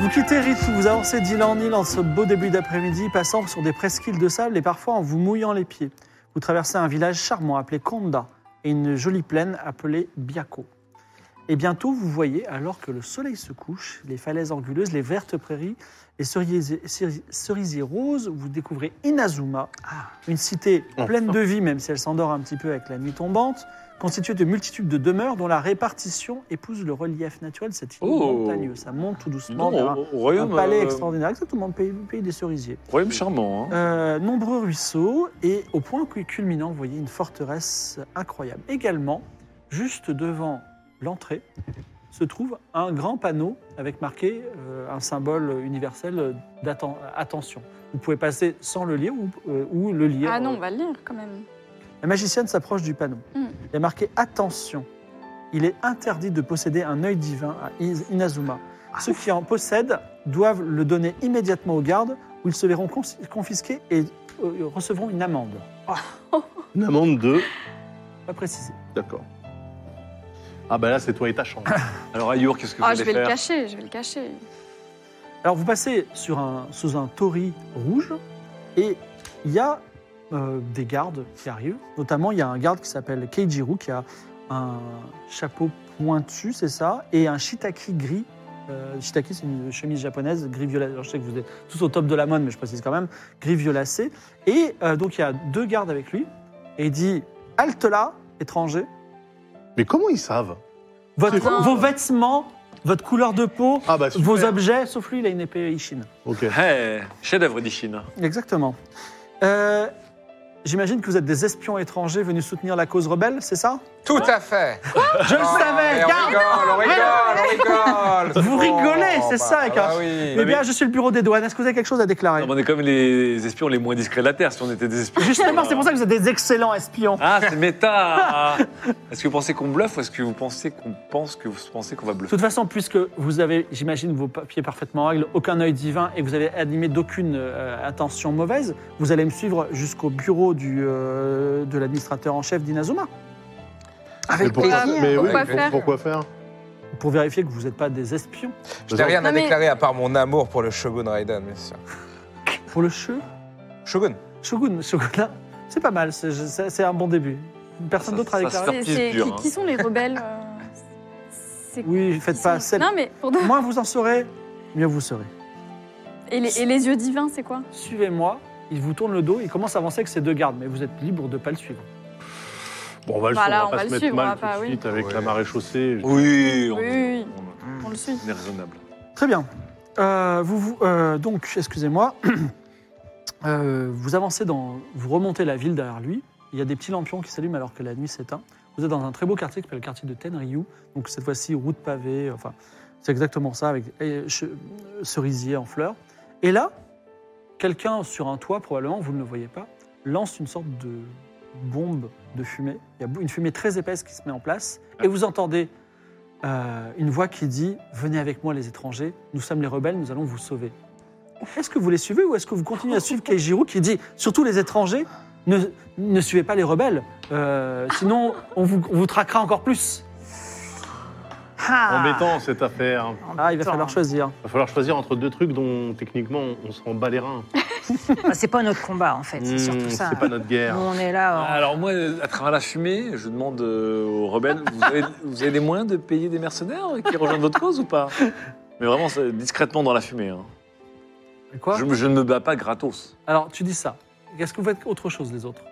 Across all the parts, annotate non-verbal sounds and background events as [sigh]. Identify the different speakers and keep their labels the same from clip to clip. Speaker 1: Vous quittez Rifou, vous avancez d'île en île en ce beau début d'après-midi, passant sur des presqu'îles de sable et parfois en vous mouillant les pieds. Vous traversez un village charmant appelé Konda et une jolie plaine appelée Biako. Et bientôt, vous voyez, alors que le soleil se couche, les falaises anguleuses, les vertes prairies, les cerisiers, ceri- cerisiers roses, vous découvrez Inazuma, une cité
Speaker 2: Ah. Enfin.
Speaker 1: pleine de vie, même si elle s'endort un petit peu avec la nuit tombante, constituée de multitudes de demeures dont la répartition épouse le relief naturel de cette île
Speaker 2: Oh.
Speaker 1: montagneuse. Ça monte tout doucement
Speaker 2: Non,
Speaker 1: vers un-
Speaker 2: au- au
Speaker 1: un
Speaker 2: royaume,
Speaker 1: palais
Speaker 2: euh,
Speaker 1: extraordinaire, exactement, le pays, le pays des cerisiers.
Speaker 2: royaume charmant. hein.
Speaker 1: Euh, nombreux ruisseaux, et au point cu- culminant, vous voyez une forteresse incroyable. Également, juste devant l'entrée, se trouve un grand panneau avec marqué euh, un symbole universel d'attention. Vous pouvez passer sans le lire ou, euh, ou le lire.
Speaker 3: Ah non, on va le lire quand même.
Speaker 1: La magicienne s'approche du panneau.
Speaker 3: Hmm.
Speaker 1: Il est marqué Attention, il est interdit de posséder un œil divin à Iz- Inazuma. Ceux qui en possèdent doivent le donner immédiatement aux gardes où ils se verront cons- confisqués et euh, recevront une amende.
Speaker 2: Une amende de.
Speaker 1: Pas précisé.
Speaker 2: D'accord. Ah bah là, c'est toi et ta chambre. Alors Ayour, qu'est-ce que vous
Speaker 3: Ah,
Speaker 2: allez
Speaker 3: je vais le
Speaker 2: faire
Speaker 3: cacher, je vais le cacher.
Speaker 1: Alors vous passez sur un, sous un tori rouge et il y a euh, des gardes qui arrivent. Notamment, il y a un garde qui s'appelle Keijiru qui a un chapeau pointu, c'est ça, et un shiitake gris. Euh, shiitake, c'est une chemise japonaise, gris violacé. Alors, je sais que vous êtes tous au top de la mode, mais je précise quand même, gris violacé. Et euh, donc, il y a deux gardes avec lui. Et il dit Halte là, étranger.
Speaker 2: Mais comment ils savent
Speaker 1: Votre-
Speaker 2: C'est quoi
Speaker 1: vos vêtements, votre couleur de peau,
Speaker 2: Ah bah super.
Speaker 1: vos objets, sauf lui, il a une épée Ishin.
Speaker 2: Ok.
Speaker 4: Hey, chef-d'œuvre d'Ichine.
Speaker 1: Exactement. Euh, J'imagine que vous êtes des espions étrangers venus soutenir la cause rebelle, c'est ça
Speaker 5: Tout à fait.
Speaker 1: Je le
Speaker 5: Oh,
Speaker 1: savais,
Speaker 4: Ah,
Speaker 5: mais
Speaker 1: garde
Speaker 5: On rigole, on rigole, on rigole.
Speaker 1: [laughs] Vous rigolez, c'est ça, avec
Speaker 5: bah
Speaker 1: un-
Speaker 5: oui.
Speaker 1: Eh bien, je suis le bureau des douanes, est-ce que vous avez quelque chose à déclarer
Speaker 4: Non, mais on est comme les espions les moins discrets de la Terre, si on était des espions.
Speaker 1: Justement, c'est pour ça que vous êtes des excellents espions.
Speaker 4: Ah, c'est méta Est-ce que vous pensez qu'on bluffe ou est-ce que vous pensez qu'on pense que vous pensez qu'on va
Speaker 1: De
Speaker 4: bluffer
Speaker 1: toute façon, puisque vous avez, j'imagine, vos papiers parfaitement en règle, aucun œil divin et que vous avez animé d'aucune euh, intention mauvaise, vous allez me suivre jusqu'au bureau du, euh, de l'administrateur en chef d'Inazuma
Speaker 2: Mais pourquoi,
Speaker 3: plaisir.
Speaker 2: mais oui,
Speaker 3: Pourquoi
Speaker 2: pour-
Speaker 3: faire
Speaker 2: pourquoi faire
Speaker 1: pour vérifier que vous n'êtes pas des espions.
Speaker 5: Je n'ai rien
Speaker 3: Non,
Speaker 5: à
Speaker 3: mais-
Speaker 5: déclarer à part mon amour pour le Shogun Raiden, bien sûr.
Speaker 1: Pour le cheu,
Speaker 5: Shogun.
Speaker 1: Shogun, Shogun, là, c'est pas mal, c'est- c'est c'est un bon début. Personne
Speaker 4: Ça-
Speaker 1: d'autre à
Speaker 4: ça se
Speaker 1: déclarer
Speaker 4: fait.
Speaker 3: C'est- c'est-
Speaker 4: dur,
Speaker 3: qui,
Speaker 4: hein.
Speaker 3: qui sont les rebelles euh, c'est-
Speaker 1: Oui, faites
Speaker 3: qui
Speaker 1: pas
Speaker 3: sont-
Speaker 1: celle.
Speaker 3: Non, mais pour de-
Speaker 1: Moins vous en saurez, mieux vous serez.
Speaker 3: et, les, et les yeux divins, c'est quoi
Speaker 1: Suivez-moi. Il vous tourne le dos, il commence à avancer avec ses deux gardes, mais vous êtes libre de ne pas le suivre.
Speaker 2: Bon, on va le
Speaker 3: Voilà,
Speaker 2: suivre,
Speaker 3: on
Speaker 2: on va
Speaker 3: va
Speaker 2: pas
Speaker 3: le
Speaker 2: se mettre
Speaker 3: suivre, on
Speaker 2: mal
Speaker 3: va pas-
Speaker 2: tout de
Speaker 3: oui.
Speaker 2: suite avec
Speaker 5: Ouais.
Speaker 2: la marée chaussée.
Speaker 4: Oui, on,
Speaker 3: Oui, oui.
Speaker 4: on-
Speaker 3: On le suit.
Speaker 4: on est raisonnable.
Speaker 1: Très bien. Euh, vous, vous- euh, donc, excusez-moi, [clears throat] Euh, vous avancez dans. Vous remontez la ville derrière lui. Il y a des petits lampions qui s'allument alors que la nuit s'éteint. Vous êtes dans un très beau quartier qui s'appelle le quartier de Tenryu. Donc, cette fois-ci, route pavée. Enfin, c'est exactement ça, avec euh, che- cerisier en fleurs. Et là, quelqu'un sur un toit, probablement, vous ne le voyez pas, lance une sorte de bombe de fumée. Il y a une fumée très épaisse qui se met en place. Et vous entendez euh, une voix qui dit Venez avec moi, les étrangers, nous sommes les rebelles, nous allons vous sauver. Est-ce que vous les suivez ou est-ce que vous continuez à suivre Keijiro qui dit Surtout les étrangers, ne, ne suivez pas les rebelles, euh, sinon on vous, on vous traquera encore plus. Ah,
Speaker 2: Embêtant cette affaire.
Speaker 1: Ah, il va falloir choisir.
Speaker 2: Il va falloir choisir entre deux trucs dont techniquement on on se rend bas les reins.
Speaker 6: Bah, C'est pas notre combat en fait, c'est surtout
Speaker 2: Hmm,
Speaker 6: ça. hein.
Speaker 2: C'est pas notre
Speaker 6: Nous
Speaker 2: guerre.
Speaker 6: on est
Speaker 3: Ah.
Speaker 6: là. euh,
Speaker 4: Alors moi, à travers la fumée, je demande euh, aux rebelles, vous avez, vous avez des moyens de payer des mercenaires qui rejoignent votre cause ou pas Mais vraiment, c'est discrètement dans la fumée. hein.
Speaker 1: Quoi
Speaker 4: je, me- je ne me bats pas gratos.
Speaker 1: Alors, tu dis ça. Est-ce que vous faites autre chose, les autres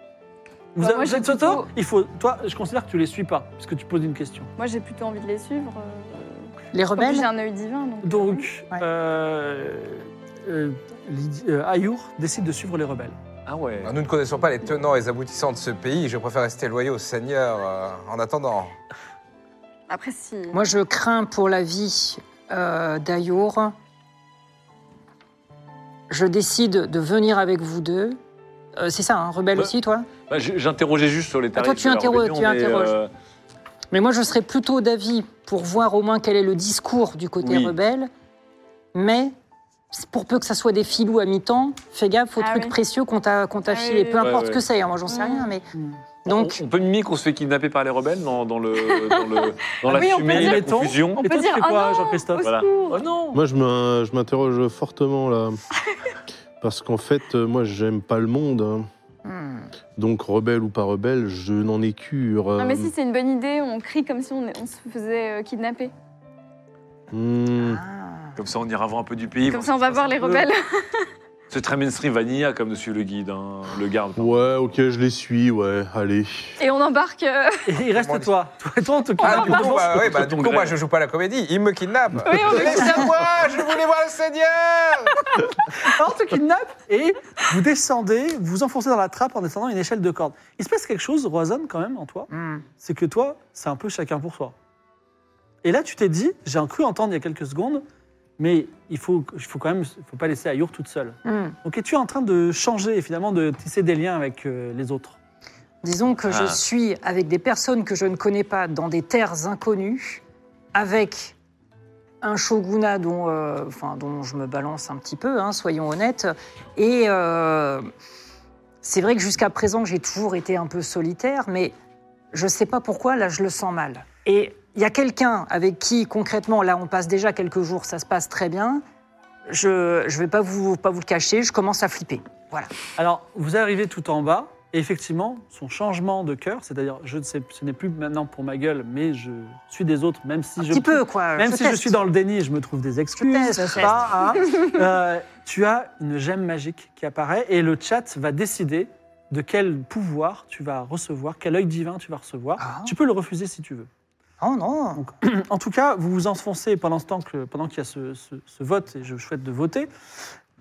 Speaker 1: vous,
Speaker 3: Bah,
Speaker 1: avez-
Speaker 3: moi,
Speaker 1: vous
Speaker 3: j'ai
Speaker 1: êtes auto
Speaker 3: plutôt-
Speaker 1: Il faut. Toi, je considère que tu les suis pas, parce que tu poses une question.
Speaker 3: Moi, j'ai plutôt envie de les suivre. euh,
Speaker 6: Les
Speaker 3: en plus, j'ai
Speaker 6: rebelles
Speaker 3: un œil divin. Donc,
Speaker 1: Donc,
Speaker 6: Ouais.
Speaker 1: euh, euh, Lydie- euh, Ayour décide de suivre les rebelles.
Speaker 4: Ah ouais.
Speaker 5: Nous ne connaissons pas les tenants et les aboutissants de ce pays. Je préfère rester loyal au Seigneur euh, en attendant.
Speaker 3: Après, si.
Speaker 6: Moi je crains pour la vie euh, d'Ayour. Je décide de venir avec vous deux. Euh, c'est ça, un rebelle
Speaker 4: Ouais.
Speaker 6: aussi, toi
Speaker 4: Bah, je- J'interrogeais juste sur les
Speaker 6: toi,
Speaker 4: tarifs.
Speaker 6: tu
Speaker 4: de la
Speaker 6: interroges,
Speaker 4: rébellion,
Speaker 6: tu
Speaker 4: mais,
Speaker 6: interroges.
Speaker 4: euh,
Speaker 6: Mais moi, je serais plutôt d'avis pour voir au moins quel est le discours du côté
Speaker 4: Oui.
Speaker 6: rebelle. Mais c'est pour peu que ça soit des filous à mi-temps, fais gaffe aux
Speaker 3: Ah
Speaker 6: trucs
Speaker 3: oui.
Speaker 6: précieux qu'on t'a qu'on t'a
Speaker 3: Ah oui,
Speaker 6: filé,
Speaker 3: oui,
Speaker 6: peu
Speaker 3: oui.
Speaker 4: Ouais,
Speaker 6: importe ce
Speaker 4: ouais.
Speaker 6: que c'est, hein, moi j'en sais
Speaker 3: Mm.
Speaker 6: rien, mais
Speaker 1: Mm.
Speaker 6: donc
Speaker 4: on, on peut mimer qu'on se fait kidnapper par les rebelles dans, dans le, dans, le, dans
Speaker 1: Ah
Speaker 4: la
Speaker 3: Ah Oui, on peut
Speaker 4: fumée, la
Speaker 1: dire.
Speaker 4: confusion.
Speaker 3: On
Speaker 1: Et
Speaker 3: peut
Speaker 1: toi, tu
Speaker 3: dire,
Speaker 1: fais
Speaker 3: oh
Speaker 1: quoi,
Speaker 3: non,
Speaker 1: Jean-Christophe
Speaker 3: au
Speaker 4: Voilà.
Speaker 3: secours
Speaker 4: Oh non
Speaker 7: Moi, je m'in- je m'interroge fortement là. Parce qu'en fait, euh, moi, j'aime pas le monde. hein.
Speaker 2: Mmh.
Speaker 6: hmm,
Speaker 7: Donc, rebelle ou pas rebelle, je n'en ai cure.
Speaker 3: Non, mais
Speaker 7: euh,
Speaker 3: si, c'est une bonne idée, on crie comme si on, on se faisait euh, kidnapper.
Speaker 7: hmm.
Speaker 6: ah.
Speaker 4: Comme ça, on ira voir un peu du pays.
Speaker 3: Comme ça, on va voir les rebelles.
Speaker 4: C'est très mainstream vanilla comme monsieur le guide, hein, le garde.
Speaker 7: Ouais, ok, je les suis, ouais, allez.
Speaker 3: Et on embarque. euh,
Speaker 1: Et Bah, il reste toi. Toi, toi, on te
Speaker 5: Ah,
Speaker 1: kidnappe.
Speaker 5: du coup,
Speaker 1: [laughs]
Speaker 5: bah, ouais, bah, du
Speaker 4: Ton
Speaker 5: coup, moi,
Speaker 4: grec.
Speaker 5: je joue pas la comédie. Il me kidnappe.
Speaker 3: Oui, on me kidnappe.
Speaker 5: Laissez-moi, je voulais voir le Seigneur.
Speaker 1: Alors, on te kidnappe et vous descendez, vous vous enfoncez dans la trappe en descendant une échelle de corde. Il se passe quelque chose, Roison, quand même, en toi.
Speaker 6: hmm.
Speaker 1: C'est que toi, c'est un peu chacun pour soi. Et là, tu t'es dit, j'ai cru entendre il y a quelques secondes, mais il faut, il faut quand même, il faut pas laisser Ayur toute seule.
Speaker 6: Hmm.
Speaker 1: Donc, es-tu en train de changer, finalement, de tisser des liens avec euh, les autres
Speaker 6: Disons que je
Speaker 4: Ah.
Speaker 6: suis avec des personnes que je ne connais pas dans des terres inconnues, avec un shogunat dont, euh, enfin, dont je me balance un petit peu, hein, soyons honnêtes. Et euh, c'est vrai que jusqu'à présent, j'ai toujours été un peu solitaire, mais je ne sais pas pourquoi, là, je le sens mal. Et il y a quelqu'un avec qui, concrètement, là, on passe déjà quelques jours, ça se passe très bien. Je ne vais pas vous, pas vous le cacher, je commence à flipper.
Speaker 1: Alors, vous arrivez tout en bas, et effectivement, son changement de cœur, c'est-à-dire, je ne sais, ce n'est plus maintenant pour ma gueule, mais je suis des autres, même si
Speaker 6: Un
Speaker 1: je
Speaker 6: petit peu, quoi.
Speaker 1: Même
Speaker 6: je
Speaker 1: si je
Speaker 6: teste.
Speaker 1: suis dans le déni, je me trouve des excuses,
Speaker 6: teste,
Speaker 1: n'est-ce
Speaker 6: je
Speaker 1: pas hein
Speaker 6: [laughs]
Speaker 1: Euh, Tu as une gemme magique qui apparaît et le chat va décider de quel pouvoir tu vas recevoir, quel œil divin tu vas recevoir.
Speaker 6: Ah.
Speaker 1: Tu peux le refuser si tu veux.
Speaker 6: Oh non
Speaker 1: En tout cas, vous vous enfoncez pendant ce temps que, pendant qu'il y a ce, ce- ce vote et je souhaite de voter.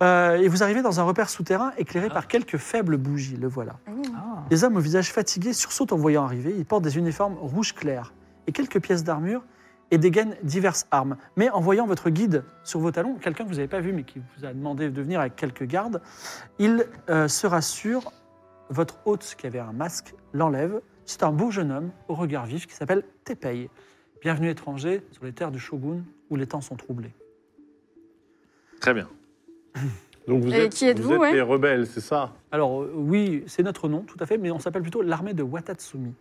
Speaker 1: Euh, et vous arrivez dans un repère souterrain éclairé par quelques faibles bougies. Le voilà.
Speaker 6: Ah.
Speaker 1: Les hommes au visage fatigué sursautent en voyant arriver. Ils portent des uniformes rouge clair et quelques pièces d'armure et dégainent diverses armes. Mais en voyant votre guide sur vos talons, quelqu'un que vous n'avez pas vu mais qui vous a demandé de venir avec quelques gardes, il euh, se rassure. Votre hôte qui avait un masque l'enlève. C'est un beau jeune homme au regard vif qui s'appelle Tepei. Bienvenue étranger sur les terres du shogun où les temps sont troublés.
Speaker 4: Très bien.
Speaker 7: Donc, vous
Speaker 3: Et
Speaker 7: êtes,
Speaker 3: qui êtes-vous,
Speaker 7: vous êtes
Speaker 3: ouais
Speaker 7: les rebelles, c'est ça
Speaker 1: Alors euh, oui, c'est notre nom, tout à fait, mais on s'appelle plutôt l'armée de Watatsumi.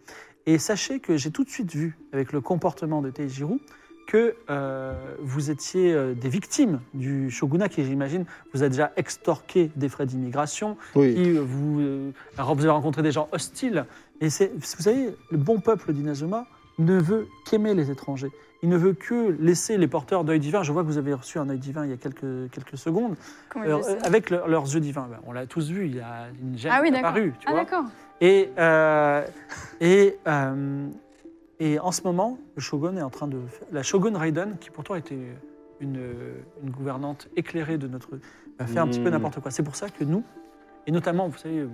Speaker 1: Et sachez que j'ai tout de suite vu, avec le comportement de Teijiru, que euh, vous étiez euh, des victimes du shogunat qui, j'imagine, vous a déjà extorqué des frais d'immigration,
Speaker 3: Ah,
Speaker 7: Oui.
Speaker 1: qui euh, vous, euh, alors vous avez rencontré des gens hostiles. Et c'est, vous savez, le bon peuple d'Inazuma ne veut qu'aimer les étrangers. Il ne veut que laisser les porteurs d'œil divin. Je vois que vous avez reçu un œil divin il y a quelques, quelques secondes.
Speaker 3: Comment
Speaker 1: Euh,
Speaker 3: il fait ça
Speaker 1: avec leur- leurs yeux divins. Ben, On l'a tous vu, il y a une gemme
Speaker 3: Ah oui,
Speaker 1: qui est
Speaker 3: d'accord.
Speaker 1: apparue, tu
Speaker 3: Ah,
Speaker 1: vois.
Speaker 3: d'accord.
Speaker 1: Et, euh, et, euh, et en ce moment, le shogun est en train de... faire- La shogun Raiden, qui pourtant était une, une gouvernante éclairée de notre... va faire un petit
Speaker 4: Hmm.
Speaker 1: peu
Speaker 7: Mm.
Speaker 1: n'importe quoi. C'est pour ça que nous, et notamment, vous savez,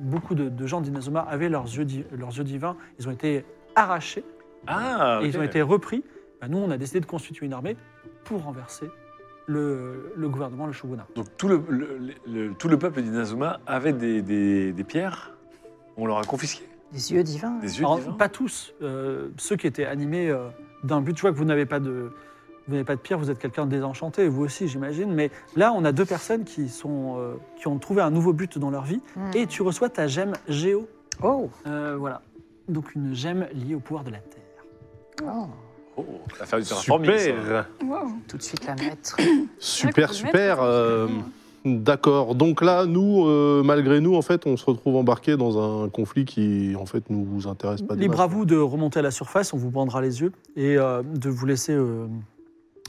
Speaker 1: beaucoup de, de gens d'Inazuma avaient leurs yeux, di- leurs yeux divins. Ils ont été arrachés
Speaker 4: Ah,
Speaker 1: et
Speaker 4: ok.
Speaker 1: ils ont été repris. Ben, nous, on a décidé de constituer une armée pour renverser le, le gouvernement, le shogunat.
Speaker 4: Donc tout le, le- le- tout le peuple d'Inazuma avait des, des- des pierres. On leur a confisqué
Speaker 6: Des yeux divins.
Speaker 4: des yeux
Speaker 1: Alors,
Speaker 4: divins.
Speaker 1: pas tous. euh, ceux qui étaient animés euh, d'un but. Je vois que vous n'avez pas de, vous n'avez pas de pierre. Vous êtes quelqu'un de désenchanté. Vous aussi, j'imagine. Mais là, on a deux personnes qui sont, euh, qui ont trouvé un nouveau but dans leur vie.
Speaker 6: Hmm.
Speaker 1: Et tu reçois ta gemme Géo.
Speaker 6: Oh,
Speaker 1: Euh, voilà. Donc une gemme liée au pouvoir de la terre.
Speaker 6: oh.
Speaker 4: Oh, l'affaire du terraforming. ça.
Speaker 7: Super
Speaker 3: Wow.
Speaker 6: tout de suite la mettre.
Speaker 3: Ouais,
Speaker 7: Super,
Speaker 3: faut le
Speaker 7: super
Speaker 3: mettre,
Speaker 7: euh, D'accord. Donc là, nous, euh, malgré nous, en fait, on se retrouve embarqués dans un conflit qui, en fait, nous intéresse pas. des
Speaker 1: Libre à
Speaker 7: masses. hein.
Speaker 1: vous de remonter à la surface, on vous bandera les yeux et euh, de vous laisser. euh,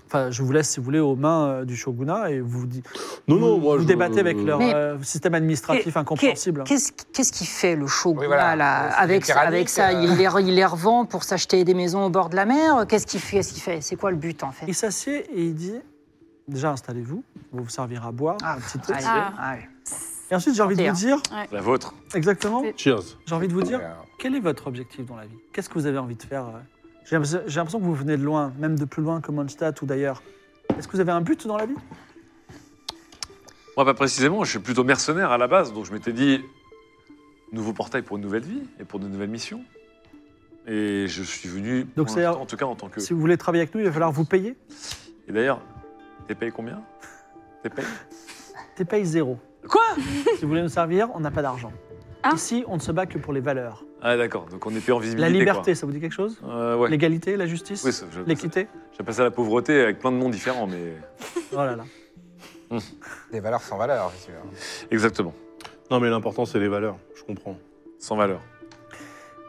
Speaker 1: Enfin, je vous laisse, si vous voulez, aux mains euh, du shogunat et vous, di-
Speaker 7: Non, non,
Speaker 1: vous,
Speaker 7: moi,
Speaker 1: vous
Speaker 7: je-
Speaker 1: débattez avec leur
Speaker 6: Mais-
Speaker 1: euh, système administratif incompréhensible.
Speaker 6: [coughs] Qu'est-ce qu'est-ce qui fait le shogun
Speaker 5: Oui, voilà. Euh,
Speaker 6: là,
Speaker 5: C'est
Speaker 6: avec,
Speaker 5: tyrannique,
Speaker 6: avec ça
Speaker 5: euh.
Speaker 6: il, les, re- il les revend pour s'acheter des maisons au bord de la mer Qu'est-ce qu'il fait Qu'est-ce qu'il fait C'est quoi le but en fait
Speaker 1: Il s'assied et il dit Déjà, installez-vous, on va vous servir à boire.
Speaker 6: Ah,
Speaker 1: un petit thé.
Speaker 6: allez, hein.
Speaker 3: Ah.
Speaker 6: allez.
Speaker 1: Et ensuite, j'ai envie de vous
Speaker 6: Santé,
Speaker 1: dire
Speaker 4: La vôtre.
Speaker 1: exactement,
Speaker 3: C'est-
Speaker 7: Cheers.
Speaker 1: j'ai envie de vous dire quel est votre objectif dans la vie Qu'est-ce que vous avez envie de faire euh J'ai l'impression j'ai l'impression que vous venez de loin, même de plus loin que Mondstadt ou d'ailleurs. Est-ce que vous avez un but dans la vie
Speaker 4: Moi, pas précisément, je suis plutôt mercenaire à la base, donc je m'étais dit nouveau portail pour une nouvelle vie et pour de nouvelles missions. Et je suis venu,
Speaker 1: Donc
Speaker 4: donc
Speaker 1: c'est-
Speaker 4: en tout cas en tant que.
Speaker 1: Si vous voulez travailler avec nous, il va falloir vous payer.
Speaker 4: Et d'ailleurs, t'es payé combien T'es payé
Speaker 1: T'es paye zéro.
Speaker 6: Quoi Hein
Speaker 1: Si vous voulez nous servir, on n'a pas d'argent.
Speaker 3: Ah.
Speaker 1: Ici, on ne se bat que pour les valeurs.
Speaker 4: Ah d'accord, donc on n'est plus en visibilité.
Speaker 1: La liberté,
Speaker 4: quoi.
Speaker 1: ça vous dit quelque chose
Speaker 4: Euh, ouais.
Speaker 1: L'égalité, la justice,
Speaker 4: Oui, ça- je-
Speaker 1: l'équité
Speaker 4: J'appelle ça la pauvreté avec plein de noms différents, mais.
Speaker 1: Oh là là.
Speaker 5: Des valeurs sans valeur, c'est sûr.
Speaker 4: Exactement,
Speaker 7: Non, mais l'important, c'est les valeurs. Je comprends.
Speaker 4: sans valeur.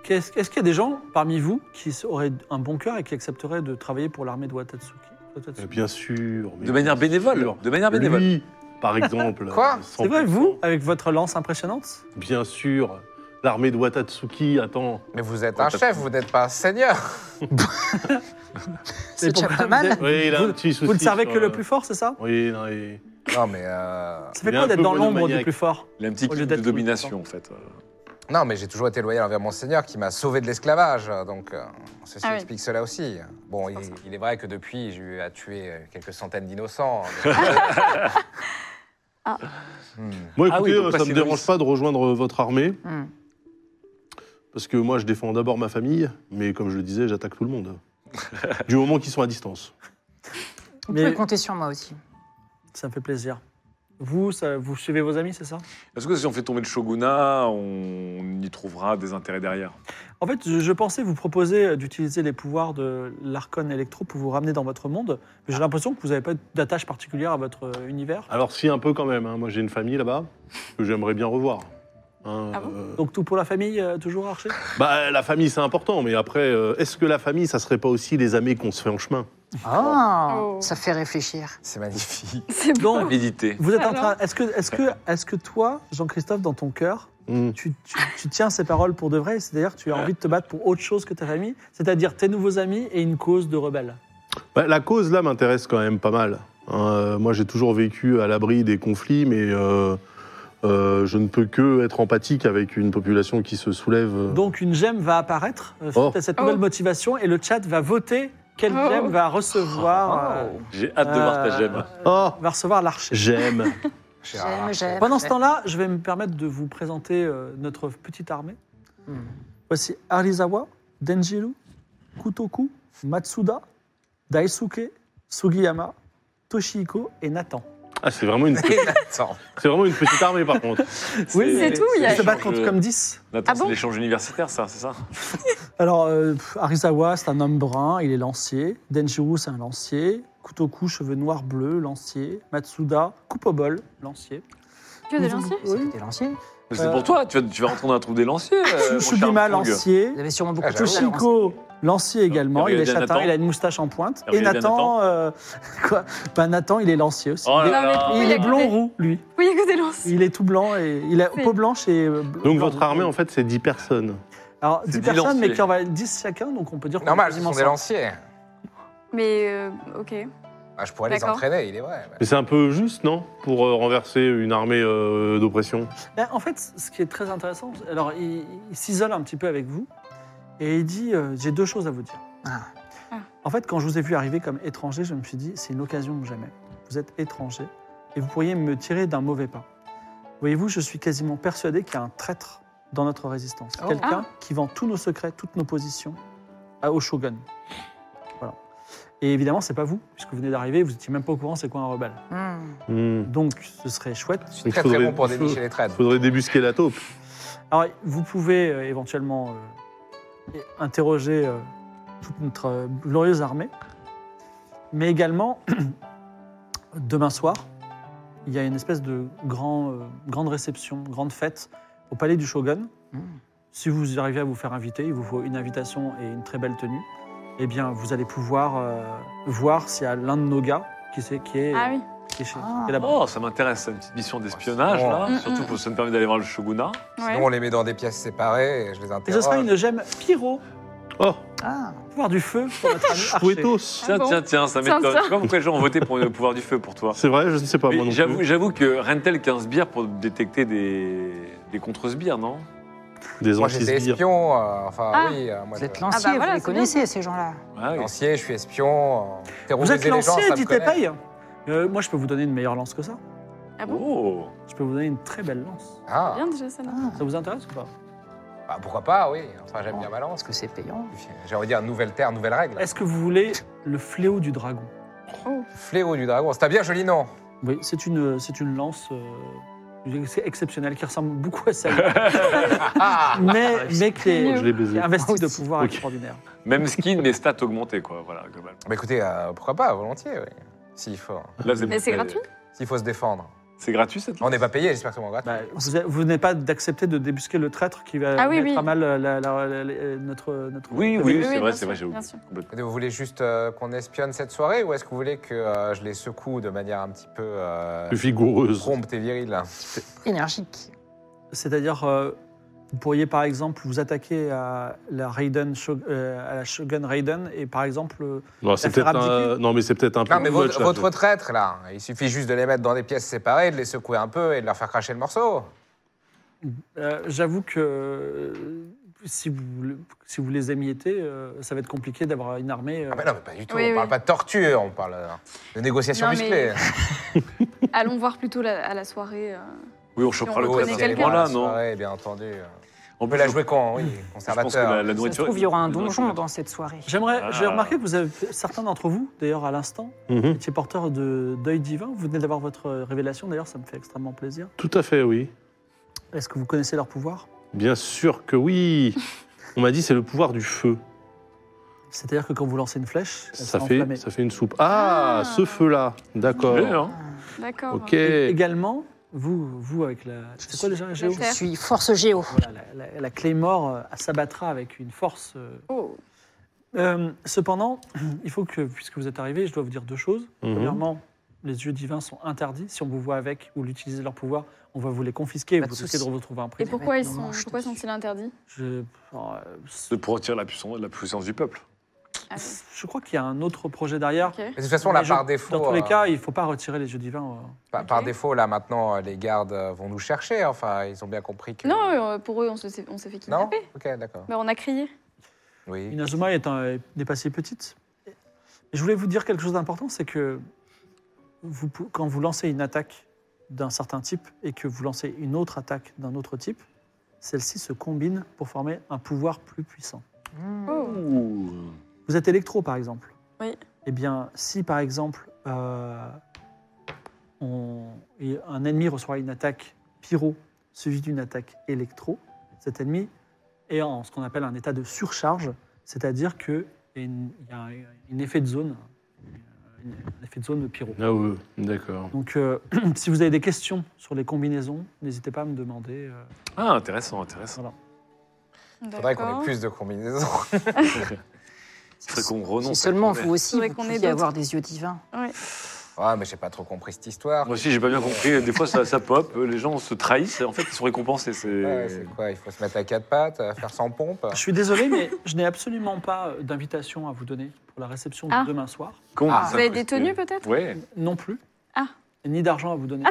Speaker 1: Qu'est-ce- Est-ce qu'il y a des gens parmi vous qui s- auraient un bon cœur et qui accepteraient de travailler pour l'armée de Watatsuki Watatsuki
Speaker 7: Mais Euh, bien sûr. mais
Speaker 4: De manière
Speaker 7: bien
Speaker 4: bénévole.
Speaker 7: sûr.
Speaker 4: De manière bénévole.
Speaker 7: Lui, par exemple.
Speaker 5: Quoi
Speaker 7: euh, sans-
Speaker 1: C'est vrai, vous, avec votre lance impressionnante
Speaker 7: Bien sûr. L'armée de Watatsuki, attends.
Speaker 5: Mais vous êtes
Speaker 4: Oh,
Speaker 5: un
Speaker 4: t'as-
Speaker 5: chef, vous n'êtes pas un seigneur.
Speaker 1: Mais
Speaker 6: C'est déjà
Speaker 1: pourquoi
Speaker 6: pas mal.
Speaker 1: vous êtes-
Speaker 7: Oui, il a
Speaker 1: vous,
Speaker 7: un petit souci.
Speaker 1: vous ne servez
Speaker 7: sur,
Speaker 1: que
Speaker 7: euh,
Speaker 1: le plus fort, c'est ça
Speaker 7: Oui, non, il-
Speaker 5: Non, mais. euh,
Speaker 1: Ça fait
Speaker 7: il est
Speaker 1: quoi
Speaker 7: un
Speaker 1: d'être
Speaker 7: peu
Speaker 1: dans l'ombre du
Speaker 7: monomaniaque.
Speaker 1: plus fort
Speaker 4: Il a un petit
Speaker 1: Au lieu
Speaker 4: clip de
Speaker 1: d'être
Speaker 4: domination, en fait. Euh,
Speaker 5: Non, mais j'ai toujours été loyal envers mon seigneur qui m'a sauvé de l'esclavage. Donc, euh, ceci
Speaker 3: Ah oui.
Speaker 5: explique cela aussi. Bon, il, il est vrai que depuis, j'ai eu à tuer euh, quelques centaines d'innocents.
Speaker 3: Ah.
Speaker 5: Hmm.
Speaker 7: Moi,
Speaker 4: Ah oui,
Speaker 7: écoutez,
Speaker 4: donc
Speaker 7: euh,
Speaker 4: pas
Speaker 7: ça
Speaker 4: si
Speaker 7: me dérange
Speaker 4: novice.
Speaker 7: pas de rejoindre euh, votre armée,
Speaker 6: Hmm.
Speaker 7: parce que moi, je défends d'abord ma famille, mais comme je le disais, j'attaque tout le
Speaker 4: [laughs]
Speaker 7: monde. du moment qu'ils sont à distance.
Speaker 6: Vous
Speaker 1: Mais-
Speaker 6: pouvez compter sur moi aussi.
Speaker 1: Ça me fait plaisir. Vous, ça- vous suivez vos amis, c'est ça
Speaker 4: Est-ce que si on fait tomber le shogunat, on y trouvera des intérêts derrière
Speaker 1: En fait, je, je pensais vous proposer euh, d'utiliser les pouvoirs de l'arcon électro pour vous ramener dans votre monde, mais j'ai l'impression que vous n'avez pas d'attache particulière à votre euh, univers.
Speaker 7: Alors si un peu quand même, hein. moi j'ai une famille là-bas que j'aimerais bien revoir. Hein,
Speaker 3: Ah bon
Speaker 7: euh,
Speaker 1: Donc tout pour la famille, euh, toujours Archer
Speaker 7: bah, la famille c'est important, mais après, euh, est-ce que la famille ça serait pas aussi les amis qu'on se fait en chemin
Speaker 6: Ah,
Speaker 3: Oh.
Speaker 6: ça fait réfléchir.
Speaker 5: C'est magnifique.
Speaker 3: C'est bon.
Speaker 1: Donc,
Speaker 4: Avidité.
Speaker 1: vous êtes en
Speaker 3: Alors
Speaker 1: train. Est-ce que, est que, est que toi, Jean-Christophe, dans ton cœur,
Speaker 7: Hmm.
Speaker 1: tu, tu- tu tiens ces paroles pour de vrai C'est-à-dire que tu as envie de te battre pour autre chose que ta famille, c'est-à-dire tes nouveaux amis et une cause de rebelle.
Speaker 7: Bah, La cause là m'intéresse quand même pas mal. hein. Euh, moi j'ai toujours vécu à l'abri des conflits, mais euh, euh, je ne peux que être empathique avec une population qui se soulève. euh.
Speaker 1: Donc une gemme va apparaître euh,
Speaker 7: Oh.
Speaker 1: suite à cette nouvelle
Speaker 3: Oh.
Speaker 1: motivation et le chat va voter quelle
Speaker 3: Oh.
Speaker 1: gemme va recevoir, euh,
Speaker 4: J'ai Oh. hâte de voir ta
Speaker 1: euh,
Speaker 4: gemme.
Speaker 7: Oh,
Speaker 1: va recevoir l'archer.
Speaker 7: j'aime.
Speaker 5: Gérard. [laughs]
Speaker 6: j'aime.
Speaker 1: Pendant ce temps-là, je vais me permettre de vous présenter euh, notre petite armée.
Speaker 6: Hmm.
Speaker 1: Voici Arizawa, Denjiru, Kutoku, Matsuda, Daisuke, Sugiyama, Toshihiko et Nathan.
Speaker 7: Ah, c'est vraiment, une...
Speaker 5: Et
Speaker 3: [laughs]
Speaker 5: Nathan.
Speaker 7: c'est vraiment une petite armée par contre.
Speaker 3: C'est tout, il y a-
Speaker 1: Ils se battent
Speaker 4: l'échange-
Speaker 1: contre comme 10.
Speaker 4: Nathan,
Speaker 3: Ah
Speaker 4: c'est
Speaker 3: bon
Speaker 4: l'échange universitaire, ça, c'est ça
Speaker 1: Alors, euh, pff, Arizawa, c'est un homme brun, il est lancier. Denjiru, c'est un lancier. Kutoku, cheveux noirs bleus, lancier. Matsuda, coupe au bol, lancier.
Speaker 3: Que des lanciers
Speaker 1: Oui.
Speaker 6: C'était lancier.
Speaker 4: Mais c'est
Speaker 1: Euh,
Speaker 4: pour toi, tu vas, tu vas rentrer dans la troupe des lanciers. euh, mon cher
Speaker 1: Shubima,
Speaker 4: Fung.
Speaker 1: lancier.
Speaker 6: Vous avez sûrement beaucoup
Speaker 5: Ah,
Speaker 6: de
Speaker 5: j'avoue.
Speaker 6: talent.
Speaker 1: Chico, lancier également, il est
Speaker 4: Hervé Nathan.
Speaker 1: châtain, il a une moustache en pointe.
Speaker 4: Hervé
Speaker 1: et Nathan, euh, [laughs] quoi Bah, Nathan, il est lancier aussi.
Speaker 4: Oh
Speaker 1: Il est-
Speaker 4: là
Speaker 3: Non, mais
Speaker 4: là.
Speaker 3: pour-
Speaker 1: il est
Speaker 3: Il est-
Speaker 1: blond roux, lui.
Speaker 3: [laughs] Oui, que des lanciers.
Speaker 1: Il est tout blanc et il a
Speaker 3: C'est-
Speaker 1: peau blanche et. euh, bl-
Speaker 7: [laughs] Donc
Speaker 1: blanc
Speaker 7: votre
Speaker 1: roux.
Speaker 7: armée en fait c'est 10 personnes.
Speaker 1: Alors,
Speaker 4: C'est
Speaker 1: 10
Speaker 4: dix
Speaker 1: personnes,
Speaker 4: lanciers.
Speaker 1: mais qui en valent 10 chacun, donc on peut dire qu'on
Speaker 5: Normal,
Speaker 1: est
Speaker 5: ce sont des
Speaker 1: quasiment
Speaker 5: lanciers.
Speaker 3: Mais euh, ok.
Speaker 5: Ah, je pourrais les
Speaker 3: D'accord.
Speaker 5: entraîner, il est vrai. mais-
Speaker 7: Mais c'est un peu juste, non Pour euh, renverser une armée euh, d'oppression.
Speaker 1: Ben, en fait, ce qui est très intéressant, alors il, il s'isole un petit peu avec vous et il dit euh, J'ai deux choses à vous dire.
Speaker 6: Ah.
Speaker 3: Ah.
Speaker 1: En fait, quand je vous ai vu arriver comme étranger, je me suis dit C'est une occasion ou jamais. Vous êtes étranger et vous pourriez me tirer d'un mauvais pas. Voyez-vous, je suis quasiment persuadé qu'il y a un traître dans notre résistance.
Speaker 6: Oh.
Speaker 1: Quelqu'un qui vend tous nos secrets, toutes nos positions à- au shogun. Voilà. Et évidemment, c'est pas vous, puisque vous venez d'arriver, vous n'étiez même pas au courant c'est quoi un rebelle.
Speaker 6: Hmm.
Speaker 7: Hmm.
Speaker 1: Donc, ce serait chouette
Speaker 5: Je suis
Speaker 7: Il
Speaker 5: très
Speaker 7: faudrait-
Speaker 5: très bon pour
Speaker 7: il faut-
Speaker 5: dénicher les trades.
Speaker 7: Faudrait débusquer la taupe.
Speaker 1: Alors, vous pouvez euh, éventuellement euh, é- interroger euh, toute notre euh, glorieuse armée, mais également, [clears throat] demain soir, il y a une espèce de grand, euh, grande réception, grande fête au palais du Shogun.
Speaker 6: Mm.
Speaker 1: Si vous arrivez à vous faire inviter, il vous faut une invitation et une très belle tenue. Eh bien, vous allez pouvoir euh, voir s'il y a l'un de nos gars qui, c'est- qui est,
Speaker 3: Ah oui.
Speaker 1: qui est chez-
Speaker 6: Ah.
Speaker 1: qui est là-bas.
Speaker 4: Oh, ça m'intéresse, une petite mission d'espionnage,
Speaker 5: Oh.
Speaker 4: là.
Speaker 3: Mm,
Speaker 4: Surtout
Speaker 3: mm. Ah
Speaker 4: pour ça me permet d'aller voir le shogunat.
Speaker 3: Ouais.
Speaker 5: Sinon, on les met dans des pièces séparées et je les
Speaker 1: Et
Speaker 5: interroge.
Speaker 1: ce sera une gemme pyro,
Speaker 7: Oh,
Speaker 6: Ah,
Speaker 1: pouvoir du feu pour
Speaker 7: [laughs]
Speaker 1: notre ami Archer.
Speaker 7: Chouettos
Speaker 4: Tiens,
Speaker 3: bon
Speaker 4: tiens, tiens, ça
Speaker 3: Tiens,
Speaker 4: m'étonne.
Speaker 3: ça.
Speaker 4: Je sais pas pourquoi les gens ont voté pour le pouvoir du feu pour toi.
Speaker 7: C'est vrai, je ne sais pas
Speaker 4: Mais
Speaker 7: moi non
Speaker 4: J'avoue,
Speaker 7: plus.
Speaker 4: j'avoue que Rentel 15 bières pour détecter des, des contre-sbires, non
Speaker 7: Des
Speaker 5: Moi, j'étais
Speaker 7: anti-sbires.
Speaker 5: espion. euh, enfin,
Speaker 3: Ah.
Speaker 5: oui. euh, moi,
Speaker 6: vous êtes
Speaker 5: je-
Speaker 6: lancier,
Speaker 3: Ah bah voilà,
Speaker 6: vous les
Speaker 3: c'est
Speaker 6: connaissez, ces gens-là.
Speaker 4: Ah oui.
Speaker 5: lancier, je suis espion. euh,
Speaker 1: Vous
Speaker 5: terroriser
Speaker 1: êtes
Speaker 5: les gens,
Speaker 1: lancé,
Speaker 5: ça me
Speaker 1: dit
Speaker 5: connaît.
Speaker 1: Tepaille Euh, Moi, je peux vous donner une meilleure lance que ça.
Speaker 3: Ah bon
Speaker 4: Oh
Speaker 1: Je peux vous donner une très belle lance.
Speaker 5: Ah,
Speaker 3: Bien déjà ça. non
Speaker 1: Ça vous intéresse ou pas
Speaker 5: bah, pourquoi pas, oui. Enfin, j'aime bien ma lance.
Speaker 6: Est-ce que c'est payant
Speaker 5: J'ai envie de dire nouvelle terre, nouvelle règle.
Speaker 1: Est-ce que vous voulez le fléau du dragon
Speaker 5: Fléau du dragon, c'est un bien joli nom.
Speaker 1: Oui, c'est une, c'est une lance euh, c'est exceptionnelle qui ressemble beaucoup à celle
Speaker 5: [laughs] Ah
Speaker 1: mais, mais qui est,
Speaker 7: Je l'ai baisé.
Speaker 1: qui est investie de
Speaker 6: Aussi.
Speaker 1: pouvoir
Speaker 7: Ok.
Speaker 1: extraordinaire.
Speaker 4: Même skin, mais stats augmentées, quoi. Voilà, globalement.
Speaker 5: Bah écoutez, euh, pourquoi pas, volontiers, oui. S'il faut,
Speaker 4: Là,
Speaker 3: Mais c'est gratuit
Speaker 5: s'il faut se défendre.
Speaker 4: C'est gratuit, cette
Speaker 5: On n'est pas payé, j'espère que c'est mon gratuit.
Speaker 1: Bah, vous êtes- vous venez pas d'accepter de débusquer le traître qui va
Speaker 3: Ah oui,
Speaker 1: mettre
Speaker 3: oui.
Speaker 1: à mal euh, la- la- la- la- notre, notre. euh,
Speaker 4: Oui,
Speaker 1: notre-
Speaker 4: oui,
Speaker 3: Oui,
Speaker 4: c'est vrai,
Speaker 3: oui, bien
Speaker 4: c'est vrai,
Speaker 3: sûr,
Speaker 4: j'ai oublié.
Speaker 3: bien sûr.
Speaker 4: Complètement.
Speaker 5: Écoutez, Vous voulez juste euh, qu'on espionne cette soirée ou est-ce que vous voulez que euh, je les secoue de manière un petit peu euh,
Speaker 7: Vigoureuse.
Speaker 5: prompte et virile
Speaker 6: Énergique.
Speaker 1: C'est-à-dire, euh, vous pourriez par exemple vous attaquer à la Raiden, Shog- euh, à la Shogun Raiden et par exemple, euh,
Speaker 7: Non, c'est
Speaker 1: La faire
Speaker 7: peut-être un...
Speaker 1: abdiquer
Speaker 7: non, mais c'est peut-être un peu.
Speaker 5: Non, mais
Speaker 7: too much,
Speaker 5: votre,
Speaker 7: là.
Speaker 5: votre traître, là, il suffit juste de les mettre dans des pièces séparées, de les secouer un peu et de leur faire cracher le morceau.
Speaker 1: euh, j'avoue que euh, si vous, le- si vous les émiettez, euh, ça va être compliqué d'avoir une armée. euh,
Speaker 5: Ah, bah non, mais pas du tout.
Speaker 3: Oui,
Speaker 5: on
Speaker 3: oui.
Speaker 5: parle pas de torture, on parle euh, de négociations
Speaker 3: Non, mais-
Speaker 5: musclées.
Speaker 4: Ah,
Speaker 3: Allons voir plutôt la- à la soirée. euh.
Speaker 4: Oui, on chopera
Speaker 3: on
Speaker 4: le
Speaker 3: le
Speaker 5: Oh,
Speaker 4: traître
Speaker 3: connaît
Speaker 5: si
Speaker 4: à
Speaker 5: elle
Speaker 4: ce
Speaker 5: est
Speaker 3: quelqu'un.
Speaker 5: dans la
Speaker 4: moment-là, non
Speaker 5: soirée, bien entendu.
Speaker 4: On
Speaker 5: On peut la jouer quand Oui,
Speaker 4: Je pense que la,
Speaker 5: conservateur.
Speaker 4: la
Speaker 6: Ça se
Speaker 4: nourriture.
Speaker 6: trouve, il y aura un
Speaker 4: la nourriture-
Speaker 6: donjon dans cette soirée.
Speaker 1: J'aimerais,
Speaker 4: Ah.
Speaker 1: j'ai remarqué que vous avez, certains d'entre vous, d'ailleurs à l'instant,
Speaker 7: Mhm.
Speaker 1: étiez porteurs de deuil divin. Vous venez d'avoir votre euh, révélation, d'ailleurs, ça me fait extrêmement plaisir.
Speaker 7: Tout à fait, oui.
Speaker 1: Est-ce que vous connaissez leur pouvoir
Speaker 7: Bien sûr que [laughs] oui. On m'a dit c'est le pouvoir du feu.
Speaker 1: C'est-à-dire que quand vous lancez une flèche, elle
Speaker 7: Ça
Speaker 1: s'est
Speaker 7: fait,
Speaker 1: enflammée.
Speaker 7: ça fait une soupe. Ah,
Speaker 3: Ah.
Speaker 7: ce feu-là. D'accord.
Speaker 4: Oui, hein.
Speaker 3: D'accord.
Speaker 7: Ok.
Speaker 1: Et également, vous, vous avec la. C'est quoi déjà, Géo
Speaker 3: La
Speaker 6: Je
Speaker 3: terre.
Speaker 6: suis force géo.
Speaker 1: Voilà, la, la, la Claymore euh, s'abattra avec une force. euh.
Speaker 3: Oh.
Speaker 1: Euh, cependant, [clears throat] il faut que, puisque vous êtes arrivé, je dois vous dire deux choses.
Speaker 7: Mhm.
Speaker 1: Premièrement, les yeux divins sont interdits. Si on vous voit avec ou l'utilisez leur pouvoir, on va vous les confisquer et
Speaker 6: Pas de
Speaker 1: vous risquez de
Speaker 6: souci.
Speaker 1: vous retrouver un
Speaker 3: Et
Speaker 1: prix.
Speaker 3: pourquoi ils
Speaker 6: Non,
Speaker 3: sont,
Speaker 6: je te
Speaker 3: pourquoi
Speaker 6: suis.
Speaker 3: sont-ils interdits
Speaker 1: Je, alors, euh,
Speaker 4: C'est pour retirer la puissance, la puissance du peuple.
Speaker 3: Ah oui,
Speaker 1: je crois qu'il y a un autre projet derrière.
Speaker 3: ok.
Speaker 5: Mais de toute façon, là,
Speaker 1: Mais je-
Speaker 5: par défaut.
Speaker 1: Dans tous les
Speaker 5: euh,
Speaker 1: cas, il ne faut pas retirer les yeux divins. euh.
Speaker 5: Par, par
Speaker 3: Ok.
Speaker 5: défaut, là, maintenant, euh, les gardes euh, vont nous chercher. Enfin, ils ont bien compris que.
Speaker 3: Non, euh, pour eux, on se s'est- on s'est fait
Speaker 5: Non
Speaker 3: kidnapper.
Speaker 5: Ok, d'accord.
Speaker 3: Mais on a crié.
Speaker 5: Oui.
Speaker 1: Inazuma est un, n'est pas si petite. Et je voulais vous dire quelque chose d'important, c'est que vous, pou- quand vous lancez une attaque d'un certain type et que vous lancez une autre attaque d'un autre type, celles-ci se combinent pour former un pouvoir plus puissant.
Speaker 3: Oh.
Speaker 4: Ouh.
Speaker 1: Vous êtes électro, par exemple.
Speaker 3: Oui.
Speaker 1: Eh bien, si, par exemple, euh, on- et un ennemi reçoit une attaque pyro suivie d'une attaque électro, cet ennemi est en ce qu'on appelle un état de surcharge, c'est-à-dire qu'il y a, une- il y a un, un effet de zone, euh, un effet de zone de pyro.
Speaker 7: Ah ouais, d'accord.
Speaker 1: Donc, euh, [clears throat] si vous avez des questions sur les combinaisons, n'hésitez pas à me demander. euh,
Speaker 4: Ah, intéressant, intéressant.
Speaker 5: Faudrait qu'on
Speaker 3: D'accord.
Speaker 5: ait plus de combinaisons. [laughs]
Speaker 4: Il faudrait qu'on
Speaker 6: Si
Speaker 4: renonce. à
Speaker 6: seulement
Speaker 4: ce
Speaker 6: vous aussi,
Speaker 3: Faudrait
Speaker 6: vous
Speaker 3: qu'on ait
Speaker 6: pouviez
Speaker 3: d'autres.
Speaker 6: avoir des yeux divins.
Speaker 5: Ah, mais j'ai pas trop compris cette histoire.
Speaker 4: Moi aussi, j'ai pas bien compris. Des fois, ça, ça pop, les gens se trahissent. et En fait, ils sont récompensés. C'est
Speaker 5: Ouais, c'est quoi Il faut se mettre à quatre pattes, euh, faire sans pompe
Speaker 1: Je suis désolé, mais je n'ai absolument pas d'invitation à vous donner pour la réception de
Speaker 3: Ah.
Speaker 1: demain soir.
Speaker 4: con.
Speaker 5: Ah.
Speaker 3: Vous avez des tenues peut-être
Speaker 4: Ouais.
Speaker 1: Non plus.
Speaker 3: Ah.
Speaker 1: Ni d'argent à vous donner.
Speaker 3: Ah,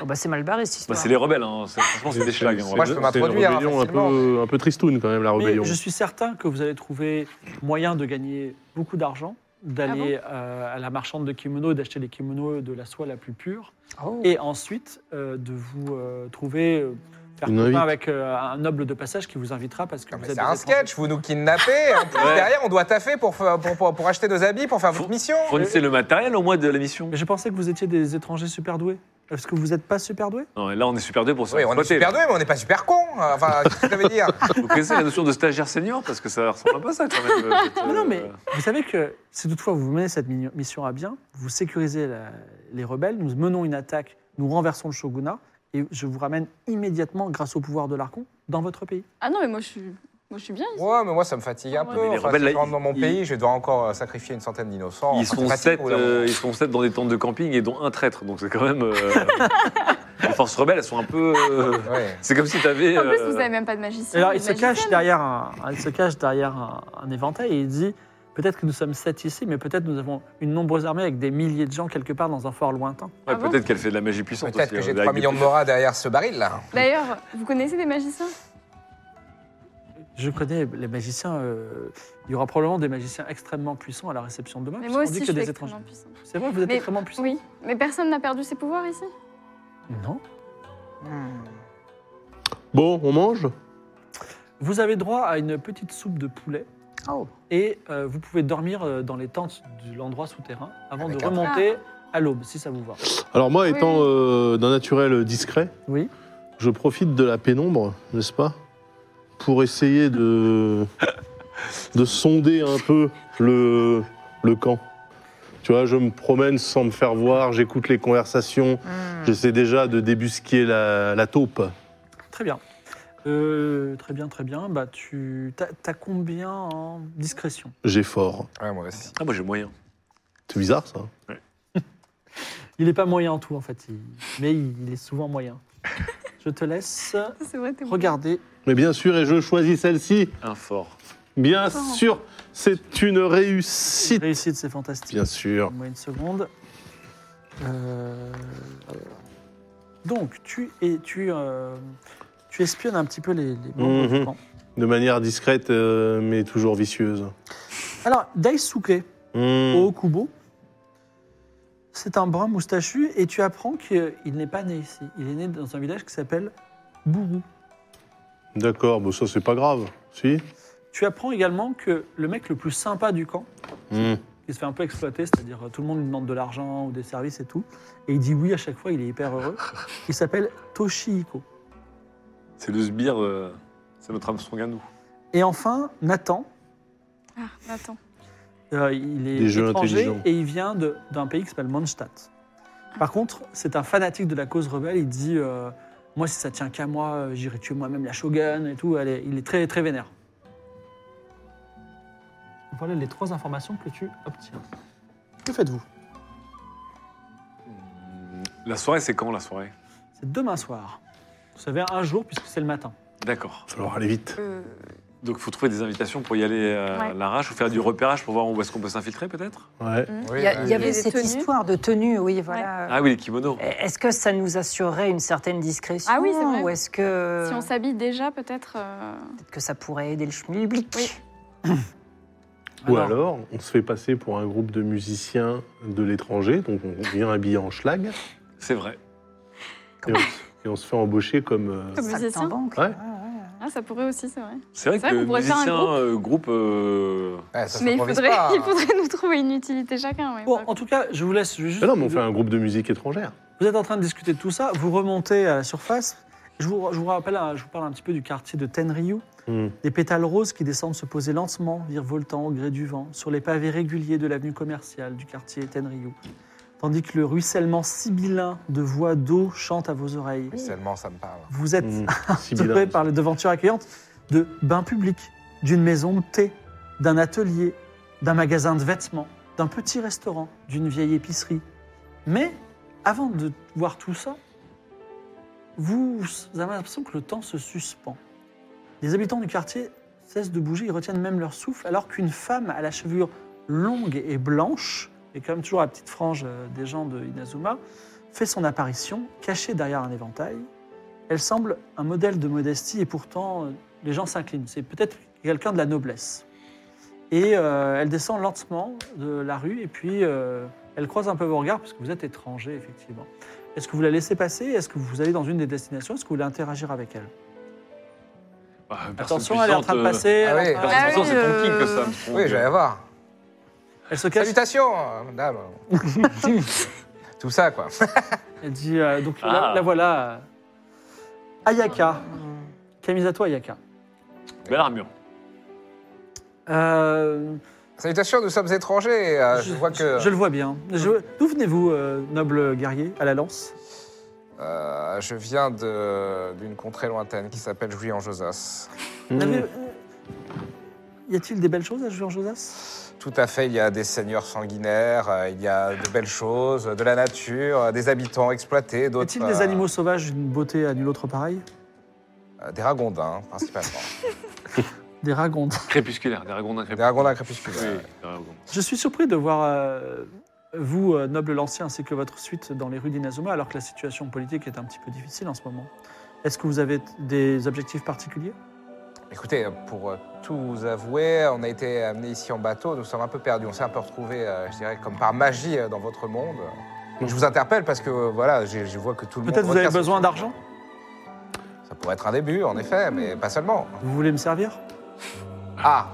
Speaker 6: Oh, bah, c'est mal barré, cette
Speaker 4: Bah,
Speaker 6: histoire.
Speaker 4: c'est les rebelles. Hein. C'est- Franchement, c'est des schlags. hein,
Speaker 5: Moi,
Speaker 4: vraiment.
Speaker 5: je peux
Speaker 7: C'est une
Speaker 5: m'introduire,
Speaker 7: rébellion un peu,
Speaker 5: facilement.
Speaker 7: un peu tristoune quand même, la rébellion.
Speaker 1: Mais je suis certain que vous allez trouver moyen de gagner beaucoup d'argent, d'aller
Speaker 3: Ah
Speaker 1: euh, à la marchande de kimonos, d'acheter les kimonos de la soie la plus pure,
Speaker 6: Oh.
Speaker 1: et ensuite euh, de vous euh, trouver, euh, faire
Speaker 7: Une
Speaker 1: copain
Speaker 7: invite.
Speaker 1: avec euh, un noble de passage qui vous invitera parce que
Speaker 5: Non,
Speaker 1: vous
Speaker 5: Ah, mais
Speaker 1: êtes
Speaker 5: c'est
Speaker 1: des
Speaker 5: un
Speaker 1: étrangers.
Speaker 5: sketch, vous nous kidnappez, en plus
Speaker 4: Ouais.
Speaker 5: derrière on doit taffer pour, fa- pour, pour, pour acheter nos habits, pour faire votre mission.
Speaker 4: Fournissez le matériel au moins de la mission.
Speaker 1: Mais je pensais que vous étiez des étrangers super doués. Est-ce que vous n'êtes pas super doués
Speaker 4: Non, et là, on est super deux pour ça.
Speaker 5: Oui, on est super doués, mais on n'est pas super cons. euh, Enfin, qu'est-ce que ça veut
Speaker 3: [laughs]
Speaker 5: dire
Speaker 4: Vous connaissez la notion de stagiaire senior Parce que ça ressemble pas à ça quand même.
Speaker 3: Ah,
Speaker 4: euh,
Speaker 1: Mais non, mais
Speaker 4: euh,
Speaker 1: vous savez que si toutefois vous menez cette mi- mission à bien, vous sécurisez la- les rebelles, nous menons une attaque, nous renversons le shogunat, et je vous ramène immédiatement, grâce au pouvoir de l'archon, dans votre pays.
Speaker 3: Ah non, mais moi je suis, moi, je suis bien. ici.
Speaker 5: Ouais, mais moi ça me fatigue un
Speaker 3: Mais
Speaker 5: peu.
Speaker 4: les
Speaker 5: Enfin,
Speaker 4: rebelles,
Speaker 5: si
Speaker 4: là,
Speaker 5: je rentre dans mon
Speaker 4: ils-
Speaker 5: pays, je dois encore euh, sacrifier une centaine d'innocents.
Speaker 4: Ils
Speaker 5: Enfin,
Speaker 4: sont,
Speaker 5: c'est
Speaker 4: sept,
Speaker 5: fatigue, au bout d'un moment.
Speaker 4: euh, ils sont sept dans des tentes de camping et dont un traître. Donc c'est quand même. euh,
Speaker 3: [laughs]
Speaker 4: les forces rebelles, elles sont un peu. euh,
Speaker 5: Ouais.
Speaker 4: c'est comme si t'avais.
Speaker 3: En plus,
Speaker 4: euh,
Speaker 3: vous n'avez même pas de magicien.
Speaker 1: Et alors, il
Speaker 3: de
Speaker 1: se, cache
Speaker 3: magicienne.
Speaker 1: derrière un, il se cache derrière un, un éventail et il dit Peut-être que nous sommes sept ici, mais peut-être nous avons une nombreuse armée avec des milliers de gens quelque part dans un fort lointain.
Speaker 4: ouais,
Speaker 3: Ah bon
Speaker 4: peut-être qu'elle fait de la magie puissante
Speaker 5: Peut-être
Speaker 4: aussi,
Speaker 5: que j'ai
Speaker 4: hein,
Speaker 5: 3
Speaker 4: avec des
Speaker 5: millions de
Speaker 4: petites-
Speaker 5: moras derrière ce baril là.
Speaker 3: D'ailleurs, vous connaissez des magiciens
Speaker 1: Je connais les magiciens. euh, il y aura probablement des magiciens extrêmement puissants à la réception de demain.
Speaker 3: Mais moi
Speaker 1: puisqu'on
Speaker 3: aussi,
Speaker 1: dit
Speaker 3: je
Speaker 1: que
Speaker 3: suis
Speaker 1: des
Speaker 3: extrêmement
Speaker 1: étrangers.
Speaker 3: puissante.
Speaker 1: C'est vrai, vous êtes
Speaker 3: Mais-
Speaker 1: extrêmement puissants
Speaker 3: Oui, mais personne n'a perdu ses pouvoirs ici.
Speaker 1: Non.
Speaker 3: Mmh.
Speaker 6: Hmm.
Speaker 7: Bon, on mange
Speaker 1: Vous avez droit à une petite soupe de poulet
Speaker 6: Oh.
Speaker 1: et euh, vous pouvez dormir euh, dans les tentes de l'endroit souterrain avant
Speaker 5: Avec
Speaker 1: de
Speaker 5: un
Speaker 1: remonter à l'aube, si ça vous va.
Speaker 7: Alors moi,
Speaker 3: Oui,
Speaker 7: étant
Speaker 3: oui.
Speaker 7: euh, d'un naturel discret,
Speaker 1: Oui.
Speaker 7: je profite de la pénombre, n'est-ce pas, pour essayer de de sonder un peu le le camp. Tu vois, je me promène sans me faire voir, j'écoute les conversations,
Speaker 6: Hmm.
Speaker 4: Mmh.
Speaker 7: j'essaie déjà de débusquer la, la taupe.
Speaker 1: Très bien. Euh, très bien, très bien. Bah, tu t'as t'as combien en discrétion
Speaker 7: J'ai fort.
Speaker 5: Ouais, moi aussi.
Speaker 4: Ah, moi j'ai moyen.
Speaker 7: C'est bizarre ça.
Speaker 1: Il n'est pas moyen en tout, en fait. il- Mais il il est souvent moyen. Je te laisse
Speaker 3: C'est vrai, t'es bon.
Speaker 1: regarder.
Speaker 7: Mais bien sûr, et je choisis celle-ci.
Speaker 4: Un fort.
Speaker 7: Bien
Speaker 3: Oh.
Speaker 7: sûr, c'est une réussite.
Speaker 1: Réussite, c'est fantastique.
Speaker 7: Bien sûr.
Speaker 1: Moi, une seconde. Euh, Donc, tu, es, tu, euh, tu espionnes un petit peu les, les membres du
Speaker 7: Mhm.
Speaker 1: camp.
Speaker 7: De manière discrète, euh, mais toujours vicieuse.
Speaker 1: Alors, Daisuke
Speaker 7: Hmm.
Speaker 1: Okubo, c'est un brun moustachu et tu apprends qu'il n'est pas né ici. Il est né dans un village qui s'appelle Bourou.
Speaker 7: D'accord, bon, ça c'est pas grave, si
Speaker 1: Tu apprends également que le mec le plus sympa du camp,
Speaker 7: Hmm.
Speaker 1: qui se fait un peu exploiter, c'est-à-dire euh, tout le monde lui demande de l'argent ou des services et tout, et il dit oui à chaque fois, il est hyper heureux, il s'appelle Toshihiko.
Speaker 4: C'est le sbire, euh, c'est notre Armstrong à nous.
Speaker 1: Et enfin, Nathan,
Speaker 3: Ah, attends.
Speaker 1: euh, il est
Speaker 7: Des jeux
Speaker 1: étranger
Speaker 7: intelligents.
Speaker 1: et il vient de- d'un pays qui s'appelle Mondstadt. Par contre, c'est un fanatique de la cause rebelle, il dit euh, Moi, si ça tient qu'à moi, euh, j'irai tuer moi-même la shogun et tout. Elle est- il est très, très vénère. Voilà les trois informations que tu obtiens. Que faites-vous
Speaker 4: La soirée, c'est quand la soirée
Speaker 1: C'est demain soir. Vous savez, un jour, puisque c'est le matin.
Speaker 4: D'accord.
Speaker 7: va falloir aller vite.
Speaker 3: Euh,
Speaker 4: Donc il faut trouver des invitations pour y aller euh, à
Speaker 3: Ouais.
Speaker 4: l'arrache ou faire du repérage pour voir où est-ce qu'on peut s'infiltrer peut-être
Speaker 7: Ouais.
Speaker 3: hmm.
Speaker 5: Oui,
Speaker 6: Il y, a- il y
Speaker 3: avait
Speaker 5: bah,
Speaker 6: avait
Speaker 3: des
Speaker 6: cette
Speaker 3: tenues.
Speaker 6: histoire de tenue, oui,
Speaker 3: Euh.
Speaker 6: voilà. Eh,
Speaker 4: Ah oui, les kimonos.
Speaker 6: Est-ce que ça nous assurerait une certaine discrétion
Speaker 3: Ah oui, c'est vrai.
Speaker 6: Ou est-ce que,
Speaker 3: Si on s'habille déjà, peut-être. euh,
Speaker 6: peut-être que ça pourrait aider le schmilblick
Speaker 3: Oui.
Speaker 7: Ou alors, on se fait passer pour un groupe de musiciens de l'étranger, donc on vient habillé en schlag,
Speaker 4: C'est vrai.
Speaker 7: et on, se- et on se fait embaucher comme... euh,
Speaker 3: Comme musicien.
Speaker 6: Saltimbanque.
Speaker 7: Ouais.
Speaker 6: Ouais, ouais.
Speaker 3: Ah, ça pourrait aussi, c'est vrai.
Speaker 4: C'est vrai
Speaker 3: C'est vrai
Speaker 4: que
Speaker 3: qu'on pourrait faire un
Speaker 4: musicien, euh, groupe, euh,
Speaker 5: ouais, ça
Speaker 3: Mais il
Speaker 5: s'improvise
Speaker 3: faudrait,
Speaker 5: pas,
Speaker 3: [laughs] il
Speaker 5: hein.
Speaker 3: faudrait nous trouver une utilité chacun. ouais.
Speaker 1: Bon, en tout cas, je vous laisse. je vais juste-
Speaker 7: Ah non, mais on fait un groupe de musique étrangère.
Speaker 1: Vous êtes en train de discuter de tout ça, vous remontez à la surface. Je vous, je vous rappelle, hein, je vous parle un petit peu du quartier de Tenryu.
Speaker 7: Hmm.
Speaker 1: Des pétales roses qui descendent se poser lentement, virevoltant au gré du vent, sur les pavés réguliers de l'avenue commerciale du quartier Tenryu. Tandis que le ruissellement sibyllin de voix d'eau chante à vos oreilles.
Speaker 5: Mais Seulement, ça me parle.
Speaker 1: Vous êtes
Speaker 7: Hmm.
Speaker 1: entouré
Speaker 7: Sibylla.
Speaker 1: par les devantures accueillantes de bains publics, d'une maison de thé, d'un atelier, d'un magasin de vêtements, d'un petit restaurant, d'une vieille épicerie. Mais avant de voir tout ça, vous avez l'impression que le temps se suspend. Les habitants du quartier cessent de bouger, ils retiennent même leur souffle, alors qu'une femme à la chevelure longue et blanche, et comme toujours la petite frange euh, des gens de Inazuma, fait son apparition, cachée derrière un éventail. Elle semble un modèle de modestie et pourtant euh, les gens s'inclinent. C'est peut-être quelqu'un de la noblesse. Et euh, elle descend lentement de la rue et puis euh, elle croise un peu vos regards parce que vous êtes étranger effectivement. Est-ce que vous la laissez passer Est-ce que vous allez dans une des destinations Est-ce que vous voulez interagir avec elle
Speaker 4: bah, personne
Speaker 1: Attention, elle est en train de
Speaker 4: puissante,
Speaker 1: passer.
Speaker 4: euh,
Speaker 5: Ah
Speaker 1: elle est en
Speaker 5: oui.
Speaker 1: train de-
Speaker 4: personne
Speaker 3: Ah
Speaker 4: puissante, c'est ton
Speaker 3: oui, euh,
Speaker 4: king que ça. Armstrong.
Speaker 5: Oui, j'allais voir.
Speaker 1: Elle se cache.
Speaker 5: Salutations, euh,
Speaker 1: [laughs]
Speaker 5: madame. Tout ça, quoi.
Speaker 1: Elle dit euh, donc
Speaker 4: Ah.
Speaker 1: la, la voilà. euh, Ayaka, Camisa toi Ayaka.
Speaker 4: Belle armure.
Speaker 1: Euh,
Speaker 5: Salutations, nous sommes étrangers. euh, je, vois que
Speaker 1: je le vois bien. Je- D'où venez-vous, euh, noble guerrier, à la lance
Speaker 5: euh, je viens de- d'une contrée lointaine qui s'appelle Jouy en Josas.
Speaker 7: Hmm.
Speaker 5: Hmm.
Speaker 1: Avez- euh, hmm, Y a-t-il des belles choses à jouer en Josas
Speaker 5: Tout à fait, il y a des seigneurs sanguinaires, euh, il y a de belles choses, de la nature, euh, des habitants exploités,
Speaker 1: Y
Speaker 5: d'autres.
Speaker 1: a-t-il des
Speaker 5: euh,
Speaker 1: animaux sauvages d'une beauté à nul autre pareil
Speaker 5: euh, Des ragondins, principalement.
Speaker 1: Des ragondins.
Speaker 4: Crépusculaire, des ragondins
Speaker 5: des
Speaker 4: crépusculaires.
Speaker 5: ragondins
Speaker 4: Oui,
Speaker 5: crépusculaires.
Speaker 4: des ragondins.
Speaker 1: [laughs] Je suis surpris de voir euh, vous, euh, noble lancier, ainsi que votre suite dans les rues d'Inazuma, alors que la situation politique est un petit peu difficile en ce moment. Est-ce que vous avez t- des objectifs particuliers
Speaker 5: Écoutez, pour euh, tout vous avouer, on a été amenés ici en bateau, nous sommes un peu perdus, on s'est un peu retrouvés, euh, je dirais, comme par magie euh, dans votre monde. Donc, Je vous interpelle parce que euh, voilà, j'ai- je vois que tout le monde.
Speaker 1: Peut-être vous avez
Speaker 5: regarde-
Speaker 1: besoin d'argent
Speaker 5: Ça pourrait être un début, en effet, mais pas seulement.
Speaker 1: Vous voulez me servir
Speaker 5: Ah,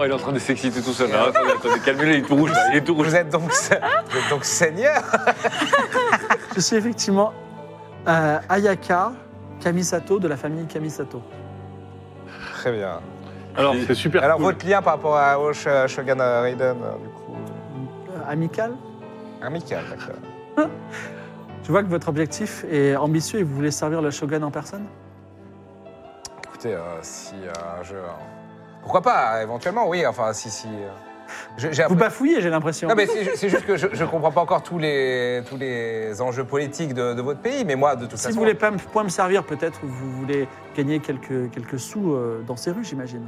Speaker 4: Oh, il est en train de s'exciter tout seul. là. Attendez, attendez, calmez-le, il est tout rouge. là, Il est tout rouge.
Speaker 5: vous êtes donc, vous êtes donc seigneur
Speaker 1: Je suis effectivement euh, Ayaka Kamisato de la famille Kamisato.
Speaker 5: Très bien.
Speaker 7: Alors, c'est super
Speaker 5: Alors,
Speaker 7: cool.
Speaker 5: votre lien par rapport à au Sh- Shogun euh, Raiden, euh, du coup,
Speaker 1: Euh, amical
Speaker 5: amical, d'accord.
Speaker 1: Je vois que votre objectif est ambitieux et vous voulez servir le shogun en personne
Speaker 5: Écoutez, euh, si euh, je. Pourquoi pas, éventuellement, oui, enfin, si, si. euh, je- j'ai
Speaker 1: Vous
Speaker 5: appris-
Speaker 1: bafouillez, j'ai l'impression.
Speaker 5: Non, mais c'est ju- c'est juste que je, je comprends pas encore tous les, tous les enjeux politiques de, de votre pays, mais moi, de
Speaker 1: Si
Speaker 5: toute façon. euh,
Speaker 1: vous voulez pas me, point me servir, peut-être vous voulez gagner quelques, quelques sous euh, dans ces rues, j'imagine.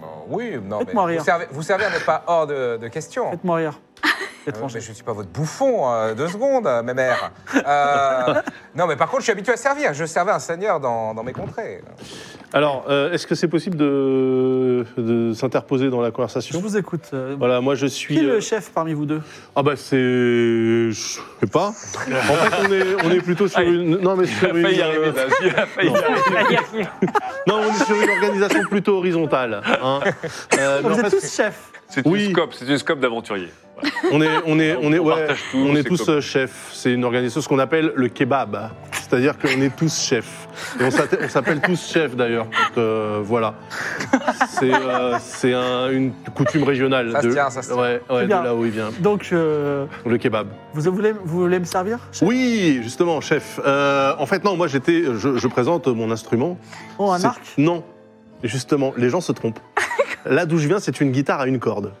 Speaker 5: Non, Oui, non, mais.
Speaker 1: Faites-moi rire.
Speaker 5: Vous servez, vous servez n'est pas hors de, de question.
Speaker 1: Faites-moi rire. Étranger.
Speaker 5: Euh, mais je ne suis pas votre bouffon, euh, deux secondes, euh, mes mères.
Speaker 1: [laughs]
Speaker 5: Euh, non, mais par contre, je suis habitué à servir. Je servais un seigneur dans, dans mes contrées.
Speaker 7: Alors, euh, est-ce que c'est possible de, de s'interposer dans la
Speaker 1: Je
Speaker 7: conversation
Speaker 1: vous écoute. euh,
Speaker 7: Voilà, moi je
Speaker 1: Qui
Speaker 7: suis.
Speaker 1: est le
Speaker 7: euh,
Speaker 1: chef parmi vous deux
Speaker 7: Ah bah c'est, je sais pas. En fait, on est, on est plutôt sur
Speaker 4: Ah, il-
Speaker 7: une. Non mais
Speaker 4: Il a
Speaker 7: sur une.
Speaker 4: failli y
Speaker 7: euh,
Speaker 4: arriver, là. Il a failli y
Speaker 7: non.
Speaker 4: arriver.
Speaker 7: Non, on est sur une organisation plutôt horizontale. hein. Euh, mais
Speaker 1: Vous
Speaker 7: en
Speaker 1: êtes
Speaker 7: fait,
Speaker 1: tous chefs.
Speaker 4: C'est
Speaker 7: Oui.
Speaker 4: une scope, c'est une scope d'aventurier.
Speaker 7: on est, on est, on est,
Speaker 4: On
Speaker 7: ouais,
Speaker 4: partage tout,
Speaker 7: on est
Speaker 4: c'est
Speaker 7: tous
Speaker 4: comme-
Speaker 7: euh, chefs. C'est une organisation ce qu'on appelle le kebab. C'est-à-dire qu'on est tous chefs. Et on s'atte- on s'appelle tous chefs d'ailleurs. Donc, euh, voilà. C'est euh, c'est un- une coutume régionale.
Speaker 5: Ça se
Speaker 7: de,
Speaker 5: tient, ça se tient.
Speaker 7: Ouais, ouais,
Speaker 1: Très
Speaker 7: de
Speaker 1: bien.
Speaker 7: là où il vient.
Speaker 1: Donc, euh,
Speaker 7: Le kebab.
Speaker 1: vous, voulez, vous voulez me servir chef
Speaker 7: Oui, justement, chef. Euh, en fait, non, moi j'étais, je, je présente mon instrument.
Speaker 1: Oh, un
Speaker 7: C'est-
Speaker 1: arc
Speaker 7: Non, justement, les gens
Speaker 1: [laughs]
Speaker 7: se trompent. Là d'où je viens, c'est une guitare à une corde.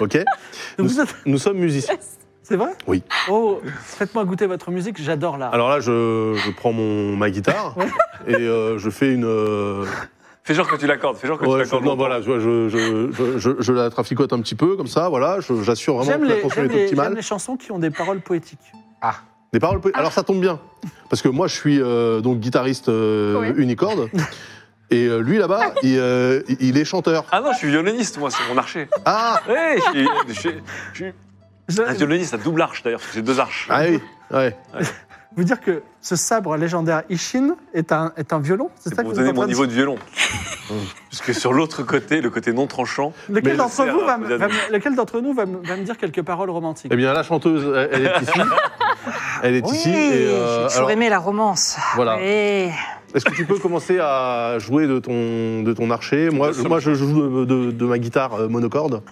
Speaker 7: Ok
Speaker 1: Donc, vous êtes-
Speaker 7: Nous sommes musiciens.
Speaker 1: C'est vrai
Speaker 7: Oui.
Speaker 1: Oh, faites-moi goûter votre musique, j'adore l'art.
Speaker 7: Alors là, je, je prends mon, ma guitare
Speaker 1: Ouais.
Speaker 7: et euh, je fais une. euh,
Speaker 4: Fais genre que tu l'accordes, fais genre que tu
Speaker 7: ouais, je,
Speaker 4: l'accordes.
Speaker 7: non, voilà, je, je, je- je- je- je la traficote un petit peu comme ça, voilà, je- j'assure vraiment
Speaker 1: J'aime
Speaker 7: que la
Speaker 1: les,
Speaker 7: tension
Speaker 1: j'aime
Speaker 7: est
Speaker 1: les- j'aime
Speaker 7: optimale.
Speaker 1: les chansons qui ont des paroles poétiques.
Speaker 7: Des paroles po- Alors ça tombe bien, parce que moi je suis euh, donc guitariste euh,
Speaker 3: Ouais.
Speaker 7: unicorne, et euh, lui [laughs] là-bas, il, euh, il est chanteur.
Speaker 4: Ah non, je suis violoniste, moi, c'est mon archer.
Speaker 7: Ah
Speaker 4: Ouais, je suis, je suis- je suis
Speaker 1: Je
Speaker 4: un
Speaker 1: vais
Speaker 4: violoniste à double arche d'ailleurs, parce que j'ai deux arches.
Speaker 7: Ah oui, ouais.
Speaker 1: vous dire que ce sabre légendaire Ishin est un, est un violon C'est
Speaker 4: C'est
Speaker 1: ça
Speaker 4: pour
Speaker 1: que
Speaker 4: vous
Speaker 1: vous êtes
Speaker 4: donner
Speaker 1: en train
Speaker 4: mon
Speaker 1: de-
Speaker 4: niveau de violon. Puisque sur l'autre côté, le côté non tranchant,
Speaker 1: Lequel
Speaker 7: Mais-
Speaker 1: d'entre
Speaker 4: C'est
Speaker 1: vous
Speaker 4: un-
Speaker 1: va, me- va me- lequel d'entre nous va, me- va me dire quelques paroles romantiques
Speaker 7: Eh bien, la chanteuse, elle- elle est ici. Elle est
Speaker 6: Oui,
Speaker 7: ici. Et, euh,
Speaker 6: j'ai toujours
Speaker 7: alors,
Speaker 6: aimé la romance.
Speaker 7: voilà.
Speaker 6: Et
Speaker 7: Est-ce que tu peux commencer à jouer de ton, de ton archer moi,
Speaker 4: Bien sûr.
Speaker 7: moi, je joue de, de- de ma guitare euh, monocorde.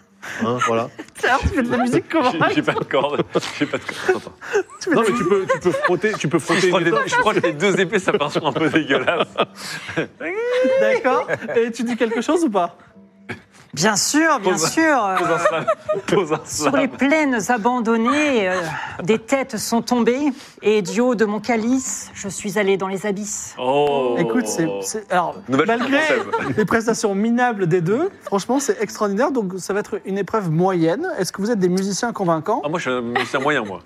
Speaker 7: Hein, voilà.
Speaker 1: Tu fais de la musique comment
Speaker 4: j'ai- j'ai pas de corde. J'ai pas de corde. Attends.
Speaker 1: Tu fais
Speaker 7: [laughs] Non,
Speaker 1: de la
Speaker 7: mais tu peux, tu peux frotter, tu peux
Speaker 4: Si
Speaker 7: frotter
Speaker 4: je,
Speaker 7: une
Speaker 4: frotte les,
Speaker 7: étoffe.
Speaker 4: je frotte les deux épées, ça part sur un peu dégueulasse.
Speaker 1: musique, D'accord Et tu dis quelque chose ou pas
Speaker 6: bien sûr, bien
Speaker 4: Pose-
Speaker 6: sûr. euh,
Speaker 4: Pose un slam. Pose un
Speaker 6: Sur les
Speaker 4: slam.
Speaker 6: plaines abandonnées, euh, des têtes sont tombées, et du haut de mon calice, je suis allé dans les abysses.
Speaker 4: Oh.
Speaker 1: Écoute, c'est. c'est- Alors,
Speaker 4: Nouvelle
Speaker 1: malgré
Speaker 4: chanson
Speaker 1: les prestations minables des deux, franchement, c'est extraordinaire. Donc, ça va être une épreuve moyenne. Est-ce que vous êtes des musiciens convaincants
Speaker 4: Ah, moi, je suis un musicien moyen, moi.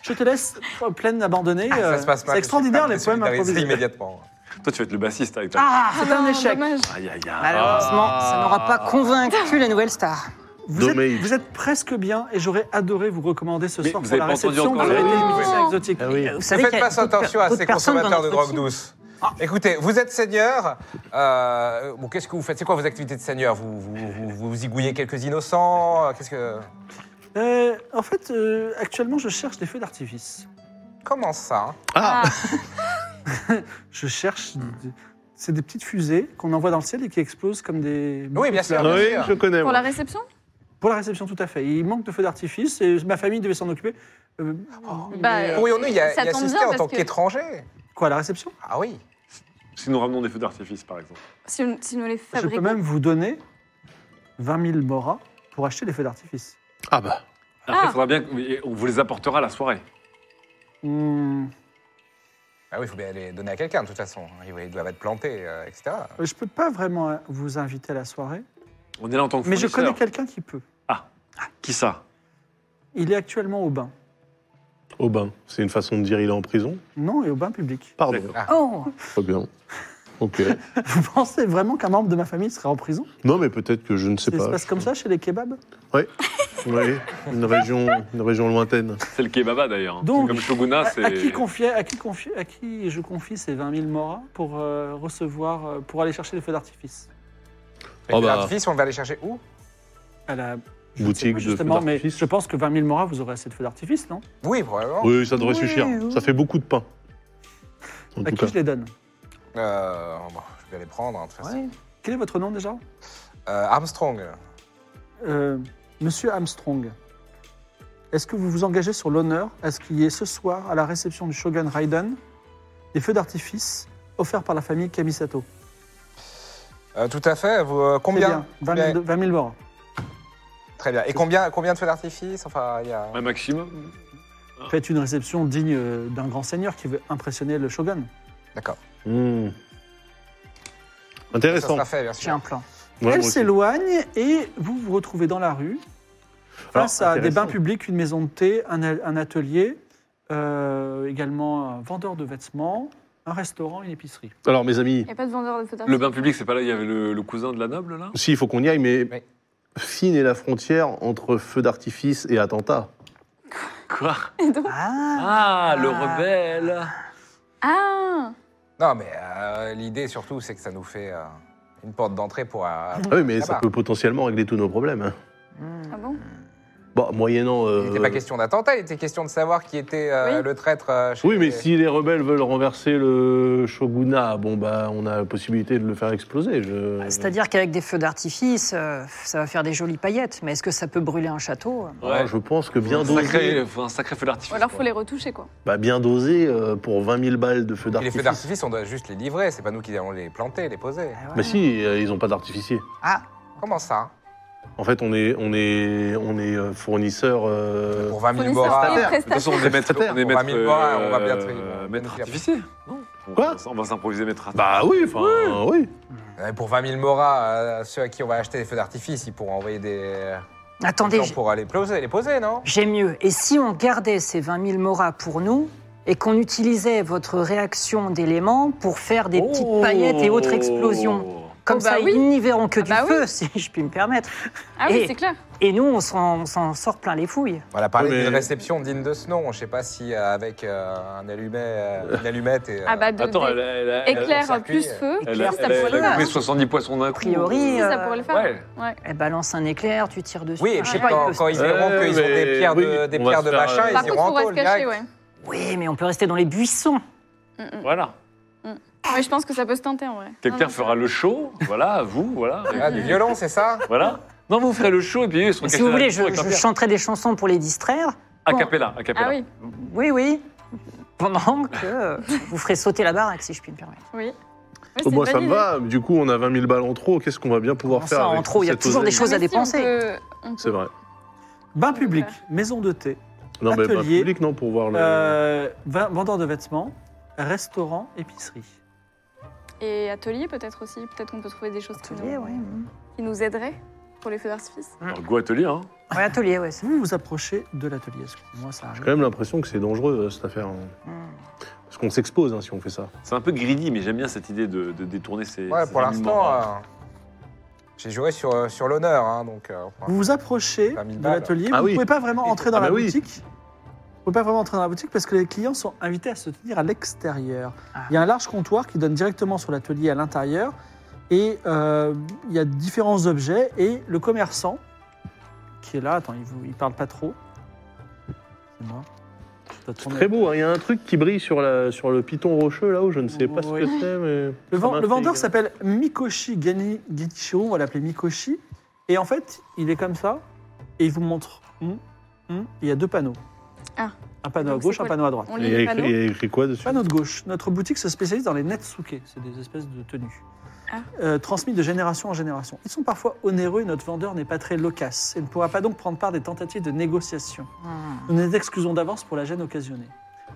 Speaker 1: Je te laisse euh, pleine abandonnée.
Speaker 5: Ah, Ça
Speaker 1: euh,
Speaker 5: se passe mal.
Speaker 1: C'est
Speaker 5: je
Speaker 1: extraordinaire
Speaker 5: suis
Speaker 1: les
Speaker 5: prêt à me
Speaker 1: poèmes
Speaker 5: désolidariser
Speaker 1: improvisés.
Speaker 5: immédiatement.
Speaker 4: Toi, tu vas être le bassiste avec toi.
Speaker 6: Ah
Speaker 1: C'est un échec.
Speaker 3: dommage.
Speaker 4: Aïe, aïe, aïe.
Speaker 1: Bah
Speaker 6: Malheureusement,
Speaker 5: Ah.
Speaker 6: ça n'aura pas convaincu la nouvelle star.
Speaker 1: Vous êtes,
Speaker 7: Dommage.
Speaker 1: vous êtes presque bien et j'aurais adoré vous recommander ce
Speaker 4: Mais
Speaker 1: soir
Speaker 4: vous
Speaker 1: pour
Speaker 4: avez
Speaker 1: la
Speaker 4: pas entendu
Speaker 1: réception. Vous
Speaker 4: encore
Speaker 1: avez
Speaker 4: le-
Speaker 1: été
Speaker 4: Oui,
Speaker 1: musicien
Speaker 6: oui.
Speaker 1: exotique.
Speaker 7: Ah oui.
Speaker 6: Vous
Speaker 5: Ne
Speaker 6: savez qu'il
Speaker 5: faites
Speaker 6: y a
Speaker 5: pas
Speaker 6: d'autres per-
Speaker 5: attention à
Speaker 6: d'autres
Speaker 5: ces
Speaker 6: personnes dans
Speaker 5: consommateurs de
Speaker 6: notre
Speaker 5: drogue
Speaker 6: équipe.
Speaker 5: douce. Écoutez, vous êtes seigneur. euh, bon, qu'est-ce que vous faites C'est quoi vos activités de seigneur vous, vous, vous, vous zigouillez quelques innocents euh, Qu'est-ce que
Speaker 1: Euh, en fait, euh, actuellement, je cherche des feux d'artifice.
Speaker 5: Comment ça hein?
Speaker 7: Ah,
Speaker 1: Je cherche.
Speaker 7: Hmm.
Speaker 1: des- C'est des petites fusées qu'on envoie dans le ciel et qui explosent comme des.
Speaker 5: Oui, bien sûr.
Speaker 7: oui, je connais.
Speaker 3: Pour
Speaker 7: moi.
Speaker 3: la réception
Speaker 1: Pour la réception, tout à fait. Il manque de feux d'artifice et ma famille devait s'en occuper. Euh,
Speaker 3: Bah,
Speaker 1: mais-
Speaker 3: euh,
Speaker 5: Pourrions-nous y, a-
Speaker 3: ça
Speaker 5: y
Speaker 3: tombe
Speaker 5: assister
Speaker 3: bien
Speaker 5: en
Speaker 3: parce
Speaker 5: tant
Speaker 3: que-
Speaker 5: qu'étrangers
Speaker 1: Quoi, la réception
Speaker 5: Ah oui.
Speaker 4: Si nous ramenons des feux d'artifice, par exemple.
Speaker 3: si, si nous les
Speaker 1: Je
Speaker 3: fabriquons.
Speaker 1: peux même vous donner 20 000 moras pour acheter des feux d'artifice.
Speaker 7: Ah bah.
Speaker 4: Après,
Speaker 3: Ah.
Speaker 4: faudra bien. que- mais eh, On vous les apportera à la soirée.
Speaker 1: Hmm,
Speaker 5: Ah oui, il faut bien les donner à quelqu'un de toute façon. hein. Ils ils doivent être plantés, euh, etc.
Speaker 1: je peux pas vraiment euh, vous inviter à la soirée,
Speaker 4: On est là en tant que
Speaker 1: mais je
Speaker 4: fournisseur.
Speaker 1: connais quelqu'un qui peut.
Speaker 4: Qui ça
Speaker 1: Il est actuellement au bain.
Speaker 7: Au bain. C'est une façon de dire il est en prison.
Speaker 1: Non, et au bain public. [laughs]
Speaker 7: Pardon.
Speaker 4: D'accord.
Speaker 6: Oh,
Speaker 7: Très bien. Ok.
Speaker 1: Vous pensez vraiment qu'un membre de ma famille serait en prison
Speaker 7: Non, mais peut-être que je ne sais
Speaker 1: Ça se
Speaker 7: pas.
Speaker 1: passe comme ça chez les kebabs
Speaker 7: Oui, une région, une région lointaine.
Speaker 4: C'est le kebaba d'ailleurs. hein.
Speaker 1: Donc,
Speaker 4: C'est comme Shoguna,
Speaker 1: à,
Speaker 4: c'est.
Speaker 1: à qui confier, à, qui confier, à qui je confie ces 20 000 moras pour euh, recevoir, euh, pour aller chercher les feux d'artifice
Speaker 5: Et
Speaker 7: Oh bah.
Speaker 5: L'artifice, on va aller chercher où
Speaker 1: à la je ne sais
Speaker 7: Boutique
Speaker 1: pas,
Speaker 7: de feux
Speaker 1: justement, mais
Speaker 7: d'artifice.
Speaker 1: je pense que 20 000 moras, vous aurez assez de feux d'artifice, non
Speaker 5: Oui,
Speaker 1: Oh.
Speaker 5: probablement.
Speaker 7: Oui, ça devrait
Speaker 6: Oui,
Speaker 7: suffire.
Speaker 6: oui.
Speaker 7: Ça fait beaucoup de pain. En
Speaker 1: À
Speaker 7: tout
Speaker 1: qui
Speaker 7: cas.
Speaker 1: je les donne
Speaker 5: Euh, bon, je vais les prendre, hein, de toute façon.
Speaker 1: Quel est votre nom déjà
Speaker 5: Euh, Armstrong.
Speaker 1: Euh, Monsieur Armstrong, est-ce que vous vous engagez sur l'honneur à ce qu'il y ait ce soir, à la réception du shogun Raiden, des feux d'artifice offerts par la famille Kamisato
Speaker 5: Euh, tout à fait. Vous, euh,
Speaker 1: C'est
Speaker 5: combien
Speaker 1: bien, 20 000, 20 000 moras.
Speaker 5: Très bien. Et combien, combien de feux d'artifice Enfin, il y a...
Speaker 4: Un maximum.
Speaker 1: Faites une réception digne euh, d'un grand seigneur qui veut impressionner le shogun.
Speaker 5: D'accord.
Speaker 7: Hmm.
Speaker 5: Ça
Speaker 7: Intéressant.
Speaker 5: sera fait, bien
Speaker 6: J'ai
Speaker 5: sûr.
Speaker 6: un plan.
Speaker 7: Ouais,
Speaker 1: Elle
Speaker 7: moi aussi.
Speaker 1: s'éloigne et vous vous retrouvez dans la rue,
Speaker 7: Alors,
Speaker 1: face à des bains
Speaker 7: Ah, intéressant.
Speaker 1: publics, une maison de thé, un, a- un atelier, euh, également un vendeur de vêtements, un restaurant, une épicerie.
Speaker 7: Alors, mes amis,
Speaker 3: Il n'y a pas de vendeur de photographies. [laughs]
Speaker 4: Le bain public, c'est pas là, il y avait le, le cousin de la noble, là
Speaker 7: si, il faut qu'on y aille, mais
Speaker 5: Ouais.
Speaker 7: fine est la frontière entre feu d'artifice et attentat.
Speaker 4: Quoi
Speaker 6: Ah,
Speaker 4: Ah, le
Speaker 6: Ah.
Speaker 4: rebelle
Speaker 3: Ah
Speaker 5: Non, mais euh, l'idée surtout, c'est que ça nous fait euh, une porte d'entrée pour. euh,
Speaker 7: Ah oui, mais
Speaker 5: Ah
Speaker 7: ça
Speaker 5: bah.
Speaker 7: peut potentiellement régler tous nos problèmes. hein.
Speaker 3: Ah bon
Speaker 7: Bon, moyennant.
Speaker 5: Il n'était
Speaker 7: euh,
Speaker 5: pas question d'attentat, il était question de savoir qui était euh,
Speaker 3: Oui.
Speaker 5: le traître. euh, chez-
Speaker 7: Oui, mais si les rebelles veulent renverser le shogunat, bon, bah, on a la possibilité de le faire exploser. Je...
Speaker 1: Ah,
Speaker 6: C'est-à-dire qu'avec des feux d'artifice, euh, ça va faire des jolies paillettes. Mais est-ce que ça peut brûler un château euh
Speaker 7: Ah, je pense que bien
Speaker 4: un sacré,
Speaker 7: dosé,
Speaker 4: faut un sacré feu
Speaker 3: Ou
Speaker 4: d'artifice.
Speaker 3: alors
Speaker 4: quoi.
Speaker 3: faut les retoucher quoi.
Speaker 7: bah, bien dosé euh, pour 20 000 balles de feu
Speaker 5: Et les feux
Speaker 7: d'artifice.
Speaker 5: d'artifice, on doit juste les livrer, c'est pas nous qui allons les planter, les poser.
Speaker 6: Ah ouais.
Speaker 7: Mais si, euh, ils n'ont pas d'artificier.
Speaker 5: Ah, comment ça
Speaker 7: En fait, on est, on est, on est euh, fournisseur. euh,
Speaker 5: Pour 20 000
Speaker 3: Fournisseur
Speaker 5: boras.
Speaker 3: et
Speaker 4: De toute façon,
Speaker 3: prestataire.
Speaker 4: on est maître. On est
Speaker 5: On va
Speaker 4: maître.
Speaker 5: mille fois, on va bien
Speaker 4: euh,
Speaker 5: trier.
Speaker 4: maître artificier Non On-
Speaker 7: Quoi
Speaker 4: On va s'improviser maître
Speaker 7: Bah oui, enfin, oui.
Speaker 5: Ouais, Pour 20 000 moras, euh, ceux à qui on va acheter des feux d'artifice, ils pourront envoyer des
Speaker 6: Attendez,
Speaker 5: gens pour aller poser, les poser, non
Speaker 6: J'ai mieux. Et si on gardait ces 20 000 moras pour nous et qu'on utilisait votre réaction d'éléments pour faire des
Speaker 4: Oh.
Speaker 5: Oh.
Speaker 6: petites paillettes et autres explosions Comme
Speaker 3: Oh bah
Speaker 6: ça,
Speaker 3: oui.
Speaker 6: ils n'y verront que
Speaker 3: Ah
Speaker 6: du
Speaker 3: bah oui.
Speaker 6: feu, [laughs] si je puis me permettre.
Speaker 3: Ah oui,
Speaker 6: Et-
Speaker 3: c'est clair.
Speaker 5: Euh,
Speaker 6: Et nous, on s'en on s'en sort plein les fouilles.
Speaker 5: On a parlé
Speaker 7: Ouais, mais-
Speaker 5: d'une réception digne de ce nom, je sais pas si euh, avec euh, un allumet, euh, une allumette et. euh,
Speaker 3: Ah bah de,
Speaker 4: Attends,
Speaker 3: de-
Speaker 4: elle, a- elle, a- elle, a-
Speaker 3: éclair
Speaker 5: circuit,
Speaker 3: plus
Speaker 5: euh,
Speaker 3: feu.
Speaker 4: elle, a-
Speaker 6: Éclair,
Speaker 4: elle, a- elle a
Speaker 6: ça
Speaker 4: coupé
Speaker 6: pourrait
Speaker 4: 70 poissons d'un coup.
Speaker 6: A priori,
Speaker 3: Si, ça
Speaker 6: euh,
Speaker 3: pourrait le faire.
Speaker 4: Ouais.
Speaker 3: Ouais.
Speaker 6: Elle balance un éclair, tu tires dessus.
Speaker 5: Oui, et
Speaker 6: Ah, je
Speaker 5: puis
Speaker 6: sais pas,
Speaker 5: quand,
Speaker 6: il peut-
Speaker 5: quand ils
Speaker 7: Ouais,
Speaker 5: verront qu'ils ont
Speaker 7: mais
Speaker 5: des pierres de,
Speaker 7: oui,
Speaker 5: des
Speaker 7: on va
Speaker 5: pierres
Speaker 7: se
Speaker 5: de
Speaker 7: faire,
Speaker 5: machin,
Speaker 7: euh,
Speaker 5: ils
Speaker 3: Par
Speaker 5: iront
Speaker 3: contre,
Speaker 5: en
Speaker 3: faut
Speaker 5: taule,
Speaker 3: rester caché,
Speaker 5: direct.
Speaker 3: ouais.
Speaker 6: Oui, mais on peut rester dans les buissons.
Speaker 3: Mm, mm.
Speaker 4: Voilà.
Speaker 3: Ouais, je pense que ça peut se tenter en vrai. Non,
Speaker 4: Quelqu'un
Speaker 3: non,
Speaker 4: fera le show, voilà, vous, voilà.
Speaker 5: Ah, du violon, c'est ça
Speaker 4: Voilà. Non, vous ferez le show et puis eux, ils seront
Speaker 6: Mais si
Speaker 4: cachés
Speaker 6: vous
Speaker 4: dans la
Speaker 6: voulez,
Speaker 4: maison
Speaker 6: je,
Speaker 4: avec leur
Speaker 6: je
Speaker 4: pierre.
Speaker 6: chanterai des chansons pour les distraire.
Speaker 4: A cappella, a cappella.
Speaker 3: Ah oui,
Speaker 6: Oui, oui. Pendant que euh, vous ferez sauter la baraque, si je puis me permettre.
Speaker 3: oui.
Speaker 7: Au moins, Oh, ça me va. Du coup, on a 20 000 balles en trop. Qu'est-ce qu'on va bien pouvoir
Speaker 6: Comment
Speaker 7: faire
Speaker 6: ça, en
Speaker 7: avec
Speaker 6: trop Il y a
Speaker 7: cette
Speaker 6: toujours des
Speaker 7: oseille
Speaker 6: choses à dépenser.
Speaker 7: C'est vrai.
Speaker 1: Bain public, maison de thé,
Speaker 7: Non, mais pas
Speaker 1: Atelier.
Speaker 7: public, non, pour voir le.
Speaker 1: euh, vin- vendeur de vêtements, restaurant, épicerie.
Speaker 3: Et atelier peut-être aussi. Peut-être qu'on peut trouver des choses qui nous,
Speaker 6: Atelier, oui.
Speaker 3: qui nous aideraient pour les feux d'artifice.
Speaker 4: Alors, Go atelier, hein.
Speaker 6: Oui, atelier, oui.
Speaker 1: Vous vous approchez de l'atelier, excusez-moi, ça
Speaker 7: J'ai
Speaker 1: arrive.
Speaker 7: quand même l'impression que c'est dangereux, euh, cette affaire. hein.
Speaker 6: Mm,
Speaker 7: Parce qu'on s'expose hein, si on fait ça.
Speaker 4: C'est un peu greedy, mais j'aime bien cette idée de, de détourner ces.
Speaker 5: Ouais,
Speaker 4: ces
Speaker 5: pour l'instant,
Speaker 4: aliments.
Speaker 5: euh, j'ai joué sur, euh, sur l'honneur, hein, donc. euh,
Speaker 1: Vous vous approchez
Speaker 5: Pas mille
Speaker 1: de
Speaker 5: balles.
Speaker 1: l'atelier,
Speaker 7: Ah
Speaker 1: vous ne
Speaker 7: oui.
Speaker 1: pouvez pas vraiment entrer dans
Speaker 7: Ah
Speaker 1: la
Speaker 7: bah oui.
Speaker 1: boutique. Vous pouvez pas vraiment entrer dans la boutique parce que les clients sont invités à se tenir à l'extérieur. Il y a un large comptoir qui donne directement sur l'atelier à l'intérieur et euh, il y a différents objets et le commerçant qui est là, attends, il, vous, il parle pas trop. C'est moi. Je dois
Speaker 7: C'est
Speaker 1: tourner.
Speaker 7: très beau. hein. Il y a un truc qui brille sur, la, sur le piton rocheux là-haut. Je ne sais pas ce
Speaker 1: Oui.
Speaker 7: que c'est, mais.
Speaker 1: Le,
Speaker 7: ça
Speaker 1: ven- le
Speaker 7: m'intrigue.
Speaker 1: vendeur s'appelle Mikoshi Gani- Genichiro, on va l'appeler Mikoshi. Et en fait, il est comme ça, et il vous montre. Hum, hum, il y a deux panneaux.
Speaker 3: Ah.
Speaker 1: Un panneau
Speaker 3: Donc
Speaker 1: à
Speaker 3: c'est
Speaker 1: gauche, un
Speaker 3: quoi
Speaker 1: panneau à droite.
Speaker 3: On
Speaker 7: Il
Speaker 3: lit
Speaker 7: y a
Speaker 3: les
Speaker 7: écrit, il
Speaker 3: panneaux.
Speaker 7: y a écrit quoi dessus
Speaker 1: Panneau de gauche. Notre boutique se spécialise dans les netsuke, c'est des espèces de tenues.
Speaker 3: Ah.
Speaker 1: euh, transmises de génération en génération. Ils sont parfois onéreux et notre vendeur n'est pas très loquace et ne pourra pas donc prendre part des tentatives de négociation.
Speaker 6: mm.
Speaker 1: Nous nous excusons d'avance pour la gêne occasionnée.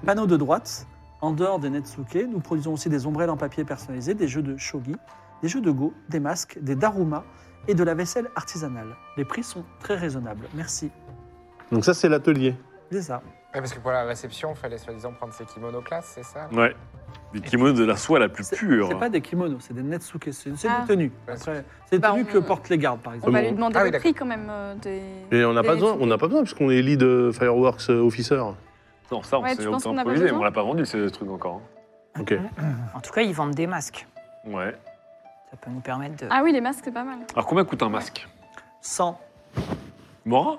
Speaker 1: Panneau de droite, en dehors des Netsuke, nous produisons aussi des ombrelles en papier personnalisées, des jeux de shogi, des jeux de go, des masques, des darumas et de la vaisselle artisanale. Les prix sont très raisonnables. Merci.
Speaker 7: Donc, ça, c'est l'atelier.
Speaker 1: C'est ça.
Speaker 5: Ouais, parce que pour la réception, il fallait soi-disant prendre ses kimonos classe, c'est ça
Speaker 4: Ouais. Les kimonos de la soie la plus pure.
Speaker 1: C'est pas des kimonos, c'est des Netsuke. C'est c'est
Speaker 3: Ah.
Speaker 1: des tenues. Après, C'est des
Speaker 3: Bah,
Speaker 1: tenues
Speaker 3: on-
Speaker 1: que portent les gardes, par
Speaker 3: On
Speaker 1: exemple.
Speaker 3: va lui demander
Speaker 5: Ah oui,
Speaker 3: le prix quand même euh, des.
Speaker 7: Et on n'a
Speaker 3: des
Speaker 7: pas besoin,
Speaker 3: netsuke.
Speaker 7: on n'a pas besoin parce qu'on est lead euh, fireworks euh, officer.
Speaker 4: Non, ça, on
Speaker 3: Ouais,
Speaker 4: s'est
Speaker 3: tu penses qu'on a pas
Speaker 4: improvisé, mais
Speaker 3: besoin
Speaker 4: on l'a pas vendu, ce truc encore. hein.
Speaker 7: Ok.
Speaker 6: En tout cas, ils vendent des masques.
Speaker 4: Ouais.
Speaker 6: Ça peut nous permettre de.
Speaker 3: Ah oui, les masques, c'est pas mal.
Speaker 4: Alors combien coûte un masque
Speaker 1: 100
Speaker 4: Mora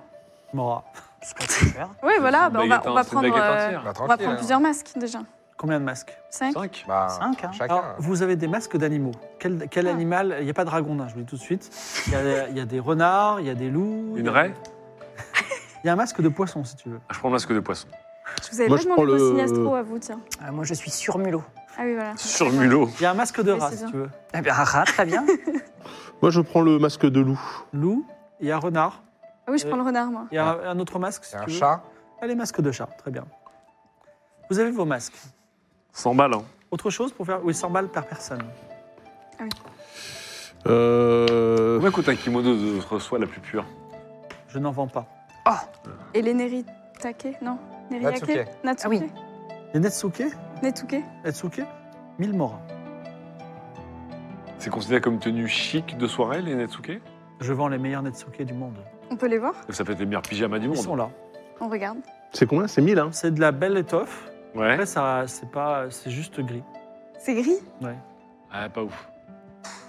Speaker 1: Mora.
Speaker 6: ce qu'on peut faire.
Speaker 3: Oui, voilà,
Speaker 4: une
Speaker 3: bah, on va,
Speaker 4: baguette,
Speaker 3: on va
Speaker 4: hein, c'est une
Speaker 3: prendre,
Speaker 4: baguette
Speaker 3: euh,
Speaker 4: entière.
Speaker 3: on
Speaker 5: Bah,
Speaker 3: va
Speaker 5: tranquille,
Speaker 3: prendre
Speaker 5: hein.
Speaker 3: plusieurs masques déjà.
Speaker 1: Combien de masques
Speaker 3: 5
Speaker 4: 5
Speaker 5: Bah,
Speaker 6: Cinq, hein.
Speaker 5: chacun.
Speaker 1: Alors, vous avez des masques d'animaux. Quel, quel
Speaker 3: Ah.
Speaker 1: animal Il n'y a pas de ragondin, je vous le dis tout de suite. Il y a, il y a des renards, il y a des loups. il
Speaker 4: Une
Speaker 1: y a-
Speaker 4: raie
Speaker 1: Il y a un masque de poisson, si tu veux.
Speaker 4: Ah, Je prends le masque de poisson.
Speaker 3: Je vous avais
Speaker 7: Moi,
Speaker 3: pas
Speaker 7: je
Speaker 3: demandé
Speaker 7: prends
Speaker 3: vos
Speaker 7: le-
Speaker 3: signastros à vous, tiens.
Speaker 6: Euh, moi, je suis sur mulot.
Speaker 3: Ah oui, voilà.
Speaker 4: Sur le mulot.
Speaker 1: Il y a un masque de
Speaker 3: Oui,
Speaker 1: rat,
Speaker 3: c'est
Speaker 1: si
Speaker 3: ça.
Speaker 1: tu veux.
Speaker 6: Eh bien, rat, très bien.
Speaker 7: Moi, je prends le masque de loup.
Speaker 1: Loup, il y a renard,
Speaker 3: Ah oui, je prends le renard, moi.
Speaker 1: il y a un, un autre masque, si
Speaker 5: C'est un
Speaker 1: tu veux.
Speaker 5: chat.
Speaker 1: Ah, les masques de chat, très bien. Vous avez vos masques.
Speaker 4: 100 balles. hein.
Speaker 1: Autre chose pour faire Oui, 100 balles par personne.
Speaker 7: Euh,
Speaker 4: Combien coûte un kimono de notre soie la plus pure
Speaker 1: Je n'en vends pas.
Speaker 3: Et les Neritake Non. Neriake
Speaker 5: Natsuke.
Speaker 3: Natsuke.
Speaker 6: Ah oui.
Speaker 1: Les Netsuke
Speaker 3: Netsuke.
Speaker 1: Netsuke 1000 moras.
Speaker 4: C'est considéré comme tenue chic de soirée, les Netsuke
Speaker 1: Je vends les meilleurs Netsuke du monde.
Speaker 3: On peut les voir
Speaker 4: Ça fait les meilleurs pyjamas du
Speaker 1: Ils sont
Speaker 4: monde.
Speaker 1: là.
Speaker 3: On regarde.
Speaker 7: c'est combien C'est 1000, hein
Speaker 1: C'est de la belle étoffe.
Speaker 4: Ouais.
Speaker 1: Après, ça, c'est pas, c'est juste gris.
Speaker 3: [laughs] C'est gris
Speaker 4: Ah, pas ouf.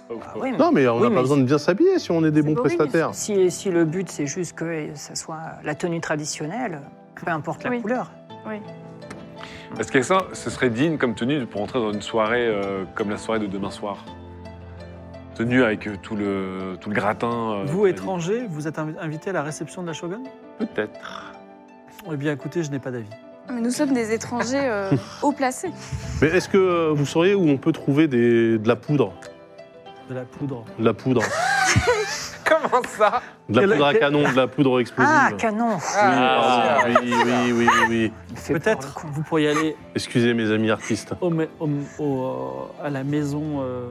Speaker 4: Pas ouf,
Speaker 6: Ah
Speaker 4: pas ouf.
Speaker 6: oui, mais
Speaker 7: Non, mais on
Speaker 6: Oui,
Speaker 7: n'a
Speaker 6: mais
Speaker 7: pas besoin de bien s'habiller si on est des
Speaker 3: c'est
Speaker 7: bons
Speaker 3: boring.
Speaker 7: prestataires.
Speaker 6: si, si le but, c'est juste que ça soit la tenue traditionnelle, peu importe la
Speaker 3: Oui.
Speaker 6: couleur.
Speaker 4: Est-ce que ça, ce serait digne comme tenue pour entrer dans une soirée euh, comme la soirée de demain soir Tenue avec euh, tout le, tout le gratin. euh,
Speaker 1: Vous, étrangers, vous êtes invi- invités à la réception de la Shogun
Speaker 4: Peut-être.
Speaker 1: Eh bien, écoutez, je n'ai pas d'avis.
Speaker 3: Ah, Mais nous sommes des étrangers
Speaker 7: [laughs]
Speaker 3: euh, haut placés.
Speaker 7: Mais est-ce que euh, vous sauriez où on peut trouver des- de la poudre
Speaker 1: De la poudre.
Speaker 7: De la poudre.
Speaker 5: Comment ça
Speaker 7: De la
Speaker 1: Quel-
Speaker 7: poudre à
Speaker 1: quel-
Speaker 7: canon, de la poudre
Speaker 6: Ah,
Speaker 7: explosive.
Speaker 6: canon
Speaker 5: Ah,
Speaker 7: Ah, oui, oui, oui, oui, oui.
Speaker 6: Il fait peur, le
Speaker 1: Peut-être
Speaker 6: con.
Speaker 1: vous pourriez aller
Speaker 7: Excusez mes amis artistes.
Speaker 1: au, ma- au- au- à la maison euh,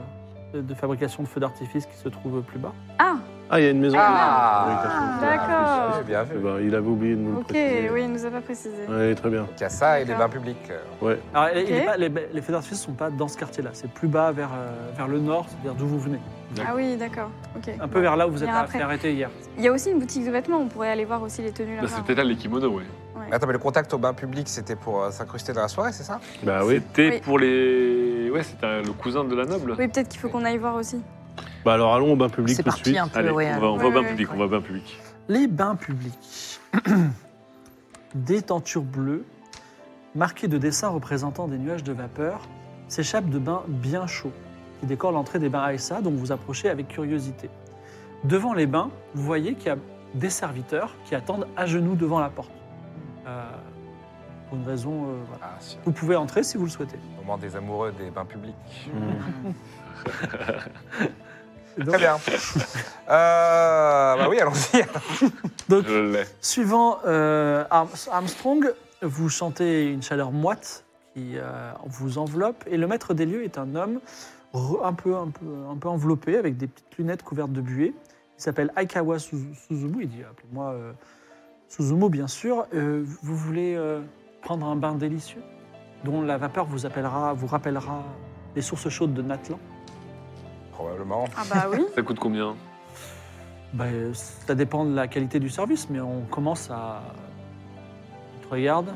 Speaker 1: de fabrication de feux d'artifice qui se trouve plus bas.
Speaker 3: Ah,
Speaker 7: Ah, il y a une maison.
Speaker 5: Ah,
Speaker 7: Oui, t'as fait.
Speaker 3: d'accord.
Speaker 5: Bien
Speaker 7: Eh
Speaker 5: vu.
Speaker 7: ben, il avait oublié de nous le
Speaker 3: Ok,
Speaker 7: préciser.
Speaker 3: oui, il nous a pas précisé.
Speaker 7: Ouais, très bien.
Speaker 5: Il y a ça et les
Speaker 3: D'accord.
Speaker 5: bains publics.
Speaker 1: Alors, il- il est
Speaker 3: Ok.
Speaker 1: pas- les, les feux d'artifice ne sont pas dans ce quartier-là. C'est plus bas vers, euh, vers le nord, c'est-à-dire d'où vous venez.
Speaker 3: Ah oui, d'accord. Ok.
Speaker 1: Un peu vers là où vous êtes
Speaker 3: Bien après.
Speaker 1: fait arrêter hier.
Speaker 3: Il y a aussi une boutique de vêtements, on pourrait aller voir aussi les tenues
Speaker 4: Là,
Speaker 3: là-bas.
Speaker 4: Bah, c'est peut-être là les kimonos, ouais.
Speaker 5: Mais attends, mais le contact au bain public, c'était pour euh, s'incruster dans la soirée, c'est ça
Speaker 7: Bah oui.
Speaker 4: C'était
Speaker 3: Oui.
Speaker 4: pour les. Ouais, c'était euh, le cousin de la noble.
Speaker 3: Oui, peut-être qu'il faut qu'on aille voir aussi.
Speaker 7: Bah alors allons au bain public
Speaker 6: C'est
Speaker 7: tout de
Speaker 6: parti
Speaker 7: suite.
Speaker 6: un peu,
Speaker 4: Allez,
Speaker 6: ouais.
Speaker 4: on va, on va
Speaker 3: Ouais,
Speaker 4: au bain
Speaker 3: ouais,
Speaker 4: public,
Speaker 3: ouais.
Speaker 4: on va au bain public.
Speaker 1: Les bains publics. [clears throat] des tentures bleues, marquées de dessins représentant des nuages de vapeur, s'échappent de bains bien chauds, qui décorent l'entrée des bains ASA dont vous approchez avec curiosité. Devant les bains, vous voyez qu'il y a des serviteurs qui attendent à genoux devant la porte. Euh, pour une raison, euh, voilà.
Speaker 5: Ah, si.
Speaker 1: Vous pouvez entrer si vous le souhaitez.
Speaker 5: Au moment des amoureux des bains publics.
Speaker 1: Donc,
Speaker 5: Très bien. euh, bah oui, allons-y.
Speaker 1: donc,
Speaker 4: Je l'ai.
Speaker 1: Suivant euh, Arm- Armstrong, vous sentez une chaleur moite qui euh, vous enveloppe et le maître des lieux est un homme re- un peu, un, peu, un peu enveloppé avec des petites lunettes couvertes de buée. Il s'appelle Aikawa Suzu- Suzumu, il dit appelez-moi euh, Suzumu bien sûr. Euh, vous voulez euh, prendre un bain délicieux dont la vapeur vous, appellera, vous rappellera les sources chaudes de Natlan
Speaker 5: Probablement.
Speaker 3: Ah bah [laughs] oui.
Speaker 4: Ça coûte combien
Speaker 1: Ben, euh, ça dépend de la qualité du service, mais on commence à. On te regarde.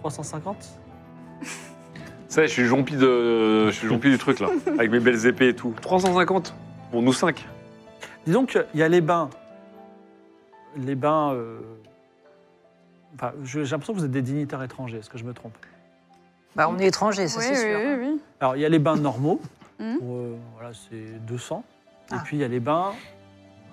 Speaker 1: 350
Speaker 4: Ça, je suis jompi de, je suis jompi du truc là, avec mes belles épées et tout. 350 pour nous 5.
Speaker 1: Dis donc, il y a les bains. Les bains. euh, Enfin, je- j'ai l'impression que vous êtes des dignitaires étrangers, est-ce que je me trompe
Speaker 6: Bah, on est étrangers, ça
Speaker 3: oui,
Speaker 6: c'est
Speaker 3: oui,
Speaker 6: sûr.
Speaker 3: oui, oui.
Speaker 1: Alors, il y a les bains normaux,
Speaker 3: Mhm.
Speaker 1: pour, euh, voilà, c'est 200.
Speaker 6: Ah.
Speaker 1: Et puis, il y a les bains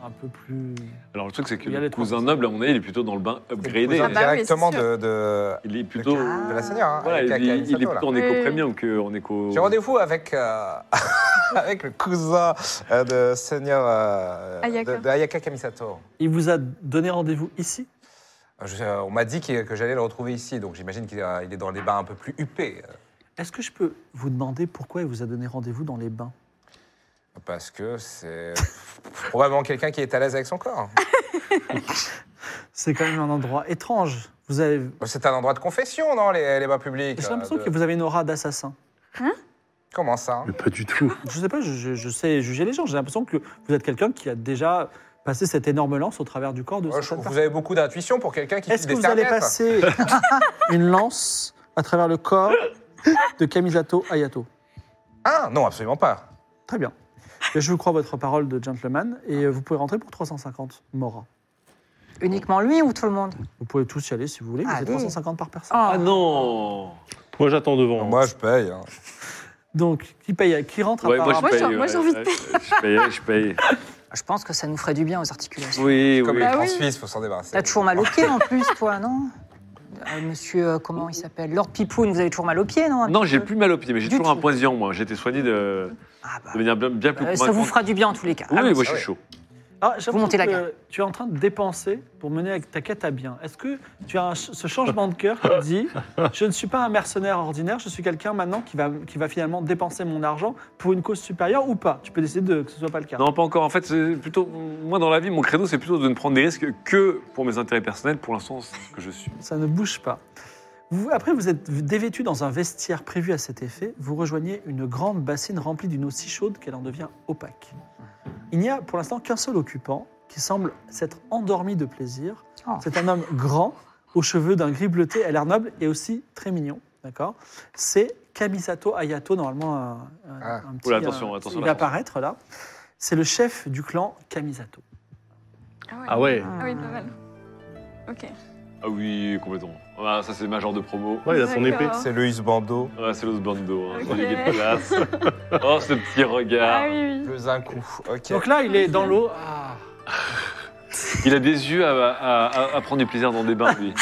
Speaker 1: un peu plus.
Speaker 4: Alors le truc c'est que
Speaker 1: Il y a
Speaker 4: le
Speaker 1: les
Speaker 4: cousin
Speaker 1: 300.
Speaker 4: noble à mon avis, il est plutôt dans le bain upgradé.
Speaker 3: Ah bah oui,
Speaker 5: directement
Speaker 3: c'est sûr.
Speaker 5: de, de,
Speaker 4: Il est plutôt.
Speaker 5: de la seigneur. Hein,
Speaker 4: Voilà, il,
Speaker 5: avec la-
Speaker 4: est-
Speaker 5: avec
Speaker 4: il est
Speaker 5: Sato, là.
Speaker 4: plutôt en
Speaker 3: Oui,
Speaker 4: éco
Speaker 3: oui.
Speaker 4: premium qu'en éco.
Speaker 5: J'ai rendez-vous avec, euh, [laughs] avec le cousin euh, de Seigneur euh,
Speaker 3: Ayaka.
Speaker 5: de- de Ayaka Kamisato.
Speaker 1: Il vous a donné rendez-vous ici
Speaker 5: Je- euh, on m'a dit qu'il- que j'allais le retrouver ici, donc j'imagine qu'il euh, il est dans les bains un peu plus huppés. euh,
Speaker 1: Est-ce que je peux vous demander pourquoi il vous a donné rendez-vous dans les bains
Speaker 5: euh, Parce que c'est [laughs] probablement quelqu'un qui est à l'aise avec son corps.
Speaker 1: C'est quand même un endroit étrange. Vous avez,
Speaker 5: Bah, C'est un endroit de confession, non, les, les bains publics
Speaker 1: J'ai
Speaker 5: euh,
Speaker 1: l'impression
Speaker 5: de-
Speaker 1: que vous avez une aura d'assassin.
Speaker 5: Comment ça hein
Speaker 7: Mais pas du tout.
Speaker 1: Je sais pas, je, je- je sais juger les gens. J'ai l'impression que vous êtes quelqu'un qui a déjà passé cette énorme lance au travers du corps de
Speaker 5: Euh, je-
Speaker 1: certaines
Speaker 5: Vous avez beaucoup d'intuition pour quelqu'un qui
Speaker 1: personnes. Est-ce
Speaker 5: fait
Speaker 1: que
Speaker 5: des
Speaker 1: vous allez
Speaker 5: serviettes.
Speaker 1: passer
Speaker 5: [laughs]
Speaker 1: une lance à travers le corps de Kamisato Hayato
Speaker 5: Ah non, absolument pas.
Speaker 1: Très bien. Et je crois votre parole de gentleman. Et euh, vous pouvez rentrer pour 350 Mora.
Speaker 6: Uniquement lui ou tout le monde
Speaker 1: Vous pouvez tous y aller si vous voulez, mais
Speaker 5: Ah
Speaker 1: c'est
Speaker 6: Allez.
Speaker 1: 350 par personne.
Speaker 6: Ah,
Speaker 4: Ah non
Speaker 7: Moi, j'attends devant.
Speaker 5: Moi, je paye. hein.
Speaker 1: Donc, qui paye Qui rentre
Speaker 4: Ouais,
Speaker 1: à part
Speaker 4: Moi, je
Speaker 3: Moi,
Speaker 4: paye.
Speaker 3: j'ai- moi,
Speaker 4: ouais,
Speaker 3: j'ai envie de
Speaker 4: ouais, Je paye, je
Speaker 5: [laughs]
Speaker 4: paye.
Speaker 6: Je pense que ça nous ferait du bien aux articulations.
Speaker 4: Oui,
Speaker 5: Comme
Speaker 4: oui.
Speaker 5: les
Speaker 3: Bah
Speaker 5: francs
Speaker 3: oui.
Speaker 5: suisses, faut s'en débarrasser.
Speaker 6: T'as toujours mal aux pieds
Speaker 4: [laughs]
Speaker 6: en plus, toi, non Euh, Monsieur, euh, comment il s'appelle Lord Pipoun, vous avez toujours mal aux pieds, non un
Speaker 4: Non,
Speaker 6: petit
Speaker 4: j'ai
Speaker 6: peu
Speaker 4: plus mal au pied, mais j'ai
Speaker 6: Du
Speaker 4: toujours un
Speaker 6: tout.
Speaker 4: poisillon, moi. J'ai été soigné de,
Speaker 6: Ah bah,
Speaker 4: de manière bien, bien plus
Speaker 6: euh, ça
Speaker 4: convaincante.
Speaker 6: vous fera du bien en tous les cas.
Speaker 4: Oui,
Speaker 6: Allons-y.
Speaker 4: moi, je
Speaker 5: Ah
Speaker 4: suis
Speaker 5: ouais.
Speaker 4: chaud.
Speaker 1: Ah, j'ai l'impression
Speaker 6: montez la
Speaker 1: que
Speaker 6: garde.
Speaker 1: Tu es en train de dépenser pour mener avec ta quête à bien. Est-ce que tu as un ch- ce changement de cœur qui te dit Je ne suis pas un mercenaire ordinaire, je suis quelqu'un maintenant qui va, qui va finalement dépenser mon argent pour une cause supérieure ou pas Tu peux décider de, que ce soit pas le cas.
Speaker 4: Non, pas encore. En fait, c'est plutôt, moi, dans la vie, mon credo, c'est plutôt de ne prendre des risques que pour mes intérêts personnels. Pour l'instant, c'est ce que je suis.
Speaker 1: Ça ne bouge pas. Vous- après, vous êtes dévêtu dans un vestiaire prévu à cet effet. Vous rejoignez une grande bassine remplie d'une eau si chaude qu'elle en devient opaque. Il n'y a pour l'instant qu'un seul occupant qui semble s'être endormi de plaisir.
Speaker 6: Oh.
Speaker 1: C'est un homme grand, aux cheveux d'un gris bleuté, à l'air noble et aussi très mignon. D'accord C'est Kamisato Ayato, normalement un, un-
Speaker 5: Ah.
Speaker 1: un petit.
Speaker 4: Oula, attention,
Speaker 1: un-
Speaker 4: attention,
Speaker 1: Il va
Speaker 4: attention.
Speaker 1: apparaître là. C'est le chef du clan Kamisato.
Speaker 7: Ah ouais
Speaker 3: Ah oui, pas mal. Ok.
Speaker 4: Ah oui, complètement. Ah, ça, c'est ma genre de promo.
Speaker 7: Ouais, il a son
Speaker 3: D'accord.
Speaker 7: épée.
Speaker 5: C'est le bandeau.
Speaker 4: Ah, c'est l'autre bando. Hein.
Speaker 3: Ok.
Speaker 4: Il est
Speaker 3: [laughs]
Speaker 4: dégueulasse. oh, ce petit regard.
Speaker 3: Ah oui, oui.
Speaker 5: Plus un coup. Ok.
Speaker 1: Donc là, il est dans l'eau. Ah.
Speaker 4: Il a des yeux à, à- à- à prendre du plaisir dans des bains, lui.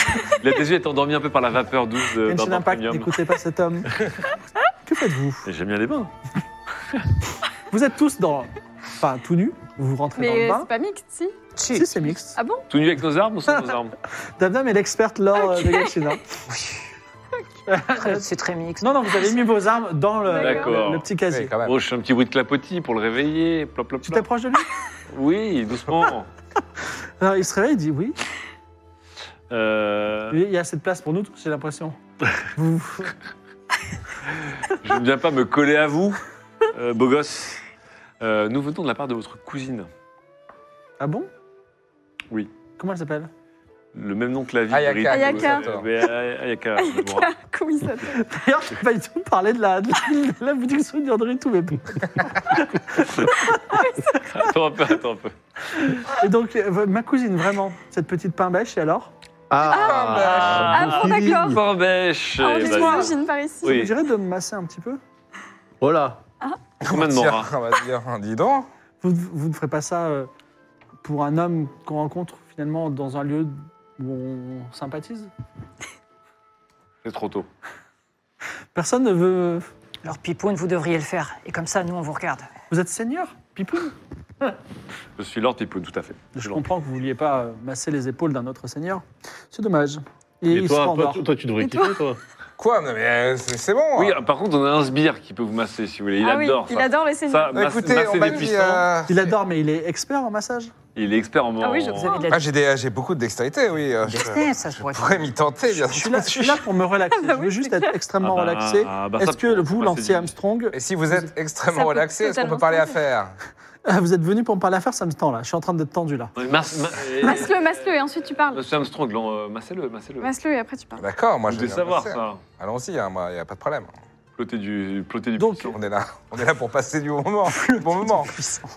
Speaker 4: Il a des yeux à être endormi un peu par la vapeur douce de- Euh, d'un
Speaker 1: Genshin
Speaker 4: bain
Speaker 1: Impact,
Speaker 4: premium.
Speaker 1: Eh, n'écoutez pas cet
Speaker 4: [laughs]
Speaker 1: homme. que faites-vous
Speaker 4: Et J'aime bien les bains.
Speaker 1: Vous êtes tous dans. Enfin, tout nus, vous rentrez
Speaker 3: Mais
Speaker 1: dans le
Speaker 3: c'est
Speaker 1: bain.
Speaker 3: pas mixte, si
Speaker 1: Si, c'est mixte.
Speaker 3: Ah.
Speaker 4: Tout nu avec nos armes ou sans nos armes
Speaker 1: Damnam est l'experte lore euh, de Genshin. hein.
Speaker 6: Très- C'est très mixte.
Speaker 1: Non, non, vous avez mis vos armes dans le,
Speaker 4: D'accord.
Speaker 1: le petit
Speaker 5: Oui,
Speaker 1: casier.
Speaker 5: Eh, quand même.
Speaker 4: Bon, Oh, je fais un petit bruit de clapotis pour le réveiller. Plop, plop,
Speaker 1: tu
Speaker 4: plop.
Speaker 1: t'approches de lui
Speaker 4: Oui, doucement.
Speaker 1: Alors, Il se réveille, il dit oui.
Speaker 4: Euh,
Speaker 1: Il y a assez de place pour nous tous, j'ai
Speaker 4: [laughs]
Speaker 1: l'impression. Vous-
Speaker 4: je ne viens pas me coller à vous, euh, beau gosse. Euh, nous venons de la part de votre cousine.
Speaker 1: Ah bon
Speaker 4: Oui.
Speaker 1: Comment elle s'appelle
Speaker 4: Le même nom que la vie.
Speaker 5: Ayaka.
Speaker 4: Rita.
Speaker 3: Ayaka.
Speaker 4: Euh, mais Ay- Ayaka. je vois.
Speaker 3: [laughs] Comment il s'appelle
Speaker 1: D'ailleurs, je pas du tout parler de la, de la, de la boutique souvenir de Ritu, mais
Speaker 4: Attends un peu, attends un peu.
Speaker 1: Et donc, euh, ma cousine, vraiment, cette petite pain bêche, et alors
Speaker 3: Ah,
Speaker 7: bon
Speaker 3: bon,
Speaker 7: feeling.
Speaker 3: d'accord.
Speaker 4: Forbèche.
Speaker 3: Ah,
Speaker 4: Eh
Speaker 3: je
Speaker 4: ben,
Speaker 3: l'imagine par ici.
Speaker 1: Je
Speaker 4: Oui.
Speaker 1: vous dirais de me masser un petit peu
Speaker 7: Voilà.
Speaker 4: Combien de
Speaker 5: Tiens,
Speaker 4: morts
Speaker 5: on va dire, hein, dis donc.
Speaker 1: Vous, vous ne ferez pas ça euh, pour un homme qu'on rencontre finalement dans un lieu où on sympathise
Speaker 4: C'est trop tôt.
Speaker 1: Personne ne veut.
Speaker 6: Lord Pipoun, vous devriez le faire. Et comme ça, nous, on vous regarde.
Speaker 1: Vous êtes seigneur, Pipoun
Speaker 4: Je suis Lord Pipoun, tout à fait.
Speaker 1: Je
Speaker 4: Lord.
Speaker 1: comprends que vous vouliez pas euh, masser les épaules d'un autre seigneur. C'est dommage. Et,
Speaker 7: Et
Speaker 1: il se
Speaker 7: toi, toi,
Speaker 1: rendort.
Speaker 7: toi, toi, tu devrais kiffer, toi.
Speaker 5: Quoi Non, mais euh, c'est c'est bon.
Speaker 4: Oui,
Speaker 5: hein.
Speaker 4: par contre, on a un sbire qui peut vous masser si vous voulez. Il
Speaker 3: ah
Speaker 4: adore
Speaker 3: oui,
Speaker 4: ça.
Speaker 3: il adore les seigneurs.
Speaker 4: Ça,
Speaker 1: Bah,
Speaker 4: mas-
Speaker 5: Écoutez,
Speaker 4: masser
Speaker 5: on m'a
Speaker 4: des
Speaker 5: dit.
Speaker 4: pistons.
Speaker 5: euh,
Speaker 1: Il adore, mais il est expert en massage.
Speaker 4: Il est expert en
Speaker 3: Ah oui, je
Speaker 4: en-
Speaker 6: Vous
Speaker 1: bah,
Speaker 6: avez de la
Speaker 5: Ah, j'ai des- j'ai beaucoup de dextérité, oui. euh, je-
Speaker 6: dextérité, ça se
Speaker 5: Je
Speaker 6: pourrait.
Speaker 5: pourrais m'y tenter, bien
Speaker 1: Je suis là, je suis là
Speaker 5: sûr.
Speaker 1: pour me relaxer.
Speaker 3: bah
Speaker 1: Je veux
Speaker 3: oui,
Speaker 1: juste
Speaker 3: c'est
Speaker 1: être extrêmement
Speaker 4: Ah bah,
Speaker 1: relaxé.
Speaker 4: ah bah, ça,
Speaker 1: Est-ce que
Speaker 4: pour-
Speaker 1: vous,
Speaker 4: pour
Speaker 1: l'ancien
Speaker 4: passer
Speaker 1: Armstrong,
Speaker 5: Et si vous êtes
Speaker 3: Ça
Speaker 5: extrêmement
Speaker 3: peut
Speaker 5: relaxé, est-ce qu'on peut
Speaker 3: totalement
Speaker 5: parler à
Speaker 3: changer.
Speaker 5: faire
Speaker 1: euh, vous êtes venu pour me parler à faire, ça me tend là. Je suis en train d'être tendu là.
Speaker 4: du- Ouais, mas- ma- eh,
Speaker 3: Masse-le, masse-le, et ensuite tu parles.
Speaker 4: Monsieur Armstrong, l'en- euh, massez-le, massez-le.
Speaker 3: Masse-le, et après tu
Speaker 1: Bah,
Speaker 3: parles.
Speaker 5: D'accord, moi
Speaker 1: Ah,
Speaker 4: Vous
Speaker 5: je
Speaker 4: devez
Speaker 5: vais
Speaker 4: savoir
Speaker 5: passer.
Speaker 4: ça.
Speaker 5: Allons-y, hein, moi, il n'y a pas de problème.
Speaker 4: Ploter du, ploter du
Speaker 1: Donc,
Speaker 4: piston.
Speaker 5: On est là, on est là pour passer du bon moment. Le bon moment.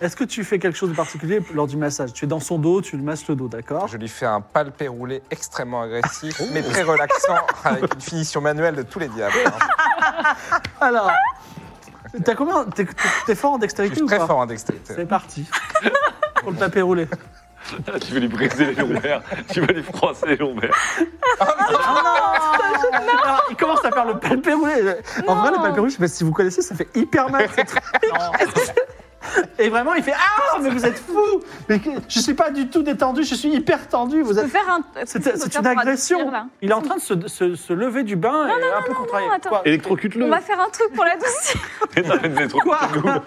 Speaker 1: Est-ce que tu fais quelque chose de particulier lors du massage Tu es dans son dos, tu lui masses le dos, d'accord
Speaker 5: Je lui fais un palpé roulé extrêmement agressif, mais très
Speaker 4: [laughs]
Speaker 5: relaxant, avec une finition manuelle de tous les diables. hein.
Speaker 1: Alors, t'as combien T'es t'es fort en
Speaker 5: Je
Speaker 1: dextérité
Speaker 5: suis
Speaker 1: ou
Speaker 5: très
Speaker 1: pas
Speaker 5: fort en dextérité.
Speaker 1: C'est parti. Pour le taper roulé.
Speaker 4: [laughs] tu vas lui briser
Speaker 1: [laughs]
Speaker 4: les lombaires. tu vas lui froisser les lombaires.
Speaker 3: Oh,
Speaker 1: Alors, il commence à faire le palpé roulé. En
Speaker 3: Non.
Speaker 1: vrai, le palpé roulé, je sais pas si vous connaissez, ça fait hyper mal. ce
Speaker 5: [laughs]
Speaker 1: truc. Et vraiment, il fait Ah, mais vous êtes fou Mais que- je suis pas du tout détendu, je suis hyper tendu. Vous
Speaker 3: Tu peux
Speaker 1: êtes.
Speaker 3: faire un.
Speaker 1: C'est
Speaker 3: tu peux
Speaker 1: c'est
Speaker 3: faire
Speaker 1: une
Speaker 3: pour
Speaker 1: agression.
Speaker 3: adoucir, là.
Speaker 1: Il est en train de se, se- se lever du bain et un peu contrarié.
Speaker 3: attends.
Speaker 1: Quoi
Speaker 7: Électrocute-le.
Speaker 3: On va faire un truc pour l'adoucir.
Speaker 1: Quoi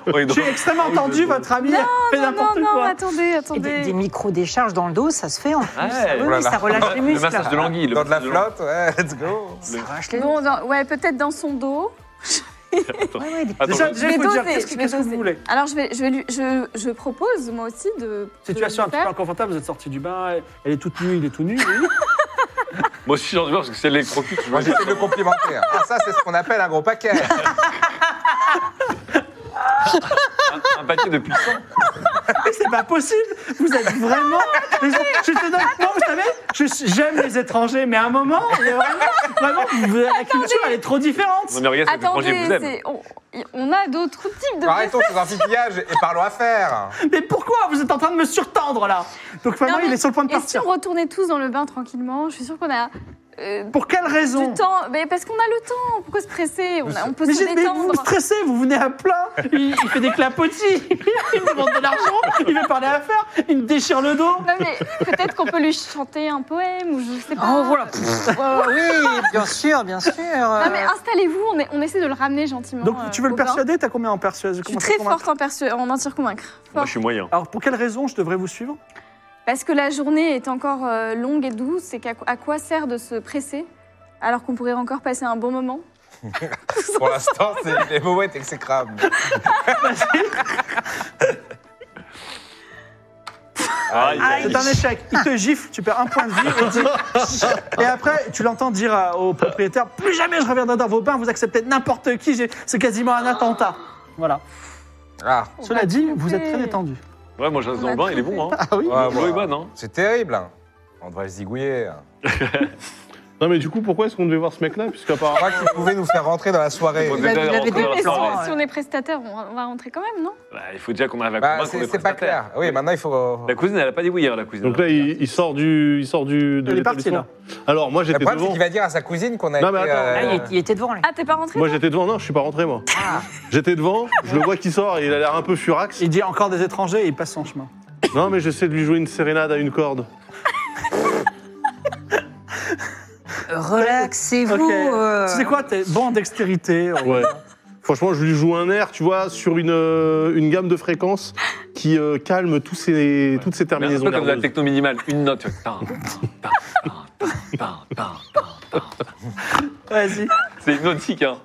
Speaker 4: On
Speaker 1: [laughs]
Speaker 4: est dans-
Speaker 1: Je suis
Speaker 5: Ah
Speaker 1: extrêmement tendu,
Speaker 5: bah,
Speaker 1: votre ami. fait
Speaker 3: Non, non,
Speaker 1: n'importe
Speaker 3: non,
Speaker 1: quoi.
Speaker 3: attendez,
Speaker 6: Et des,
Speaker 3: attendez.
Speaker 6: des micro-décharges dans le dos, ça se fait en plus.
Speaker 4: Ah Ouais.
Speaker 6: Oui,
Speaker 5: Oh là
Speaker 6: oui,
Speaker 5: là.
Speaker 6: ça relâche
Speaker 4: [laughs]
Speaker 6: les
Speaker 4: Le
Speaker 6: muscles.
Speaker 4: massage de l'anguille. le
Speaker 5: Dans de la
Speaker 4: massage l'anguille.
Speaker 5: flotte, ouais, let's go.
Speaker 6: Ça relâche les muscles.
Speaker 3: Bon, non, ouais, peut-être dans son dos.
Speaker 6: Ouais, ouais, des-
Speaker 4: Attends,
Speaker 1: Déjà,
Speaker 4: je-
Speaker 1: déjà,
Speaker 3: Je vais
Speaker 1: il faut dire
Speaker 3: doser,
Speaker 1: qu'est-ce que
Speaker 3: je vais
Speaker 1: qu'est-ce que vous
Speaker 3: doser.
Speaker 1: voulez
Speaker 3: Alors je vais, je vais lui, je, je propose moi aussi de.
Speaker 1: Situation un
Speaker 3: de
Speaker 1: petit
Speaker 3: faire.
Speaker 1: peu inconfortable, vous êtes sorti du bain, elle est toute nue, il est tout nu. oui.
Speaker 4: Moi aussi, j'ai envie de voir parce que c'est l'électrocute. je vois
Speaker 5: Moi j'essaie de le complimenter. Ah, ça, c'est ce qu'on appelle un gros paquet.
Speaker 4: Un paquet de puissant.
Speaker 1: Ah, Mais c'est pas possible Vous êtes vraiment. les- Je te donne. Non, vous savez, je- j'aime les étrangers, mais à un moment, il y a vraiment, vraiment, vous- la culture, elle est trop différente.
Speaker 4: Non, mais regarde, cet étranger
Speaker 3: Attendez,
Speaker 4: vous aime.
Speaker 3: c'est- on, y- on a d'autres
Speaker 1: Bah,
Speaker 3: types de personnes.
Speaker 5: Arrêtons ces infipillages et parlons affaires.
Speaker 1: Mais pourquoi Vous êtes en train de me surtendre, là Donc, vraiment,
Speaker 3: Non, mais
Speaker 1: il est sur le point de
Speaker 3: Et si
Speaker 1: partir.
Speaker 3: on retournait tous dans le bain tranquillement, je suis sûre qu'on a euh,
Speaker 1: Pour quelle raison
Speaker 3: du temps. Mais parce qu'on a le temps, pourquoi se presser on, a- on peut
Speaker 1: mais,
Speaker 3: se
Speaker 1: j'ai- mais vous me
Speaker 3: détendre.
Speaker 1: stressez, vous venez à plein, il, il fait des clapotis, [laughs] il me demande de l'argent, il veut parler à faire, il me déchire le dos.
Speaker 3: Non, mais peut-être qu'on peut lui chanter un poème ou je sais pas.
Speaker 6: Oh
Speaker 4: [laughs]
Speaker 6: voilà. Pff, oh, oui, bien sûr, bien sûr. Euh,
Speaker 3: Non, Ah, mais installez-vous, on, est- on essaie de le ramener gentiment.
Speaker 1: Donc
Speaker 3: euh,
Speaker 1: tu veux le
Speaker 3: au bain.
Speaker 1: persuader, t'as combien en persuasion
Speaker 3: Je suis très forte en, persu- en mentir convaincre.
Speaker 4: Moi,
Speaker 3: Forte.
Speaker 4: bah, je suis moyen.
Speaker 1: Alors pour quelle raison je devrais vous suivre
Speaker 3: Parce que la journée est encore euh, longue et douce et qu'à à quoi sert de se presser alors qu'on pourrait encore passer un bon moment
Speaker 5: Pour l'instant, c'est- les moments est exécrable.
Speaker 4: Aïe,
Speaker 1: Ah,
Speaker 4: aïe.
Speaker 1: c'est un échec. Il te gifle, tu perds un point de vie. Et, tu- et après, tu l'entends dire à- au propriétaire Plus jamais je reviendrai dans vos bains, vous acceptez n'importe qui, j'ai- c'est quasiment un attentat. Voilà.
Speaker 5: Ah,
Speaker 3: On
Speaker 1: Cela
Speaker 3: va
Speaker 1: dit,
Speaker 3: tromper.
Speaker 1: vous êtes très détendu.
Speaker 4: Ouais, moi, je reste
Speaker 3: On
Speaker 4: dans le
Speaker 3: a
Speaker 4: bain, il est
Speaker 3: trouvé.
Speaker 4: bon, hein.
Speaker 1: Ah oui
Speaker 5: ouais,
Speaker 4: L'eau est
Speaker 5: voilà.
Speaker 4: bonne, hein.
Speaker 5: C'est terrible. hein. On devrait le zigouiller.
Speaker 7: Non, mais du coup, pourquoi est-ce qu'on devait voir ce mec-là
Speaker 5: Je
Speaker 7: Puisqu'apparemment.
Speaker 5: crois qu'il pouvait nous faire rentrer dans la soirée.
Speaker 4: Vous
Speaker 6: l'avez-
Speaker 4: allez
Speaker 6: vous l'avez
Speaker 4: rentrer dans la
Speaker 6: dit, mais
Speaker 4: soirée.
Speaker 6: sans-
Speaker 3: euh, Si on est prestataire, on on va rentrer quand même, non
Speaker 4: Bah, il faut déjà qu'on arrive à
Speaker 5: Bah,
Speaker 4: convaincre qu'on
Speaker 5: c'est
Speaker 4: est
Speaker 5: c'est pas
Speaker 4: prestataire.
Speaker 5: clair. Oui, maintenant il faut.
Speaker 4: La cousine, elle a pas dit oui hier, la cousine.
Speaker 7: Donc là, il, il sort du, il sort du de
Speaker 1: Il est parti,
Speaker 7: l'établissement. Alors moi,
Speaker 5: Le
Speaker 7: j'étais
Speaker 5: problème, c'est
Speaker 7: devant.
Speaker 5: qu'il va dire à sa cousine qu'on a
Speaker 7: Non,
Speaker 5: été.
Speaker 7: mais attends.
Speaker 6: Ah, il,
Speaker 5: euh,
Speaker 6: est- il était devant lui.
Speaker 3: Ah, t'es pas rentré
Speaker 7: Moi,
Speaker 3: toi
Speaker 7: j'étais devant. Non, je suis pas rentré moi.
Speaker 6: Ah.
Speaker 7: J'étais devant. Je le vois qui sort et il a l'air un peu furax.
Speaker 1: Il dit encore des étrangers et il passe son chemin.
Speaker 7: Non, mais j'essaie de lui jouer une sérénade à une corde.
Speaker 6: Relaxez-vous.
Speaker 1: Ok.
Speaker 6: euh,
Speaker 1: Tu sais quoi T'es bon en dextérité. euh,
Speaker 7: Ouais. Franchement, je lui joue un air, tu vois, sur une, euh, une gamme de fréquences qui euh, calme tous ces, toutes ces
Speaker 4: Mais un
Speaker 7: terminaisons
Speaker 4: peu comme de la
Speaker 7: nerveuses.
Speaker 4: techno minimale, une note. tu vois. Tin, tin, tin, tin, tin, tin, tin, tin.
Speaker 1: Vas-y.
Speaker 4: C'est hypnotique, hein.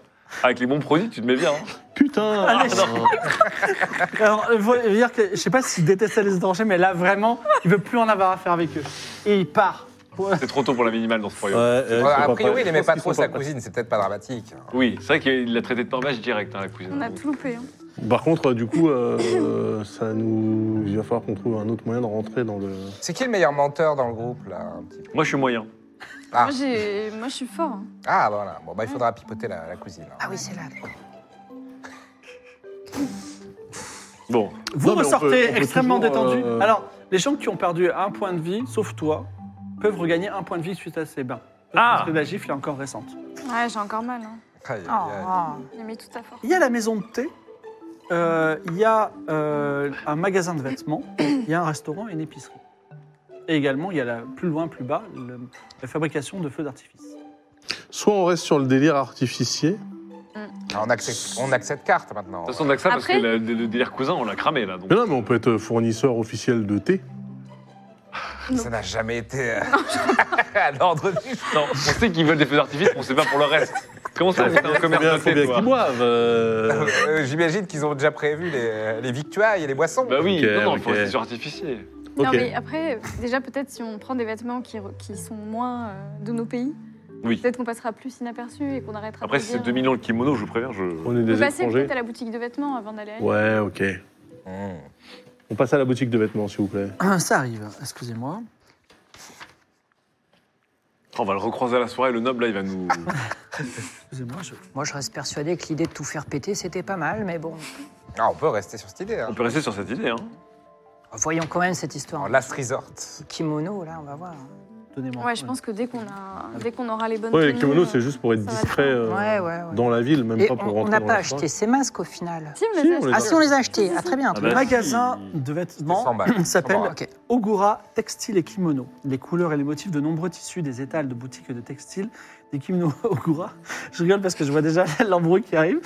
Speaker 4: Avec les bons produits, tu te mets bien. hein.
Speaker 7: Putain
Speaker 1: Allez, [laughs] Alors, il faut dire que je sais pas s'il détestait les étrangers, mais là vraiment, il veut plus en avoir à faire avec eux. Et il part.
Speaker 4: C'est trop tôt pour la minimale dans ce
Speaker 7: Ouais,
Speaker 4: royaume.
Speaker 7: ouais,
Speaker 5: voilà,
Speaker 7: ils sont
Speaker 5: a priori,
Speaker 7: prêts.
Speaker 5: il
Speaker 7: Je
Speaker 5: aimait
Speaker 7: pense
Speaker 5: pas
Speaker 7: qu'ils
Speaker 5: trop
Speaker 7: sont
Speaker 5: sa
Speaker 7: prêts.
Speaker 5: cousine, c'est peut-être pas dramatique. hein.
Speaker 4: Oui, c'est vrai qu'il l'a traité de torvage direct, hein, la cousine.
Speaker 3: On a tout loupé. hein.
Speaker 7: Par contre, du coup, euh, ça nous... il va falloir qu'on trouve un autre moyen de rentrer dans le...
Speaker 5: C'est qui le meilleur menteur dans le groupe, là un petit peu
Speaker 4: Moi, je suis moyen.
Speaker 5: Ah,
Speaker 3: Moi, j'ai- moi, je suis fort. hein.
Speaker 5: ah, voilà. Bon, bah, il faudra pipoter la, la cousine. hein.
Speaker 6: Ah oui, c'est là.
Speaker 4: Bon,
Speaker 1: Vous
Speaker 7: Non, mais on
Speaker 1: ressortez
Speaker 7: peut- on peut
Speaker 1: extrêmement
Speaker 7: toujours,
Speaker 1: détendu.
Speaker 7: euh,
Speaker 1: Alors, les gens qui ont perdu un point de vie, sauf toi, peuvent regagner un point de vie suite à ces bains.
Speaker 4: Ah.
Speaker 1: Parce que la gifle est encore récente.
Speaker 3: Ouais, j'ai encore mal. hein.
Speaker 5: Aïe, aïe,
Speaker 6: Oh,
Speaker 5: aïe.
Speaker 6: oh.
Speaker 3: J'ai mis tout à fort.
Speaker 1: Il y a la maison de thé, euh, il y a euh, un magasin de vêtements, il y a un restaurant et une épicerie. Et également, il y a la- plus loin, plus bas, le- la fabrication de feux d'artifice.
Speaker 7: Soit on reste sur le délire artificier,
Speaker 5: Ah, On accepte, on accepte carte maintenant.
Speaker 4: de toute façon, on a que ça parce que
Speaker 3: Après-
Speaker 4: la- le, le délire cousin, on l'a cramé là. Donc.
Speaker 7: mais non, mais on peut être fournisseur officiel de thé.
Speaker 5: Ça n'a jamais été euh, à l'ordre du jour.
Speaker 4: Non, on sait qu'ils veulent des feux d'artifice, on sait pas pour le reste. Comment ça, c'est un commerce
Speaker 7: bien,
Speaker 4: de
Speaker 7: faut
Speaker 4: thé,
Speaker 7: bien
Speaker 4: toi
Speaker 7: qu'ils boivent. [laughs] euh.
Speaker 5: Euh, J'imagine qu'ils ont déjà prévu les, les victuailles et les boissons.
Speaker 4: Bah oui,
Speaker 7: Ok,
Speaker 4: non, non,
Speaker 7: ok.
Speaker 4: faut rester sur artificier.
Speaker 3: Non,
Speaker 7: Ok.
Speaker 3: mais après, déjà, peut-être si on prend des vêtements qui, re- qui sont moins euh, de nos pays,
Speaker 4: Oui.
Speaker 3: peut-être qu'on passera plus inaperçu et qu'on arrêtera
Speaker 4: Après,
Speaker 3: de
Speaker 4: si c'est
Speaker 3: dire-
Speaker 4: 2 millions le kimono, je vous préviens, je.
Speaker 7: On est
Speaker 3: On peut
Speaker 7: des
Speaker 3: passer
Speaker 7: étrangers.
Speaker 3: peut-être à la boutique de vêtements avant d'aller à l'île.
Speaker 7: Ouais, ok.
Speaker 5: Mmh.
Speaker 7: On passe à la boutique de vêtements, s'il vous plaît.
Speaker 1: Ah, Ça arrive, excusez-moi.
Speaker 4: Oh, On va le recroiser à la soirée, le noble là, il va
Speaker 3: [laughs]
Speaker 4: nous.
Speaker 1: Excusez-moi, je...
Speaker 6: Moi, je reste persuadé que l'idée de tout faire péter, c'était pas mal, mais bon,
Speaker 5: Ah, on peut rester sur cette idée. Hein.
Speaker 3: Bah
Speaker 4: On peut rester sur cette idée, hein.
Speaker 6: voyons quand même cette histoire.
Speaker 5: En last resort.
Speaker 6: Kimono, là, on va voir.
Speaker 1: Donnez-moi.
Speaker 3: Ouais, je pense que dès qu'on a, dès qu'on aura les bonnes.
Speaker 7: Ouais, les
Speaker 3: tenues,
Speaker 7: kimonos,
Speaker 3: euh,
Speaker 7: c'est juste pour être
Speaker 3: ça va
Speaker 7: discret
Speaker 3: le
Speaker 7: euh,
Speaker 6: Ouais, ouais, ouais.
Speaker 7: dans la ville, même
Speaker 6: Et
Speaker 7: pas pour
Speaker 6: on- on
Speaker 7: rentrer
Speaker 6: n'a
Speaker 7: dans
Speaker 6: pas
Speaker 7: la forêt.
Speaker 6: acheté ces masques au final.
Speaker 3: Si, on
Speaker 7: Si,
Speaker 3: les
Speaker 7: on
Speaker 3: a achetés.
Speaker 7: les a
Speaker 6: Ah si, on les a achetés. Ah très bien.
Speaker 4: Ah
Speaker 6: très
Speaker 4: bah,
Speaker 7: ben,
Speaker 1: Le
Speaker 6: bien.
Speaker 1: magasin
Speaker 4: si.
Speaker 1: de vêtements
Speaker 5: 200 balles.
Speaker 1: s'appelle
Speaker 5: Bon,
Speaker 6: Ok.
Speaker 1: Ogura Textile et Kimono. Les couleurs et les motifs de nombreux tissus, des étals de boutiques de textiles, des kimonos [laughs] Ogura. Je rigole parce que je vois déjà [laughs] l'embrouille qui arrive.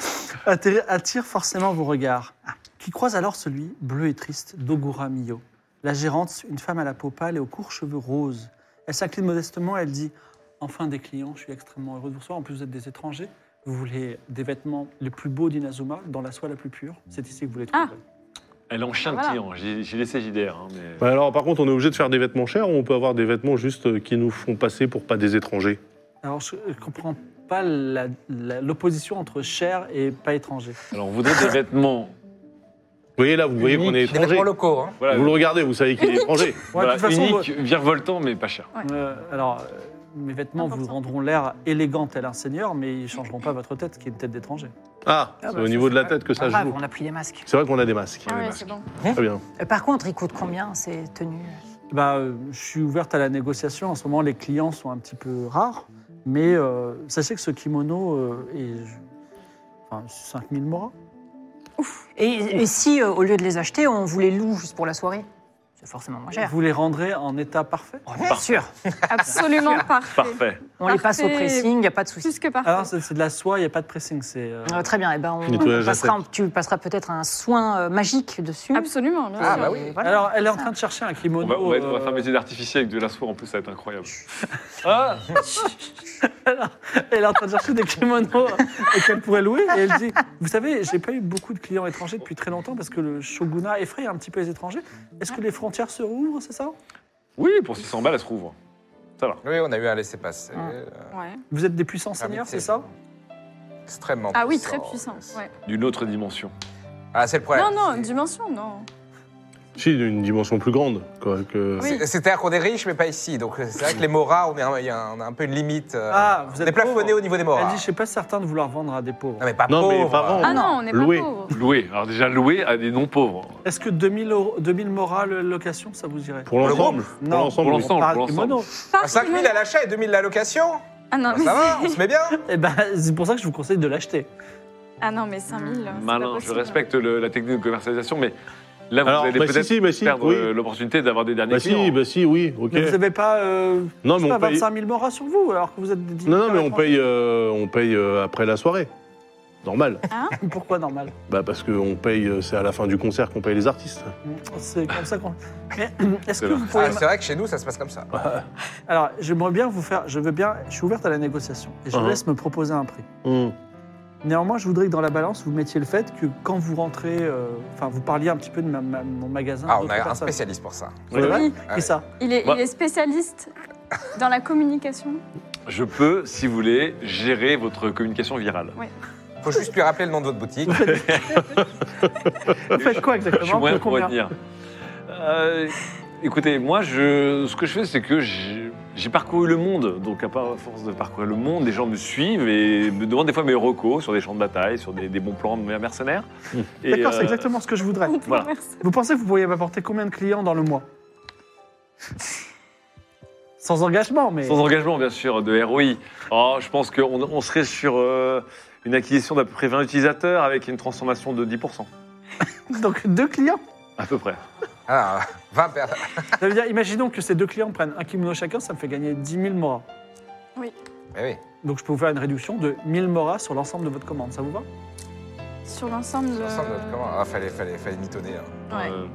Speaker 1: Attirent attire forcément vos regards. Ah. Qui croise alors celui, bleu et triste, d'Ogura Miyo. La gérante, une femme à la peau pâle et aux courts cheveux roses. Elle s'incline modestement, elle dit Enfin des clients, je suis extrêmement heureux de vous recevoir. En plus, vous êtes des étrangers. Vous voulez des vêtements les plus beaux d'Inazuma, dans la soie la plus pure. C'est ici que vous les
Speaker 3: Ah.
Speaker 1: trouverez.
Speaker 4: Elle enchaîne
Speaker 3: Voilà.
Speaker 4: client, j'ai j'ai laissé JDR. Hein, mais...
Speaker 7: Bah alors, par contre, on est obligé de faire des vêtements chers ou on peut avoir des vêtements juste euh, qui nous font passer pour pas des étrangers
Speaker 1: Alors, je ne comprends pas la- la- l'opposition entre cher et pas étranger.
Speaker 4: [laughs] Alors, on voudrait des vêtements
Speaker 7: voyez là, vous voyez qu'on est
Speaker 5: Des
Speaker 7: étranger.
Speaker 5: vêtements locaux. Hein.
Speaker 4: Voilà,
Speaker 7: Vous le regardez, vous savez qu'il est étranger.
Speaker 4: voilà,
Speaker 1: de toute façon,
Speaker 4: Bah, unique, virevoltant, mais pas cher.
Speaker 1: Euh, alors, euh, mes vêtements vous
Speaker 3: 1%.
Speaker 1: rendront l'air élégant tel un seigneur, mais ils changeront pas votre tête, qui est une tête d'étranger.
Speaker 7: Ah, c'est
Speaker 6: Ah bah,
Speaker 7: au
Speaker 6: ça,
Speaker 7: niveau
Speaker 6: c'est
Speaker 7: de la
Speaker 6: pas-
Speaker 7: tête que
Speaker 6: Pas
Speaker 7: ça
Speaker 6: grave,
Speaker 7: joue.
Speaker 6: on a pris les masques.
Speaker 7: C'est vrai qu'on a des masques.
Speaker 3: Ah ouais, c'est bon.
Speaker 7: Très bien.
Speaker 6: Euh, Par contre, il coûte combien ces tenues
Speaker 1: Bah, euh, je suis ouverte à la négociation. En ce moment, les clients sont un petit peu rares, mais euh, sachez que ce kimono euh, est enfin, 5000 mois.
Speaker 6: et, et si, euh, au lieu de les acheter, on vous les loue juste pour la soirée C'est forcément moins cher.
Speaker 1: Vous les rendrez en état parfait.
Speaker 6: Bien sûr
Speaker 3: Absolument parfait.
Speaker 4: Parfait.
Speaker 6: On les passe au
Speaker 3: Parfait.
Speaker 6: pressing, il n'y a pas de souci.
Speaker 3: Plus que parfait.
Speaker 1: Alors, Ah, c'est c'est de la soie, il n'y a pas de pressing. C'est euh,
Speaker 6: Euh, très bien, eh ben, on,
Speaker 7: Nettoyage
Speaker 6: on passera, tu passeras peut-être un soin euh, magique dessus. euh,
Speaker 3: Absolument, bien
Speaker 5: Ah,
Speaker 3: sûr.
Speaker 5: bah oui.
Speaker 6: Voilà.
Speaker 1: Alors, elle est en train de chercher un kimono.
Speaker 4: On va, on va être- on va
Speaker 1: euh,
Speaker 4: faire un métier d'artificier avec de la soie, en plus, ça va
Speaker 7: [laughs]
Speaker 4: être incroyable. Ah
Speaker 1: Elle est en train de chercher des kimonos [laughs] et qu'elle pourrait louer. Et elle dit Vous savez, j'ai pas eu beaucoup de clients étrangers depuis très longtemps parce que le shogunat effraie un petit peu les étrangers. Est-ce que les frontières se rouvrent, c'est ça
Speaker 4: Oui, pour 600 balles, elle se rouvre.
Speaker 5: Oui, on a eu un laissez-passer.
Speaker 3: Ah.
Speaker 6: Mm.
Speaker 5: euh,
Speaker 3: Ouais.
Speaker 1: Vous êtes des
Speaker 7: Ah,
Speaker 1: puissants seigneurs, c'est ça
Speaker 5: Extrêmement
Speaker 3: Ah oui, très puissant. ouais.
Speaker 4: D'une autre dimension.
Speaker 5: Ah, c'est le problème.
Speaker 3: Non, non,
Speaker 5: C'est-
Speaker 3: dimension, non.
Speaker 7: Si, d'une dimension plus grande. quoi, que-
Speaker 3: Oui.
Speaker 5: c'est- C'est-à-dire qu'on est riche, mais pas ici. Donc c'est vrai que les morats, on, est un- il y a un- on a un peu une limite. euh,
Speaker 1: Ah, vous
Speaker 5: on
Speaker 1: êtes
Speaker 5: est plafonné
Speaker 1: pauvre.
Speaker 5: au niveau des
Speaker 1: Elle
Speaker 5: morats.
Speaker 1: dit Je suis pas certain de vouloir vendre à des pauvres.
Speaker 5: Non, mais pas
Speaker 7: Non, Ah, mais
Speaker 5: pauvre.
Speaker 7: pas vraiment.
Speaker 3: Ah non, on n'est pas
Speaker 7: Loué.
Speaker 3: pauvre.
Speaker 4: Loué. Alors déjà, loué à des non-pauvres.
Speaker 1: Est-ce que 2000, euros, 2000 morats le- location, ça vous irait
Speaker 7: Pour l'ensemble
Speaker 1: Non,
Speaker 7: l'ensemble,
Speaker 4: pour
Speaker 7: oui.
Speaker 4: l'ensemble.
Speaker 1: On parle
Speaker 4: pour
Speaker 1: kimono.
Speaker 3: Pas
Speaker 5: 5 000 Ah, à l'achat et 2 000 la location
Speaker 3: Ah non,
Speaker 5: Bah,
Speaker 3: mais,
Speaker 5: Ça va, on se met bien.
Speaker 1: Eh ben, c'est pour ça que je vous conseille de l'acheter.
Speaker 3: ah non, mais 5000. c'est pas
Speaker 4: Malin, je
Speaker 3: possible.
Speaker 4: respecte le- la technique de commercialisation, mais là, vous
Speaker 7: Alors,
Speaker 4: allez
Speaker 7: bah, si,
Speaker 4: peut-être
Speaker 7: si, bah, si,
Speaker 4: perdre
Speaker 7: oui.
Speaker 4: euh, l'opportunité d'avoir des derniers
Speaker 7: Bah
Speaker 4: clients.
Speaker 7: si, bah si, oui, ok.
Speaker 1: Mais vous n'avez pas, euh,
Speaker 7: Non,
Speaker 1: je sais
Speaker 7: mais
Speaker 1: pas,
Speaker 7: on paye.
Speaker 1: 25 000 morats sur vous alors que vous êtes des
Speaker 7: Non, non, mais on
Speaker 1: dignitaires
Speaker 7: paye, euh, on paye euh, après la soirée. Normal.
Speaker 1: étrangers. [laughs] Pourquoi normal
Speaker 7: Bah parce qu'on paye, euh, c'est à la fin du concert qu'on paye les artistes.
Speaker 1: C'est comme ça qu'on. Mais [clears throat] est-ce
Speaker 4: C'est
Speaker 1: que
Speaker 4: vrai.
Speaker 1: vous pourriez.
Speaker 5: Ah, c'est vrai que chez nous, ça se passe comme ça.
Speaker 1: Alors, j'aimerais bien vous faire. Je veux bien. Je suis ouverte à la négociation et je vous
Speaker 7: Uh-huh.
Speaker 1: laisse me proposer un prix.
Speaker 7: Hmm.
Speaker 1: Néanmoins, je voudrais que dans la balance, vous mettiez le fait que quand vous rentrez, euh, enfin, vous parliez un petit peu de ma- ma- mon magasin. à
Speaker 5: Ah, on
Speaker 1: d'autres
Speaker 5: a un
Speaker 1: personnes.
Speaker 5: spécialiste pour ça.
Speaker 1: C'est vrai
Speaker 3: Oui.
Speaker 5: Ah
Speaker 1: Et
Speaker 5: oui.
Speaker 1: ça.
Speaker 3: Il est,
Speaker 4: Bah.
Speaker 3: il est spécialiste dans la communication.
Speaker 4: Je peux, si vous voulez, gérer votre communication virale.
Speaker 5: Faut juste lui rappeler le nom de
Speaker 1: [laughs]
Speaker 5: votre boutique.
Speaker 1: Vous faites quoi
Speaker 4: Je
Speaker 1: exactement
Speaker 4: suis moyen de
Speaker 1: Combien
Speaker 4: retenir. Euh, écoutez, moi, je, ce que je fais, c'est que j'ai j'ai parcouru le monde. Donc, à part- à force de parcourir le monde, des gens me suivent et me demandent des fois mes recos sur des champs de bataille, sur des, des bons plans de mercenaires. Et,
Speaker 1: D'accord, c'est
Speaker 4: euh,
Speaker 1: exactement ce que je voudrais.
Speaker 3: On peut
Speaker 4: Voilà.
Speaker 3: inverser.
Speaker 1: Vous pensez que vous pourriez m'apporter combien de clients dans le mois Sans engagement, mais.
Speaker 4: Sans engagement, bien sûr, de ROI. Oh, je pense qu'on on serait sur euh, une acquisition d'à peu près 20 utilisateurs avec une transformation de 10%,
Speaker 1: [laughs] Donc deux clients.
Speaker 4: à peu près.
Speaker 5: Ah, 20 personnes.
Speaker 1: Ça veut dire, imaginons que ces deux clients prennent un kimono chacun, ça me fait gagner 10 000 moras.
Speaker 5: Eh oui.
Speaker 1: Donc je peux vous faire une réduction de 1000 moras sur l'ensemble de votre commande. Ça vous va
Speaker 3: Sur l'ensemble euh, de.
Speaker 5: Ensemble, notre commande. Ah, fallait, fallait, fallait mitonner. hein.
Speaker 3: Ouais.
Speaker 4: Euh,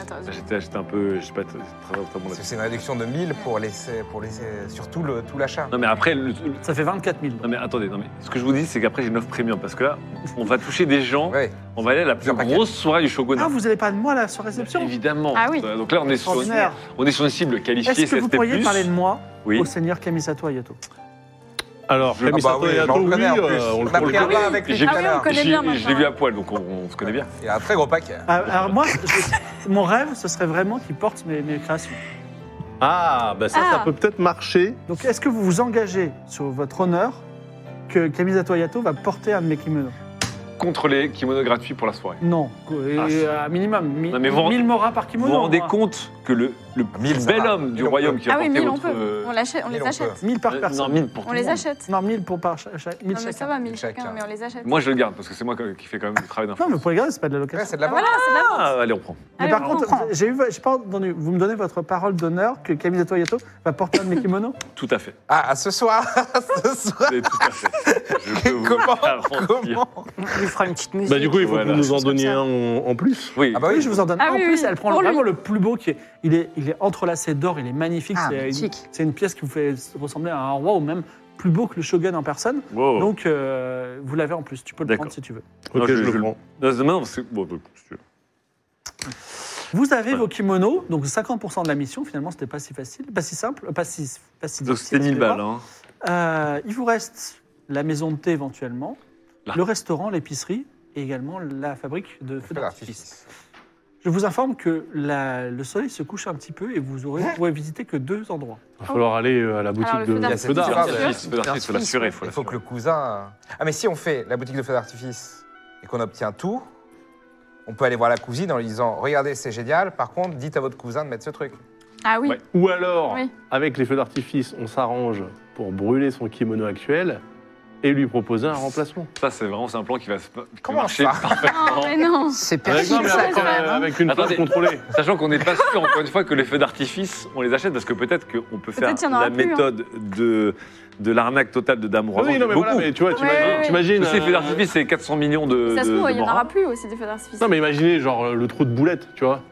Speaker 3: Attends, je-
Speaker 4: J'étais j'étais un peu, je sais pas, très, très, très bon
Speaker 5: Parce
Speaker 4: là-dessus.
Speaker 5: que c'est une réduction de 1000 pour laisser, pour laisser sur tout le- tout l'achat.
Speaker 4: Non mais après, le- le-
Speaker 1: Ça fait 24 000. donc.
Speaker 4: non mais attendez, non mais ce que je vous dis, c'est qu'après j'ai une offre premium parce que là, on va toucher des gens,
Speaker 5: Oui.
Speaker 4: on va aller à la plus
Speaker 5: Plusieurs paquets.
Speaker 4: grosse soirée du
Speaker 1: Ah,
Speaker 4: shogunat.
Speaker 1: vous n'allez pas de moi là sur réception
Speaker 4: Évidemment.
Speaker 3: Ah oui.
Speaker 4: Donc là, on est sur,
Speaker 1: Extraordinaire.
Speaker 4: on est sur une cible qualifiée.
Speaker 1: Est-ce que vous
Speaker 4: CSP+.
Speaker 1: pourriez parler de moi
Speaker 4: Oui.
Speaker 1: au seigneur Kamisato Ayato
Speaker 7: Alors,
Speaker 4: Je-
Speaker 7: Camille
Speaker 5: Ah bah oui,
Speaker 7: Sato-Yato,
Speaker 5: on le connaît en
Speaker 7: oui,
Speaker 5: plus.
Speaker 7: euh, on le-
Speaker 5: On
Speaker 7: on
Speaker 5: a
Speaker 7: le
Speaker 5: pris un
Speaker 7: connaît.
Speaker 5: bain avec lui
Speaker 4: J'ai-
Speaker 5: tout à
Speaker 3: Ah oui, on
Speaker 5: l'heure.
Speaker 3: connaît
Speaker 4: J'ai-
Speaker 3: bien
Speaker 4: Je
Speaker 3: maintenant.
Speaker 4: l'ai vu à poil, donc on, on se connaît bien.
Speaker 5: Il y a un très gros paquet. hein.
Speaker 1: Ah, Alors moi, je- mon rêve, ce serait vraiment qu'il porte mes, mes créations.
Speaker 7: Ah, bah ça, ça
Speaker 3: Ah.
Speaker 7: peut peut-être marcher.
Speaker 1: Donc est-ce que vous vous engagez sur votre honneur que Kamisato Ayato va porter un de mes kimonos
Speaker 4: Contre les kimonos gratuits pour la soirée.
Speaker 1: Non, et
Speaker 4: Ah, c'est-
Speaker 1: à minimum, mi-
Speaker 4: Non, mais vous-
Speaker 1: 1000 moras par
Speaker 4: Vous
Speaker 1: kimono.
Speaker 4: vous rendez
Speaker 1: moi.
Speaker 4: compte que le, le
Speaker 5: Mille, ça
Speaker 4: bel
Speaker 5: va.
Speaker 4: homme du
Speaker 5: Mille, on
Speaker 4: royaume
Speaker 5: peut.
Speaker 4: qui a
Speaker 3: Ah oui,
Speaker 4: porté
Speaker 3: 1000 on
Speaker 4: votre...
Speaker 3: peut. On, l'achète- on
Speaker 5: mille,
Speaker 3: les
Speaker 5: on
Speaker 3: achète.
Speaker 1: 1000 par
Speaker 4: euh, non,
Speaker 1: personne.
Speaker 4: 1000 pour tout
Speaker 3: On
Speaker 4: le
Speaker 3: les
Speaker 4: monde.
Speaker 3: achète.
Speaker 1: Non, 1000 pour par cha- cha- 1000
Speaker 3: Non, mais ça
Speaker 1: chacun.
Speaker 3: va, 1000
Speaker 5: Chacun.
Speaker 3: chacun, mais on les achète.
Speaker 4: Moi, je le garde parce que c'est moi qui fais quand même le travail
Speaker 1: Non,
Speaker 4: d'influence.
Speaker 1: mais pour les garder, c'est pas de la
Speaker 5: Ouais,
Speaker 1: location.
Speaker 5: c'est de
Speaker 3: Ah,
Speaker 5: la vente.
Speaker 3: voilà, c'est de la vente.
Speaker 4: Ah, allez, on prend.
Speaker 1: Mais
Speaker 3: Allez,
Speaker 1: par
Speaker 3: on
Speaker 1: contre,
Speaker 3: prend.
Speaker 1: j'ai eu, j'ai pas entendu. Vous me donnez votre parole d'honneur que Kamisato Ayato va porter un de mes kimonos
Speaker 4: Tout à fait.
Speaker 5: Ah, à ce soir. [laughs] ce soir.
Speaker 4: Et tout à fait. Je
Speaker 5: [laughs]
Speaker 4: peux vous
Speaker 5: Comment
Speaker 4: garantir.
Speaker 5: Comment
Speaker 6: On lui fera une petite musique.
Speaker 7: Bah du coup, il faut
Speaker 4: Voilà.
Speaker 7: que vous nous en
Speaker 6: Comme
Speaker 7: donniez
Speaker 6: ça.
Speaker 7: un en, en plus.
Speaker 4: Oui.
Speaker 5: Ah bah
Speaker 1: Oui,
Speaker 5: oui,
Speaker 1: je vous en donne.
Speaker 3: Ah
Speaker 1: un. en
Speaker 3: oui,
Speaker 1: plus,
Speaker 3: oui,
Speaker 1: elle prend
Speaker 3: pour
Speaker 1: le-
Speaker 3: lui.
Speaker 1: vraiment le plus beau qui est. Il est, il est entrelacé d'or, il est magnifique.
Speaker 6: Ah,
Speaker 1: c'est, une,
Speaker 6: magnifique.
Speaker 1: c'est une pièce qui vous fait ressembler à un roi ou même plus beau que le shogun en personne.
Speaker 4: Wow.
Speaker 1: Donc, euh, vous l'avez en plus. Tu peux le
Speaker 4: Oh. D'accord.
Speaker 1: prendre si tu veux.
Speaker 7: Ok,
Speaker 4: Non, je-
Speaker 7: je,
Speaker 4: je-
Speaker 7: le prends.
Speaker 4: Non, c'est- non, c'est- bon, bon, si tu veux.
Speaker 1: Vous avez
Speaker 4: Ouais.
Speaker 1: vos kimonos, donc 50% de la mission. Finalement, c'était pas si facile, pas si simple, pas si, pas si
Speaker 4: Donc
Speaker 1: difficile,
Speaker 4: c'était 1000
Speaker 1: excusez-moi.
Speaker 4: balles. Hein.
Speaker 1: Euh, il vous reste la maison de thé éventuellement,
Speaker 4: Là.
Speaker 1: le restaurant, l'épicerie et également la fabrique de feux
Speaker 5: Feu
Speaker 1: d'artifice.
Speaker 5: d'artifice.
Speaker 1: Je vous informe que la- le soleil se couche un petit peu et vous aurez, pourrez visiter que deux endroits.
Speaker 7: Il va falloir aller euh, à la boutique
Speaker 3: Alors, le
Speaker 7: de.
Speaker 3: feu
Speaker 5: Il y a
Speaker 3: d'artifice,
Speaker 5: cette
Speaker 4: Feu
Speaker 5: histoire
Speaker 4: d'artifice,
Speaker 5: de-
Speaker 4: feu d'artifice, faut l'assurer. Faut
Speaker 5: Il faut que
Speaker 4: l'assurer.
Speaker 5: le cousin. Ah, mais si on fait la boutique de feu d'artifice et qu'on obtient tout, on peut aller voir la cousine en lui disant Regardez, c'est génial, par contre, dites à votre cousin de mettre ce truc.
Speaker 3: Ah oui,
Speaker 4: Ouais.
Speaker 7: Ou alors,
Speaker 3: Oui.
Speaker 7: avec les feux d'artifice, on s'arrange pour brûler son kimono actuel et lui proposer un remplacement.
Speaker 4: Ça, c'est vraiment c'est un plan qui va se- qui va
Speaker 5: Comment
Speaker 4: marcher
Speaker 5: ça
Speaker 3: non, mais
Speaker 4: parfaitement.
Speaker 3: non.
Speaker 6: C'est
Speaker 7: Avec,
Speaker 6: perfide
Speaker 7: non, mais
Speaker 6: ça
Speaker 7: avec,
Speaker 6: quand
Speaker 7: euh,
Speaker 6: même. hein.
Speaker 7: avec une place [laughs]
Speaker 4: Attendez.
Speaker 7: contrôlée.
Speaker 4: [laughs] Sachant qu'on n'est pas sûr, encore une fois, que les feux d'artifice, on les achète parce que peut-être qu'on peut faire
Speaker 3: Peut-être qu'il y en aura
Speaker 4: la
Speaker 3: plus, hein.
Speaker 4: méthode de, de l'arnaque totale de Dame
Speaker 7: Ah
Speaker 4: Rose.
Speaker 7: oui, non, mais voilà,
Speaker 4: beaucoup.
Speaker 7: mais tu vois, t'imagines.
Speaker 3: ouais, ouais.
Speaker 7: t'imagines,
Speaker 4: Parce que les feux
Speaker 7: euh,
Speaker 4: d'artifice, c'est 400 millions de.
Speaker 3: Ça se
Speaker 4: de-
Speaker 3: trouve,
Speaker 4: de
Speaker 3: il n'y en
Speaker 4: morts.
Speaker 3: aura plus aussi des feux d'artifice.
Speaker 7: Non, mais imaginez, genre, euh, le trou de boulette, tu vois.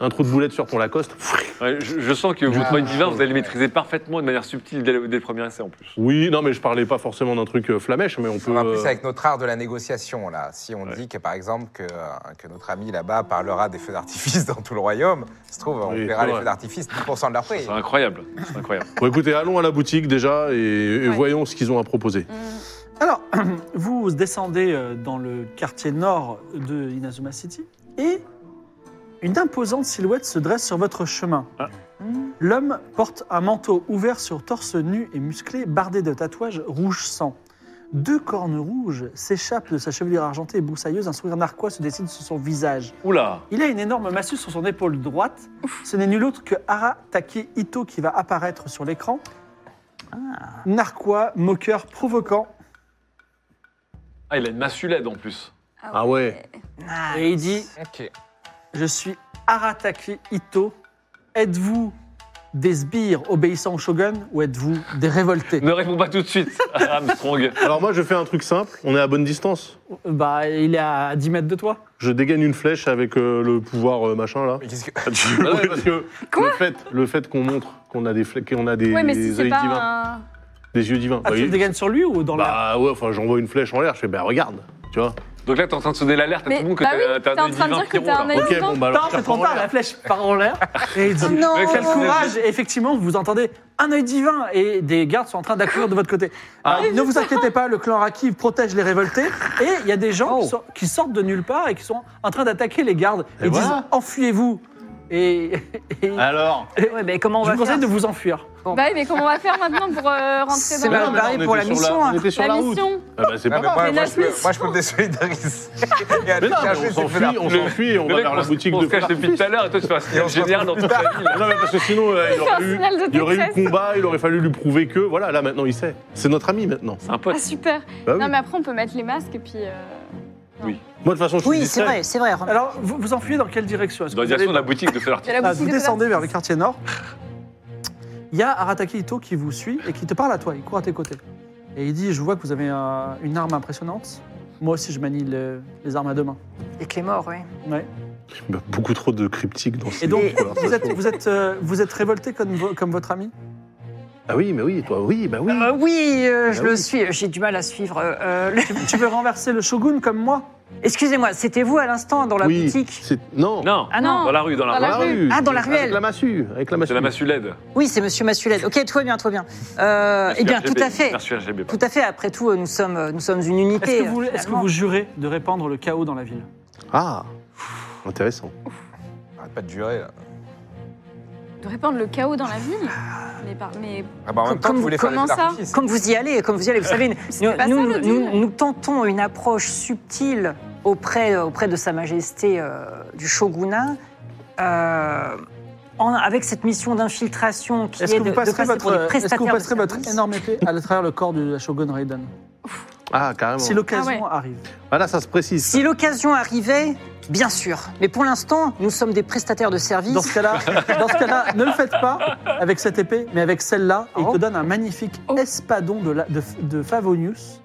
Speaker 7: Un trou de boulette sur ton Lacoste.
Speaker 4: Ouais, je, je sens que vous
Speaker 5: Ah,
Speaker 4: trois divins, vous allez
Speaker 5: ouais.
Speaker 4: maîtriser parfaitement de manière subtile dès le, dès le premier essai en plus.
Speaker 7: Oui, non, mais je parlais pas forcément d'un truc euh, flamèche, mais on peut.
Speaker 5: On va plus
Speaker 7: euh,
Speaker 5: avec notre art de la négociation, là. Si on dit que, par exemple, que, euh, que notre ami là-bas parlera des feux d'artifice [laughs] dans tout le royaume, ça se trouve, on
Speaker 7: Oui,
Speaker 5: verra
Speaker 7: c'est
Speaker 5: les
Speaker 7: vrai.
Speaker 5: feux d'artifice 10% de leur prix.
Speaker 4: C'est incroyable. C'est incroyable.
Speaker 7: Bon, écoutez, allons à la boutique déjà et, et
Speaker 3: Ouais.
Speaker 7: voyons ce qu'ils ont à proposer.
Speaker 3: Mm.
Speaker 1: Alors, [clears throat] vous descendez euh, dans le quartier nord de Inazuma City et une imposante silhouette se dresse sur votre chemin. L'homme porte un manteau ouvert sur torse nu et musclé, bardé de tatouages rouge sang. Deux cornes rouges s'échappent de sa chevelure argentée et boussailleuse, un sourire narquois se dessine sur son visage.
Speaker 4: Oula
Speaker 1: Il a une énorme massue sur son épaule droite. Ce n'est nul autre que Hara Take Ito qui va apparaître sur l'écran. Narquois, moqueur, provoquant.
Speaker 4: Ah, il a une massue LED en plus.
Speaker 7: Ah ouais.
Speaker 6: Ah,
Speaker 1: Et il dit
Speaker 5: Ok.
Speaker 1: Je suis Arataki Ito. Êtes-vous des sbires obéissant au shogun ou êtes-vous des révoltés
Speaker 4: Ne réponds pas tout de suite, Armstrong.
Speaker 7: Alors, moi, je fais un truc simple. On est à bonne distance.
Speaker 1: Bah, il est à 10 mètres de toi.
Speaker 7: Je dégaine une flèche avec euh, le pouvoir euh, machin, là.
Speaker 5: Mais qu'est-ce que-
Speaker 7: Ah non, mais parce que
Speaker 3: Quoi
Speaker 7: le fait, le fait qu'on montre qu'on a des fle- qu'on a des,
Speaker 3: Ouais, mais si
Speaker 7: des
Speaker 3: c'est
Speaker 7: yeux
Speaker 3: pas
Speaker 7: divins,
Speaker 3: un.
Speaker 7: des yeux divins.
Speaker 1: Ah,
Speaker 7: bah,
Speaker 1: tu
Speaker 7: il-
Speaker 1: le dégaines sur lui ou dans l'air
Speaker 7: bah, ouais, enfin j'envoie une flèche en l'air, je fais bah regarde, tu vois.
Speaker 4: Donc là, t'es en train de sonner l'alerte à
Speaker 3: Mais-
Speaker 4: tout le monde que
Speaker 3: bah
Speaker 4: t'as-
Speaker 3: oui,
Speaker 4: t'as
Speaker 3: t'es en
Speaker 4: un œil
Speaker 3: train de
Speaker 4: divin
Speaker 3: dire que
Speaker 4: pyro,
Speaker 3: t'as un
Speaker 4: là.
Speaker 3: œil-
Speaker 7: Ok, bon bah alors
Speaker 1: Non, c'est
Speaker 7: je tire pas
Speaker 1: trop
Speaker 7: en
Speaker 1: tard,
Speaker 7: l'air.
Speaker 1: la flèche part en l'air. Et il dit
Speaker 6: non.
Speaker 1: Quel courage Et effectivement, vous entendez un œil divin et des gardes sont en train d'accourir de votre côté.
Speaker 7: Ah.
Speaker 1: Euh, ne vous inquiétez pas, le clan Raki protège les révoltés et il y a des gens
Speaker 6: Oh.
Speaker 1: qui, sor- qui sortent de nulle part et qui sont en train d'attaquer les gardes.
Speaker 7: Et
Speaker 1: Ils disent
Speaker 7: voilà. Ah.
Speaker 1: Enfuyez-vous Et, et-
Speaker 7: Alors,
Speaker 6: Eh ouais, mais comment on
Speaker 1: je
Speaker 6: va
Speaker 1: vous conseille
Speaker 6: faire
Speaker 1: de vous enfuir.
Speaker 3: Bah oui, mais comment on va faire maintenant pour euh, rentrer
Speaker 6: C'est
Speaker 3: dans
Speaker 6: mal
Speaker 7: non, mais là,
Speaker 6: barré
Speaker 7: on était
Speaker 6: pour la
Speaker 7: sur
Speaker 6: mission, hein.
Speaker 7: on était sur la,
Speaker 3: la
Speaker 7: route.
Speaker 3: mission
Speaker 7: Ah bah c'est
Speaker 5: Ah,
Speaker 7: pas
Speaker 5: mais
Speaker 7: grave.
Speaker 5: moi,
Speaker 3: mais
Speaker 5: moi,
Speaker 3: la
Speaker 5: je peux,
Speaker 3: Suisse.
Speaker 5: moi, je peux me désolidariser.
Speaker 7: [laughs] Mais non, mais on s'enfuit, on s'enfuit et on
Speaker 4: Le
Speaker 7: va
Speaker 4: mec,
Speaker 7: vers la
Speaker 4: se-
Speaker 7: boutique
Speaker 4: on
Speaker 7: de
Speaker 4: se cache depuis
Speaker 7: Flair.
Speaker 4: tout à l'heure et toi, tu fais un signal
Speaker 5: se retrouve
Speaker 4: génial dans toute la ville.
Speaker 7: Non mais parce que sinon euh, il,
Speaker 3: un
Speaker 7: aurait eu,
Speaker 3: signal de
Speaker 7: il y aurait eu
Speaker 3: détresse.
Speaker 7: combat, il aurait fallu lui prouver que voilà là maintenant il sait. C'est notre ami maintenant.
Speaker 4: C'est un pote.
Speaker 3: Ah super.
Speaker 7: Bah oui.
Speaker 3: Non mais après on peut mettre les masques et puis. euh,
Speaker 7: Moi de toute façon je suis
Speaker 6: Oui, c'est
Speaker 7: discret.
Speaker 6: vrai, c'est vrai. Romain.
Speaker 1: Alors, vous, vous enfuyez dans quelle direction Est-ce que
Speaker 4: Dans la
Speaker 1: vous
Speaker 4: direction de
Speaker 1: allez-
Speaker 4: la boutique de feu
Speaker 3: de
Speaker 4: d'artifice.
Speaker 6: Bah,
Speaker 3: la
Speaker 1: Ah,
Speaker 3: boutique
Speaker 1: Vous
Speaker 3: de
Speaker 1: descendez vers le quartier nord. Il y a Arataki Ito qui vous suit et qui te parle à toi. Il court à tes côtés. Et il dit Je vois que vous avez un- une arme impressionnante. Moi aussi, je manie le- les armes à deux mains.
Speaker 6: Avec les morts, oui.
Speaker 1: Ouais.
Speaker 7: Bah, beaucoup trop de cryptiques dans ces
Speaker 1: Et donc,
Speaker 7: conversations.
Speaker 1: vous êtes, vous êtes, euh, vous êtes révolté comme, vo- comme votre ami
Speaker 7: Ah oui, mais oui, toi oui, bah oui.
Speaker 6: Euh, oui, euh, je
Speaker 7: Ah
Speaker 6: le
Speaker 7: oui.
Speaker 6: suis. J'ai du mal à suivre. euh, euh, le-
Speaker 1: tu, tu veux renverser le shogun comme moi
Speaker 6: Excusez-moi, c'était vous à l'instant dans la
Speaker 7: oui,
Speaker 6: boutique
Speaker 7: c'est- Non.
Speaker 4: Non,
Speaker 6: Ah non.
Speaker 4: dans la rue, dans la
Speaker 3: Dans
Speaker 4: rue.
Speaker 3: la
Speaker 7: Dans la rue.
Speaker 6: Ah, dans la
Speaker 7: Avec
Speaker 6: ruelle.
Speaker 7: la massue. Avec la
Speaker 4: C'est
Speaker 7: massue.
Speaker 4: la massue LED.
Speaker 6: Oui, c'est Monsieur Massulet. Ok, toi bien, toi bien. Euh, eh bien,
Speaker 4: RGB,
Speaker 6: tout à fait.
Speaker 4: Merci RGB.
Speaker 6: Tout à fait. Après tout, euh, nous sommes, euh, nous sommes une unité.
Speaker 1: Est-ce que, vous,
Speaker 6: euh,
Speaker 1: est-ce que
Speaker 6: finalement.
Speaker 1: vous jurez de répandre le chaos dans la ville
Speaker 7: Ah, intéressant.
Speaker 5: Arrête Ah, pas de durer, là.
Speaker 3: De répandre le chaos dans la ville. Mais, par- mais
Speaker 5: Ah bah, en même temps,
Speaker 6: Comme-
Speaker 5: vous voulez faire les feux
Speaker 3: comment ça
Speaker 5: d'artifice.
Speaker 6: Comme vous y allez, comme vous y allez, vous
Speaker 3: [laughs]
Speaker 6: savez, nous,
Speaker 3: C'était pas
Speaker 6: nous-
Speaker 3: ça, le
Speaker 6: nous-
Speaker 3: deal.
Speaker 6: nous- nous tentons une approche subtile auprès, auprès de Sa Majesté euh, du Shogunat, euh, en- avec cette mission d'infiltration qui est,
Speaker 1: Est-ce que,
Speaker 6: de,
Speaker 1: vous
Speaker 6: de
Speaker 1: passerez
Speaker 6: passer pour
Speaker 1: votre, est-ce
Speaker 6: des
Speaker 1: que vous
Speaker 6: prestataires de
Speaker 1: passerez votre
Speaker 6: service.
Speaker 1: énorme épée à travers le corps de la shogun Raiden
Speaker 7: Ah, carrément.
Speaker 1: Si l'occasion
Speaker 3: Ah
Speaker 1: arrive.
Speaker 7: Ah là, ça se précise.
Speaker 6: Si l'occasion arrivait, bien sûr. Mais pour l'instant, nous sommes des prestataires de service.
Speaker 1: Dans ce cas-là, dans ce cas-là, ne le faites pas avec cette épée, mais avec celle-là. Et il
Speaker 6: Oh.
Speaker 1: te donne un magnifique espadon de, la- de, de Favonius,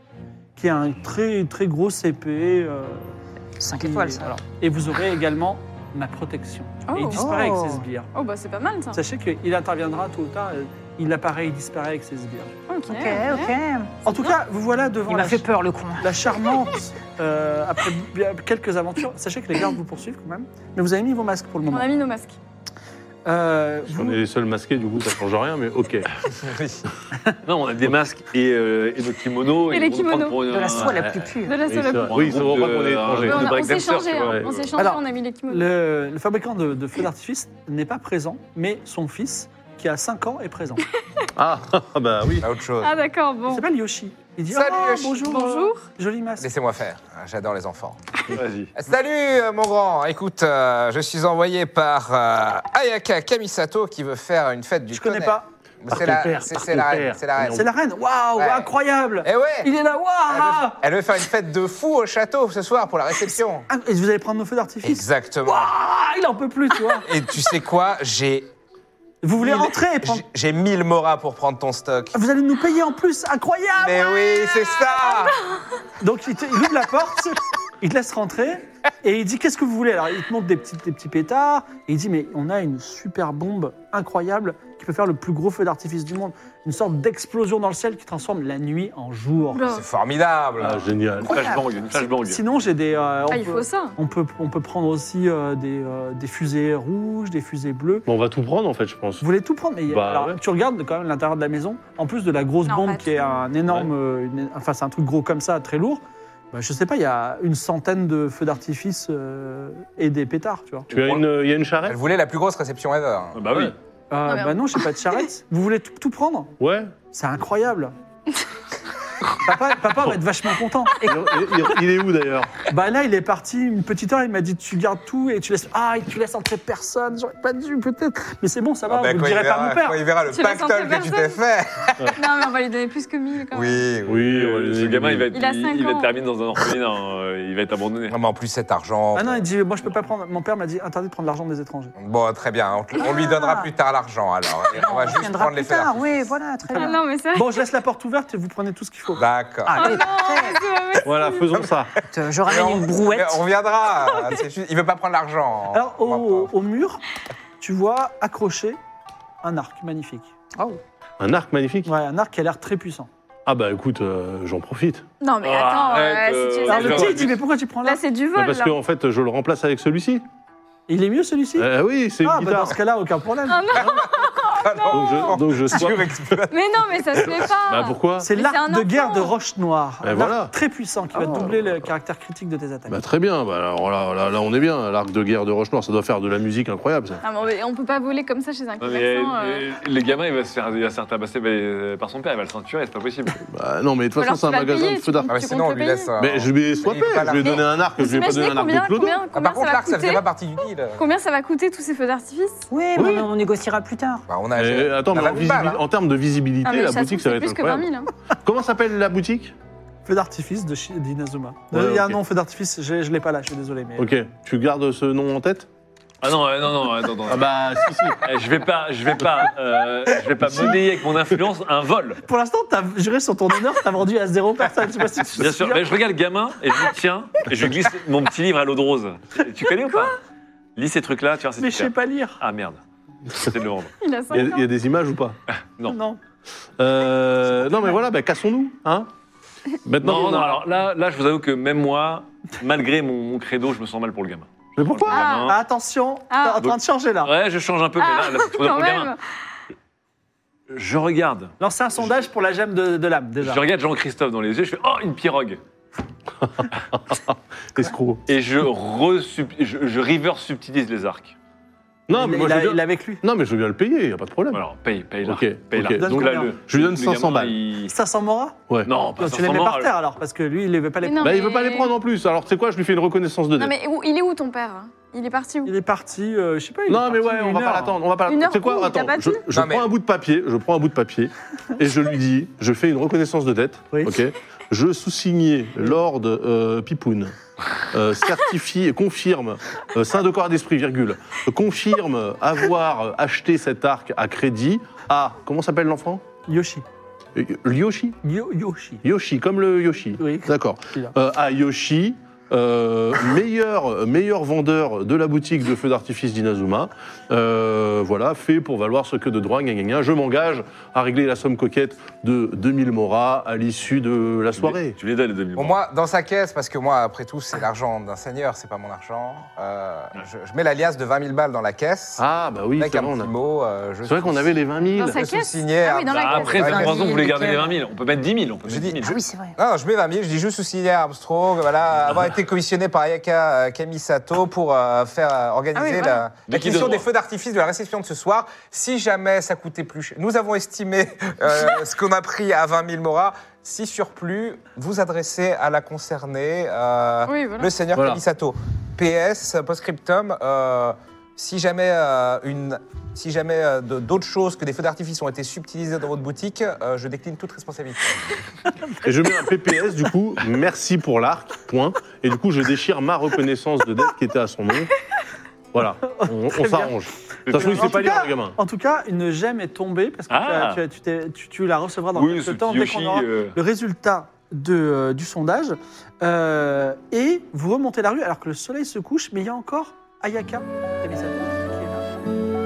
Speaker 1: qui a un très très grosse épée. euh,
Speaker 6: 5
Speaker 1: qui-
Speaker 6: étoiles, ça.
Speaker 1: voilà. Et vous aurez également ma protection. Et il
Speaker 3: oh.
Speaker 1: disparaît
Speaker 6: Oh. Ah.
Speaker 1: avec ses sbires.
Speaker 3: Oh, bah c'est pas mal ça.
Speaker 1: Sachez qu'il interviendra tôt ou tard. euh, Il apparaît, il disparaît avec ses sbires.
Speaker 3: Ok.
Speaker 6: Ok,
Speaker 3: ok.
Speaker 6: ok.
Speaker 1: En tout cas, vous voilà devant
Speaker 6: Il m'a
Speaker 1: la,
Speaker 6: fait peur, le con.
Speaker 1: la charmante. euh, après bien- quelques aventures, sachez que les gardes vous poursuivent quand même. Mais vous avez mis vos masques pour le
Speaker 3: On
Speaker 1: moment.
Speaker 3: a mis nos masques.
Speaker 1: Euh,
Speaker 7: Si
Speaker 1: vous-
Speaker 7: on est les seuls masqués, du coup, ça change rien, mais
Speaker 4: [laughs]
Speaker 7: ok. [laughs]
Speaker 5: Oui.
Speaker 4: Non, on a des masques et, euh, et nos kimonos.
Speaker 3: Et
Speaker 4: ils
Speaker 3: les
Speaker 4: vont nous prendre
Speaker 3: kimonos.
Speaker 4: pour une-
Speaker 6: De la soie la
Speaker 4: euh,
Speaker 6: plus pure.
Speaker 3: De la
Speaker 7: Oui,
Speaker 3: seule
Speaker 7: c'est
Speaker 3: à
Speaker 7: vrai.
Speaker 3: coup.
Speaker 7: Oui, ça voit pas qu'on est
Speaker 4: Ouais,
Speaker 7: étranger.
Speaker 3: Ouais, on a- on s'est
Speaker 4: breakdancer,
Speaker 3: changé,
Speaker 4: tu vois.
Speaker 3: hein, on s'est changé,
Speaker 1: Alors,
Speaker 3: on a mis les kimonos.
Speaker 1: Le, le fabricant de, de feux d'artifice n'est pas présent, mais son fils, qui a 5 ans, est présent.
Speaker 7: Ah, [laughs] bah oui.
Speaker 5: À autre chose.
Speaker 3: Ah d'accord,
Speaker 1: Il
Speaker 3: bon.
Speaker 1: s'appelle Yoshi. Il dit
Speaker 5: Salut,
Speaker 1: Ah,
Speaker 5: Yoshi.
Speaker 1: bonjour,
Speaker 3: Bonjour.
Speaker 1: euh, joli masque.
Speaker 5: Laissez-moi faire. Ah, J'adore les enfants.
Speaker 4: Vas-y.
Speaker 5: Salut euh, mon grand, écoute, euh, je suis envoyé par euh, Ayaka Kamisato qui veut faire une fête du
Speaker 1: Je connais
Speaker 5: tonnerre.
Speaker 1: pas.
Speaker 5: C'est
Speaker 7: Par
Speaker 5: la,
Speaker 7: ton père,
Speaker 5: c'est-
Speaker 7: par
Speaker 5: c'est
Speaker 7: ton
Speaker 5: la reine,
Speaker 7: père.
Speaker 5: c'est la reine.
Speaker 1: C'est la reine. Waouh,
Speaker 5: Ouais.
Speaker 1: incroyable.
Speaker 5: Eh Ah, ouais,
Speaker 1: Il est là.
Speaker 5: elle veut,
Speaker 1: Waouh.
Speaker 5: elle veut faire une fête de fou au château ce soir pour la réception.
Speaker 1: Ah, et vous allez prendre nos feux d'artifice.
Speaker 5: Exactement.
Speaker 1: Ah, il en peut plus, tu vois.
Speaker 5: Et tu sais quoi, j'ai
Speaker 1: Vous voulez
Speaker 5: mille-
Speaker 1: rentrer et prendre.
Speaker 5: j'ai- J'ai 1000 moras pour prendre ton stock.
Speaker 7: Ah
Speaker 1: Vous allez nous payer en plus, incroyable.
Speaker 5: Mais oui, c'est
Speaker 7: Ah,
Speaker 5: ça.
Speaker 1: Donc il, te- il ouvre la porte, il te laisse rentrer et il dit qu'est-ce que vous voulez Alors il te montre des petits, des petits pétards et il dit mais on a une super bombe incroyable qui peut faire le plus gros feu d'artifice du monde, une sorte d'explosion dans le ciel qui transforme la nuit en jour.
Speaker 3: Oula.
Speaker 5: C'est formidable.
Speaker 7: Ah, génial.
Speaker 4: Une flashbang, une flashbang.
Speaker 1: Sinon j'ai des euh, on,
Speaker 3: Ah, il
Speaker 1: peut,
Speaker 3: faut ça.
Speaker 1: on peut on peut prendre aussi euh, des, euh, des fusées rouges, des fusées bleues.
Speaker 7: Mais on va tout prendre, en fait, je pense.
Speaker 1: Vous voulez tout prendre, mais il y a-
Speaker 7: Bah,
Speaker 1: alors,
Speaker 7: ouais.
Speaker 1: tu regardes quand même l'intérieur de la maison. En plus de la grosse
Speaker 3: Non,
Speaker 1: bombe
Speaker 3: pas
Speaker 1: qui est
Speaker 3: tout.
Speaker 1: un énorme, euh, une- enfin c'est un truc gros comme ça, très lourd. Bah, je sais pas, il y a une centaine de feux d'artifice euh, et des pétards, tu vois.
Speaker 7: Tu as une, euh, il y a une charrette
Speaker 5: Elle voulait la plus grosse réception ever.
Speaker 4: Ah Bah oui.
Speaker 1: Euh,
Speaker 3: Non, mais-
Speaker 1: bah non, j'ai pas de
Speaker 3: [laughs]
Speaker 1: charrette. Vous voulez tout, tout prendre
Speaker 7: Ouais.
Speaker 1: C'est incroyable. papa, papa
Speaker 7: Oh.
Speaker 1: va être vachement content.
Speaker 7: Il, il- il est où d'ailleurs
Speaker 1: Bah là, il est parti une petite heure. Il m'a dit tu gardes tout et tu laisses. Ah, et tu laisses entrer personne. J'aurais pas dû peut-être. Mais c'est bon, ça va.
Speaker 5: Ah ben,
Speaker 1: vous
Speaker 5: quand
Speaker 1: le
Speaker 5: il
Speaker 1: direz pas à
Speaker 5: verra-
Speaker 1: mon père.
Speaker 5: quand il verra le
Speaker 3: Tu l'as senti
Speaker 5: pactole que tu t'es
Speaker 3: personne
Speaker 5: fait.
Speaker 3: Non, mais on va lui donner plus que 1000 quand même.
Speaker 5: Oui, oui.
Speaker 7: Oui, on va
Speaker 4: Euh,
Speaker 7: les
Speaker 4: ce gamin, il va être,
Speaker 3: Il a cinq
Speaker 4: va
Speaker 3: ans.
Speaker 4: être terminé dans un orphelinat. hein, euh, Il va être abandonné.
Speaker 5: Non, mais en plus, cet argent.
Speaker 1: Ah non, il dit moi je peux pas prendre. Mon père m'a dit interdit de prendre l'argent des étrangers.
Speaker 5: Bon, très bien. On, te- on lui
Speaker 3: Ah.
Speaker 5: donnera plus tard l'argent alors. On va juste
Speaker 6: viendra
Speaker 5: prendre les
Speaker 6: plus
Speaker 5: faire.
Speaker 6: tard. Oui, voilà, très
Speaker 3: Ah
Speaker 6: bien. Ah,
Speaker 3: non, mais ça.
Speaker 1: Bon, je laisse la porte ouverte et vous prenez tout ce qu'il faut.
Speaker 5: D'accord.
Speaker 3: Oh
Speaker 1: Allez.
Speaker 3: non, c'est horrible.
Speaker 7: Voilà, faisons ça.
Speaker 6: Euh, Je
Speaker 5: Mais
Speaker 6: ramène une brouette.
Speaker 5: mais On viendra. C'est juste- Il veut pas prendre l'argent.
Speaker 1: Alors, oh.
Speaker 5: On
Speaker 1: au,
Speaker 5: va
Speaker 1: au mur, tu vois accroché un arc magnifique.
Speaker 7: Un arc magnifique
Speaker 1: Ouais, un arc qui a l'air très puissant.
Speaker 7: Ah bah écoute, euh, j'en profite.
Speaker 3: Non, mais
Speaker 4: Ah,
Speaker 3: attends,
Speaker 4: arrête,
Speaker 3: euh, si tu
Speaker 4: euh,
Speaker 3: les
Speaker 1: Alors, le
Speaker 4: Alors, je-
Speaker 1: petit, il
Speaker 3: as-
Speaker 1: dit Mais pourquoi tu prends là
Speaker 3: Là, c'est du
Speaker 7: Bah,
Speaker 3: vol.
Speaker 7: parce
Speaker 3: là.
Speaker 7: que en fait, je le remplace avec celui-ci.
Speaker 1: Il est mieux celui-ci
Speaker 7: Euh, oui, c'est une
Speaker 1: Ah, bah dans
Speaker 7: guitare.
Speaker 1: ce cas-là, aucun problème.
Speaker 3: Ah non,
Speaker 5: pas-
Speaker 7: donc je, donc je sois-
Speaker 5: Surexploité.
Speaker 3: mais non, mais ça se fait pas.
Speaker 7: Bah pourquoi
Speaker 1: C'est
Speaker 3: Mais c'est
Speaker 1: l'arc
Speaker 3: un
Speaker 1: de guerre de
Speaker 3: enfant. Oh.
Speaker 1: Roche Noire.
Speaker 7: Ben
Speaker 1: Un
Speaker 7: voilà.
Speaker 1: arc très puissant qui va
Speaker 7: Ah.
Speaker 1: doubler le caractère critique de tes attaques.
Speaker 7: Bah très bien, bah, alors là, là, là, on est bien, l'arc de guerre de Rochenoir, ça doit faire de la musique incroyable ça.
Speaker 3: Ah, mais on- mais on peut pas voler comme ça chez un
Speaker 4: Non, mais,
Speaker 3: commerçant. euh.
Speaker 4: euh, le gamin, il va se faire, il va se faire tabasser par- euh, par son père, il va le ceinturer, c'est pas possible.
Speaker 7: Bah non mais de toute façon
Speaker 3: Alors,
Speaker 7: c'est un
Speaker 3: tu vas le
Speaker 7: magasin
Speaker 3: payer,
Speaker 7: de feu d'artifice.
Speaker 5: Ah, mais
Speaker 3: Tu
Speaker 5: sinon, on
Speaker 3: comptes
Speaker 5: lui
Speaker 3: le
Speaker 5: laisse.
Speaker 3: payer
Speaker 5: euh,
Speaker 7: Mais je vais swapper,
Speaker 5: pas
Speaker 7: je
Speaker 5: l'arc.
Speaker 7: vais donner un arc, je vais pas
Speaker 3: Imaginez
Speaker 7: donner un arc
Speaker 3: combien,
Speaker 7: de clodo.
Speaker 3: combien,
Speaker 5: Ah,
Speaker 3: combien
Speaker 5: par contre,
Speaker 3: ça va
Speaker 5: l'arc, ça faisait
Speaker 3: coûter
Speaker 5: pas partie du deal.
Speaker 3: Combien ça va coûter tous ces feux d'artifice
Speaker 6: Oui, mais on négociera plus tard.
Speaker 5: Bah, on a.
Speaker 7: Eh, attends,
Speaker 5: on
Speaker 7: mais
Speaker 5: a
Speaker 7: en,
Speaker 5: vingt balles,
Speaker 7: visibil-
Speaker 5: hein.
Speaker 7: en termes de visibilité,
Speaker 3: Ah, mais
Speaker 7: la
Speaker 3: ça se
Speaker 7: boutique
Speaker 3: trouve,
Speaker 7: ça va
Speaker 3: c'est
Speaker 7: être
Speaker 3: plus que 20
Speaker 7: incroyable.
Speaker 3: 000. hein.
Speaker 7: Comment s'appelle la boutique
Speaker 1: Feu d'artifice de Chi- d'Inazuma. Euh,
Speaker 7: Ouais,
Speaker 1: il y a
Speaker 7: ok.
Speaker 1: un nom, feu d'artifice, je, je l'ai pas là, je suis désolé. Mais...
Speaker 7: Ok, tu gardes ce nom en tête
Speaker 4: Ah non, euh, non, non, attends, attends.
Speaker 7: Ah bah si si.
Speaker 4: Eh, Je vais pas, je vais pas, euh, je vais pas monnayer avec mon influence un vol.
Speaker 1: Pour l'instant, t'as juré sur ton honneur, t'as vendu à zéro personne. Je sais pas si tu te
Speaker 4: Bien sûr,
Speaker 1: souviens.
Speaker 4: mais je regarde le gamin et je dis tiens, et je glisse mon petit livre à l'eau de rose. Tu connais ou pas Lis ces trucs-là, tu vois, c'est
Speaker 1: Mais je sais
Speaker 4: super.
Speaker 1: pas lire.
Speaker 4: Ah merde. J'essaie de le rendre.
Speaker 3: Il
Speaker 7: Il y,
Speaker 3: a
Speaker 7: a-
Speaker 3: 5
Speaker 7: il y
Speaker 3: ans.
Speaker 7: a des images ou pas
Speaker 4: Non.
Speaker 1: non.
Speaker 7: euh, Non mais voilà, bah, cassons-nous, hein Maintenant,
Speaker 4: Non,
Speaker 7: on
Speaker 4: non,
Speaker 7: a-
Speaker 4: alors là, là, je vous avoue que même moi, malgré mon, mon credo, je me sens mal pour le gamin.
Speaker 7: Mais pourquoi
Speaker 4: Le gamin.
Speaker 1: Ah, attention, t'es
Speaker 3: Ah.
Speaker 1: en train de changer là.
Speaker 4: Hein Ouais, je change un peu, mais là, là, c'est trop dur
Speaker 3: Quand
Speaker 1: Ah,
Speaker 4: pour le gamin.
Speaker 3: même.
Speaker 4: Je regarde,
Speaker 1: Lancez un sondage pour la gemme de, de l'âme déjà.
Speaker 4: je regarde Jean-Christophe dans les yeux, je fais oh une pirogue
Speaker 7: Escroc.
Speaker 4: et je re je, je river subtilise les arcs.
Speaker 7: Non
Speaker 1: Il-
Speaker 7: mais moi
Speaker 1: il,
Speaker 7: je
Speaker 1: a-
Speaker 7: veux
Speaker 1: il est
Speaker 7: bien,
Speaker 1: avec lui.
Speaker 7: non, mais je veux bien le payer, il a pas de problème.
Speaker 4: Alors paye, paye l'arc.
Speaker 7: Ok,
Speaker 4: paye
Speaker 7: ok.
Speaker 4: l'arc.
Speaker 1: Donc là,
Speaker 4: le-
Speaker 7: je lui donne
Speaker 4: le gamin,
Speaker 7: 500 balles.
Speaker 4: il-
Speaker 1: 500 moras
Speaker 7: Ouais.
Speaker 4: Non, pas
Speaker 1: Non, Tu les
Speaker 4: 500
Speaker 1: mets par
Speaker 4: morts.
Speaker 1: terre alors, parce que lui, il les veut pas les
Speaker 3: Mais non,
Speaker 7: Bah il veut pas les prendre en plus, alors tu sais quoi, je lui fais une reconnaissance de
Speaker 3: Non,
Speaker 7: dette.
Speaker 3: mais où- il est où ton père Il est parti où
Speaker 1: Il est parti, euh, je sais pas. il est
Speaker 7: Non, mais
Speaker 1: parti
Speaker 7: ouais,
Speaker 1: une
Speaker 7: on va pas
Speaker 1: heure.
Speaker 7: l'attendre. On va pas
Speaker 3: Une
Speaker 7: l'attendre.
Speaker 3: heure
Speaker 7: C'est quoi
Speaker 3: où,
Speaker 7: Attends,
Speaker 3: t'as pas
Speaker 7: je,
Speaker 3: dit
Speaker 7: je
Speaker 5: Non, mais-
Speaker 7: prends un bout de papier, je prends un bout
Speaker 1: [laughs]
Speaker 7: de papier et je lui dis, je fais une reconnaissance de dette.
Speaker 1: Oui.
Speaker 7: Ok. Je sous-signais Lord euh, Pipoun. euh, certifie et confirme, euh, saint de corps et d'esprit, virgule, confirme avoir euh, acheté cet arc à crédit à, comment s'appelle l'enfant
Speaker 1: hein. Yoshi.
Speaker 7: Euh, Yoshi
Speaker 1: Yo- Yoshi.
Speaker 7: Yoshi, comme le Yoshi.
Speaker 1: Oui.
Speaker 7: D'accord.
Speaker 1: Il a.
Speaker 7: Euh, à Yoshi, euh, [laughs] meilleur, meilleur vendeur de la boutique de feux d'artifice d'Inazuma. Euh, voilà, fait pour valoir ce que de droit, gna, gna, gna. Je m'engage à régler la somme coquette de 2000 moras à l'issue de la soirée.
Speaker 4: Tu les donnes les 2000
Speaker 5: Bon, moi, dans sa caisse, parce que moi, après tout, c'est l'argent d'un seigneur, c'est pas mon argent. euh, je, je mets l'alias de 20 000 balles dans la caisse.
Speaker 7: Ah, bah oui,
Speaker 5: avec
Speaker 7: c'est
Speaker 5: un
Speaker 7: vrai, on
Speaker 5: petit
Speaker 7: a-
Speaker 5: mot. euh, je
Speaker 7: c'est vrai
Speaker 5: suis-
Speaker 7: qu'on avait les 20 000.
Speaker 3: Dans sa
Speaker 5: Je
Speaker 3: caisse
Speaker 5: sous-signais
Speaker 3: Ah oui, dans la
Speaker 4: Bah,
Speaker 3: caisse.
Speaker 4: après, ça fait
Speaker 5: Ouais,
Speaker 4: 3 ans que vous les
Speaker 6: nickel.
Speaker 4: gardez les 20 000. On peut mettre 10 000. On peut
Speaker 5: Je
Speaker 4: mettre
Speaker 5: dis-
Speaker 4: 10 000.
Speaker 6: Ah oui, c'est vrai.
Speaker 5: Non, non, je mets 20 000, je dis juste sous-signé Armstrong,
Speaker 7: [laughs]
Speaker 5: voilà, avoir été commissionné par Ayaka euh, Kamisato pour euh, faire euh, organiser
Speaker 3: Ah oui, voilà.
Speaker 5: la,
Speaker 4: De
Speaker 5: la
Speaker 4: qui
Speaker 5: question
Speaker 4: de droit
Speaker 5: des feux d'artifice de la réception de ce soir. Si jamais ça coûtait plus cher, nous avons estimé
Speaker 3: [laughs]
Speaker 5: euh, ce qu'on a pris à 20 000 moras. Si surplus, vous adressez à la concernée euh,
Speaker 3: Oui, voilà.
Speaker 5: le seigneur
Speaker 7: Voilà.
Speaker 5: Kamisato. PS, postscriptum, euh, si jamais, euh, une, si jamais euh, de- d'autres choses que des feux d'artifice ont été subtilisés dans votre boutique, euh, je décline toute responsabilité.
Speaker 7: Et je mets un PPS, du coup, merci pour l'arc, point. Et du coup, je déchire ma reconnaissance de dette qui était à son nom. Voilà, on, on s'arrange. De toute façon, il
Speaker 1: En
Speaker 7: sait
Speaker 1: tout
Speaker 7: pas lire,
Speaker 1: cas-
Speaker 7: le gamin.
Speaker 1: En tout cas, une gemme est tombée parce que tu as-
Speaker 4: Ah.
Speaker 1: tu, as- tu t'es- tu- tu la recevras dans
Speaker 4: Oui, ce
Speaker 1: quelques
Speaker 4: petit
Speaker 1: temps dès
Speaker 4: Yoshi.
Speaker 1: qu'on aura
Speaker 4: euh,
Speaker 1: le résultat de, euh, du sondage. Euh, et vous remontez la rue alors que le soleil se couche, mais il y a encore Ayaka Kamisato qui est là.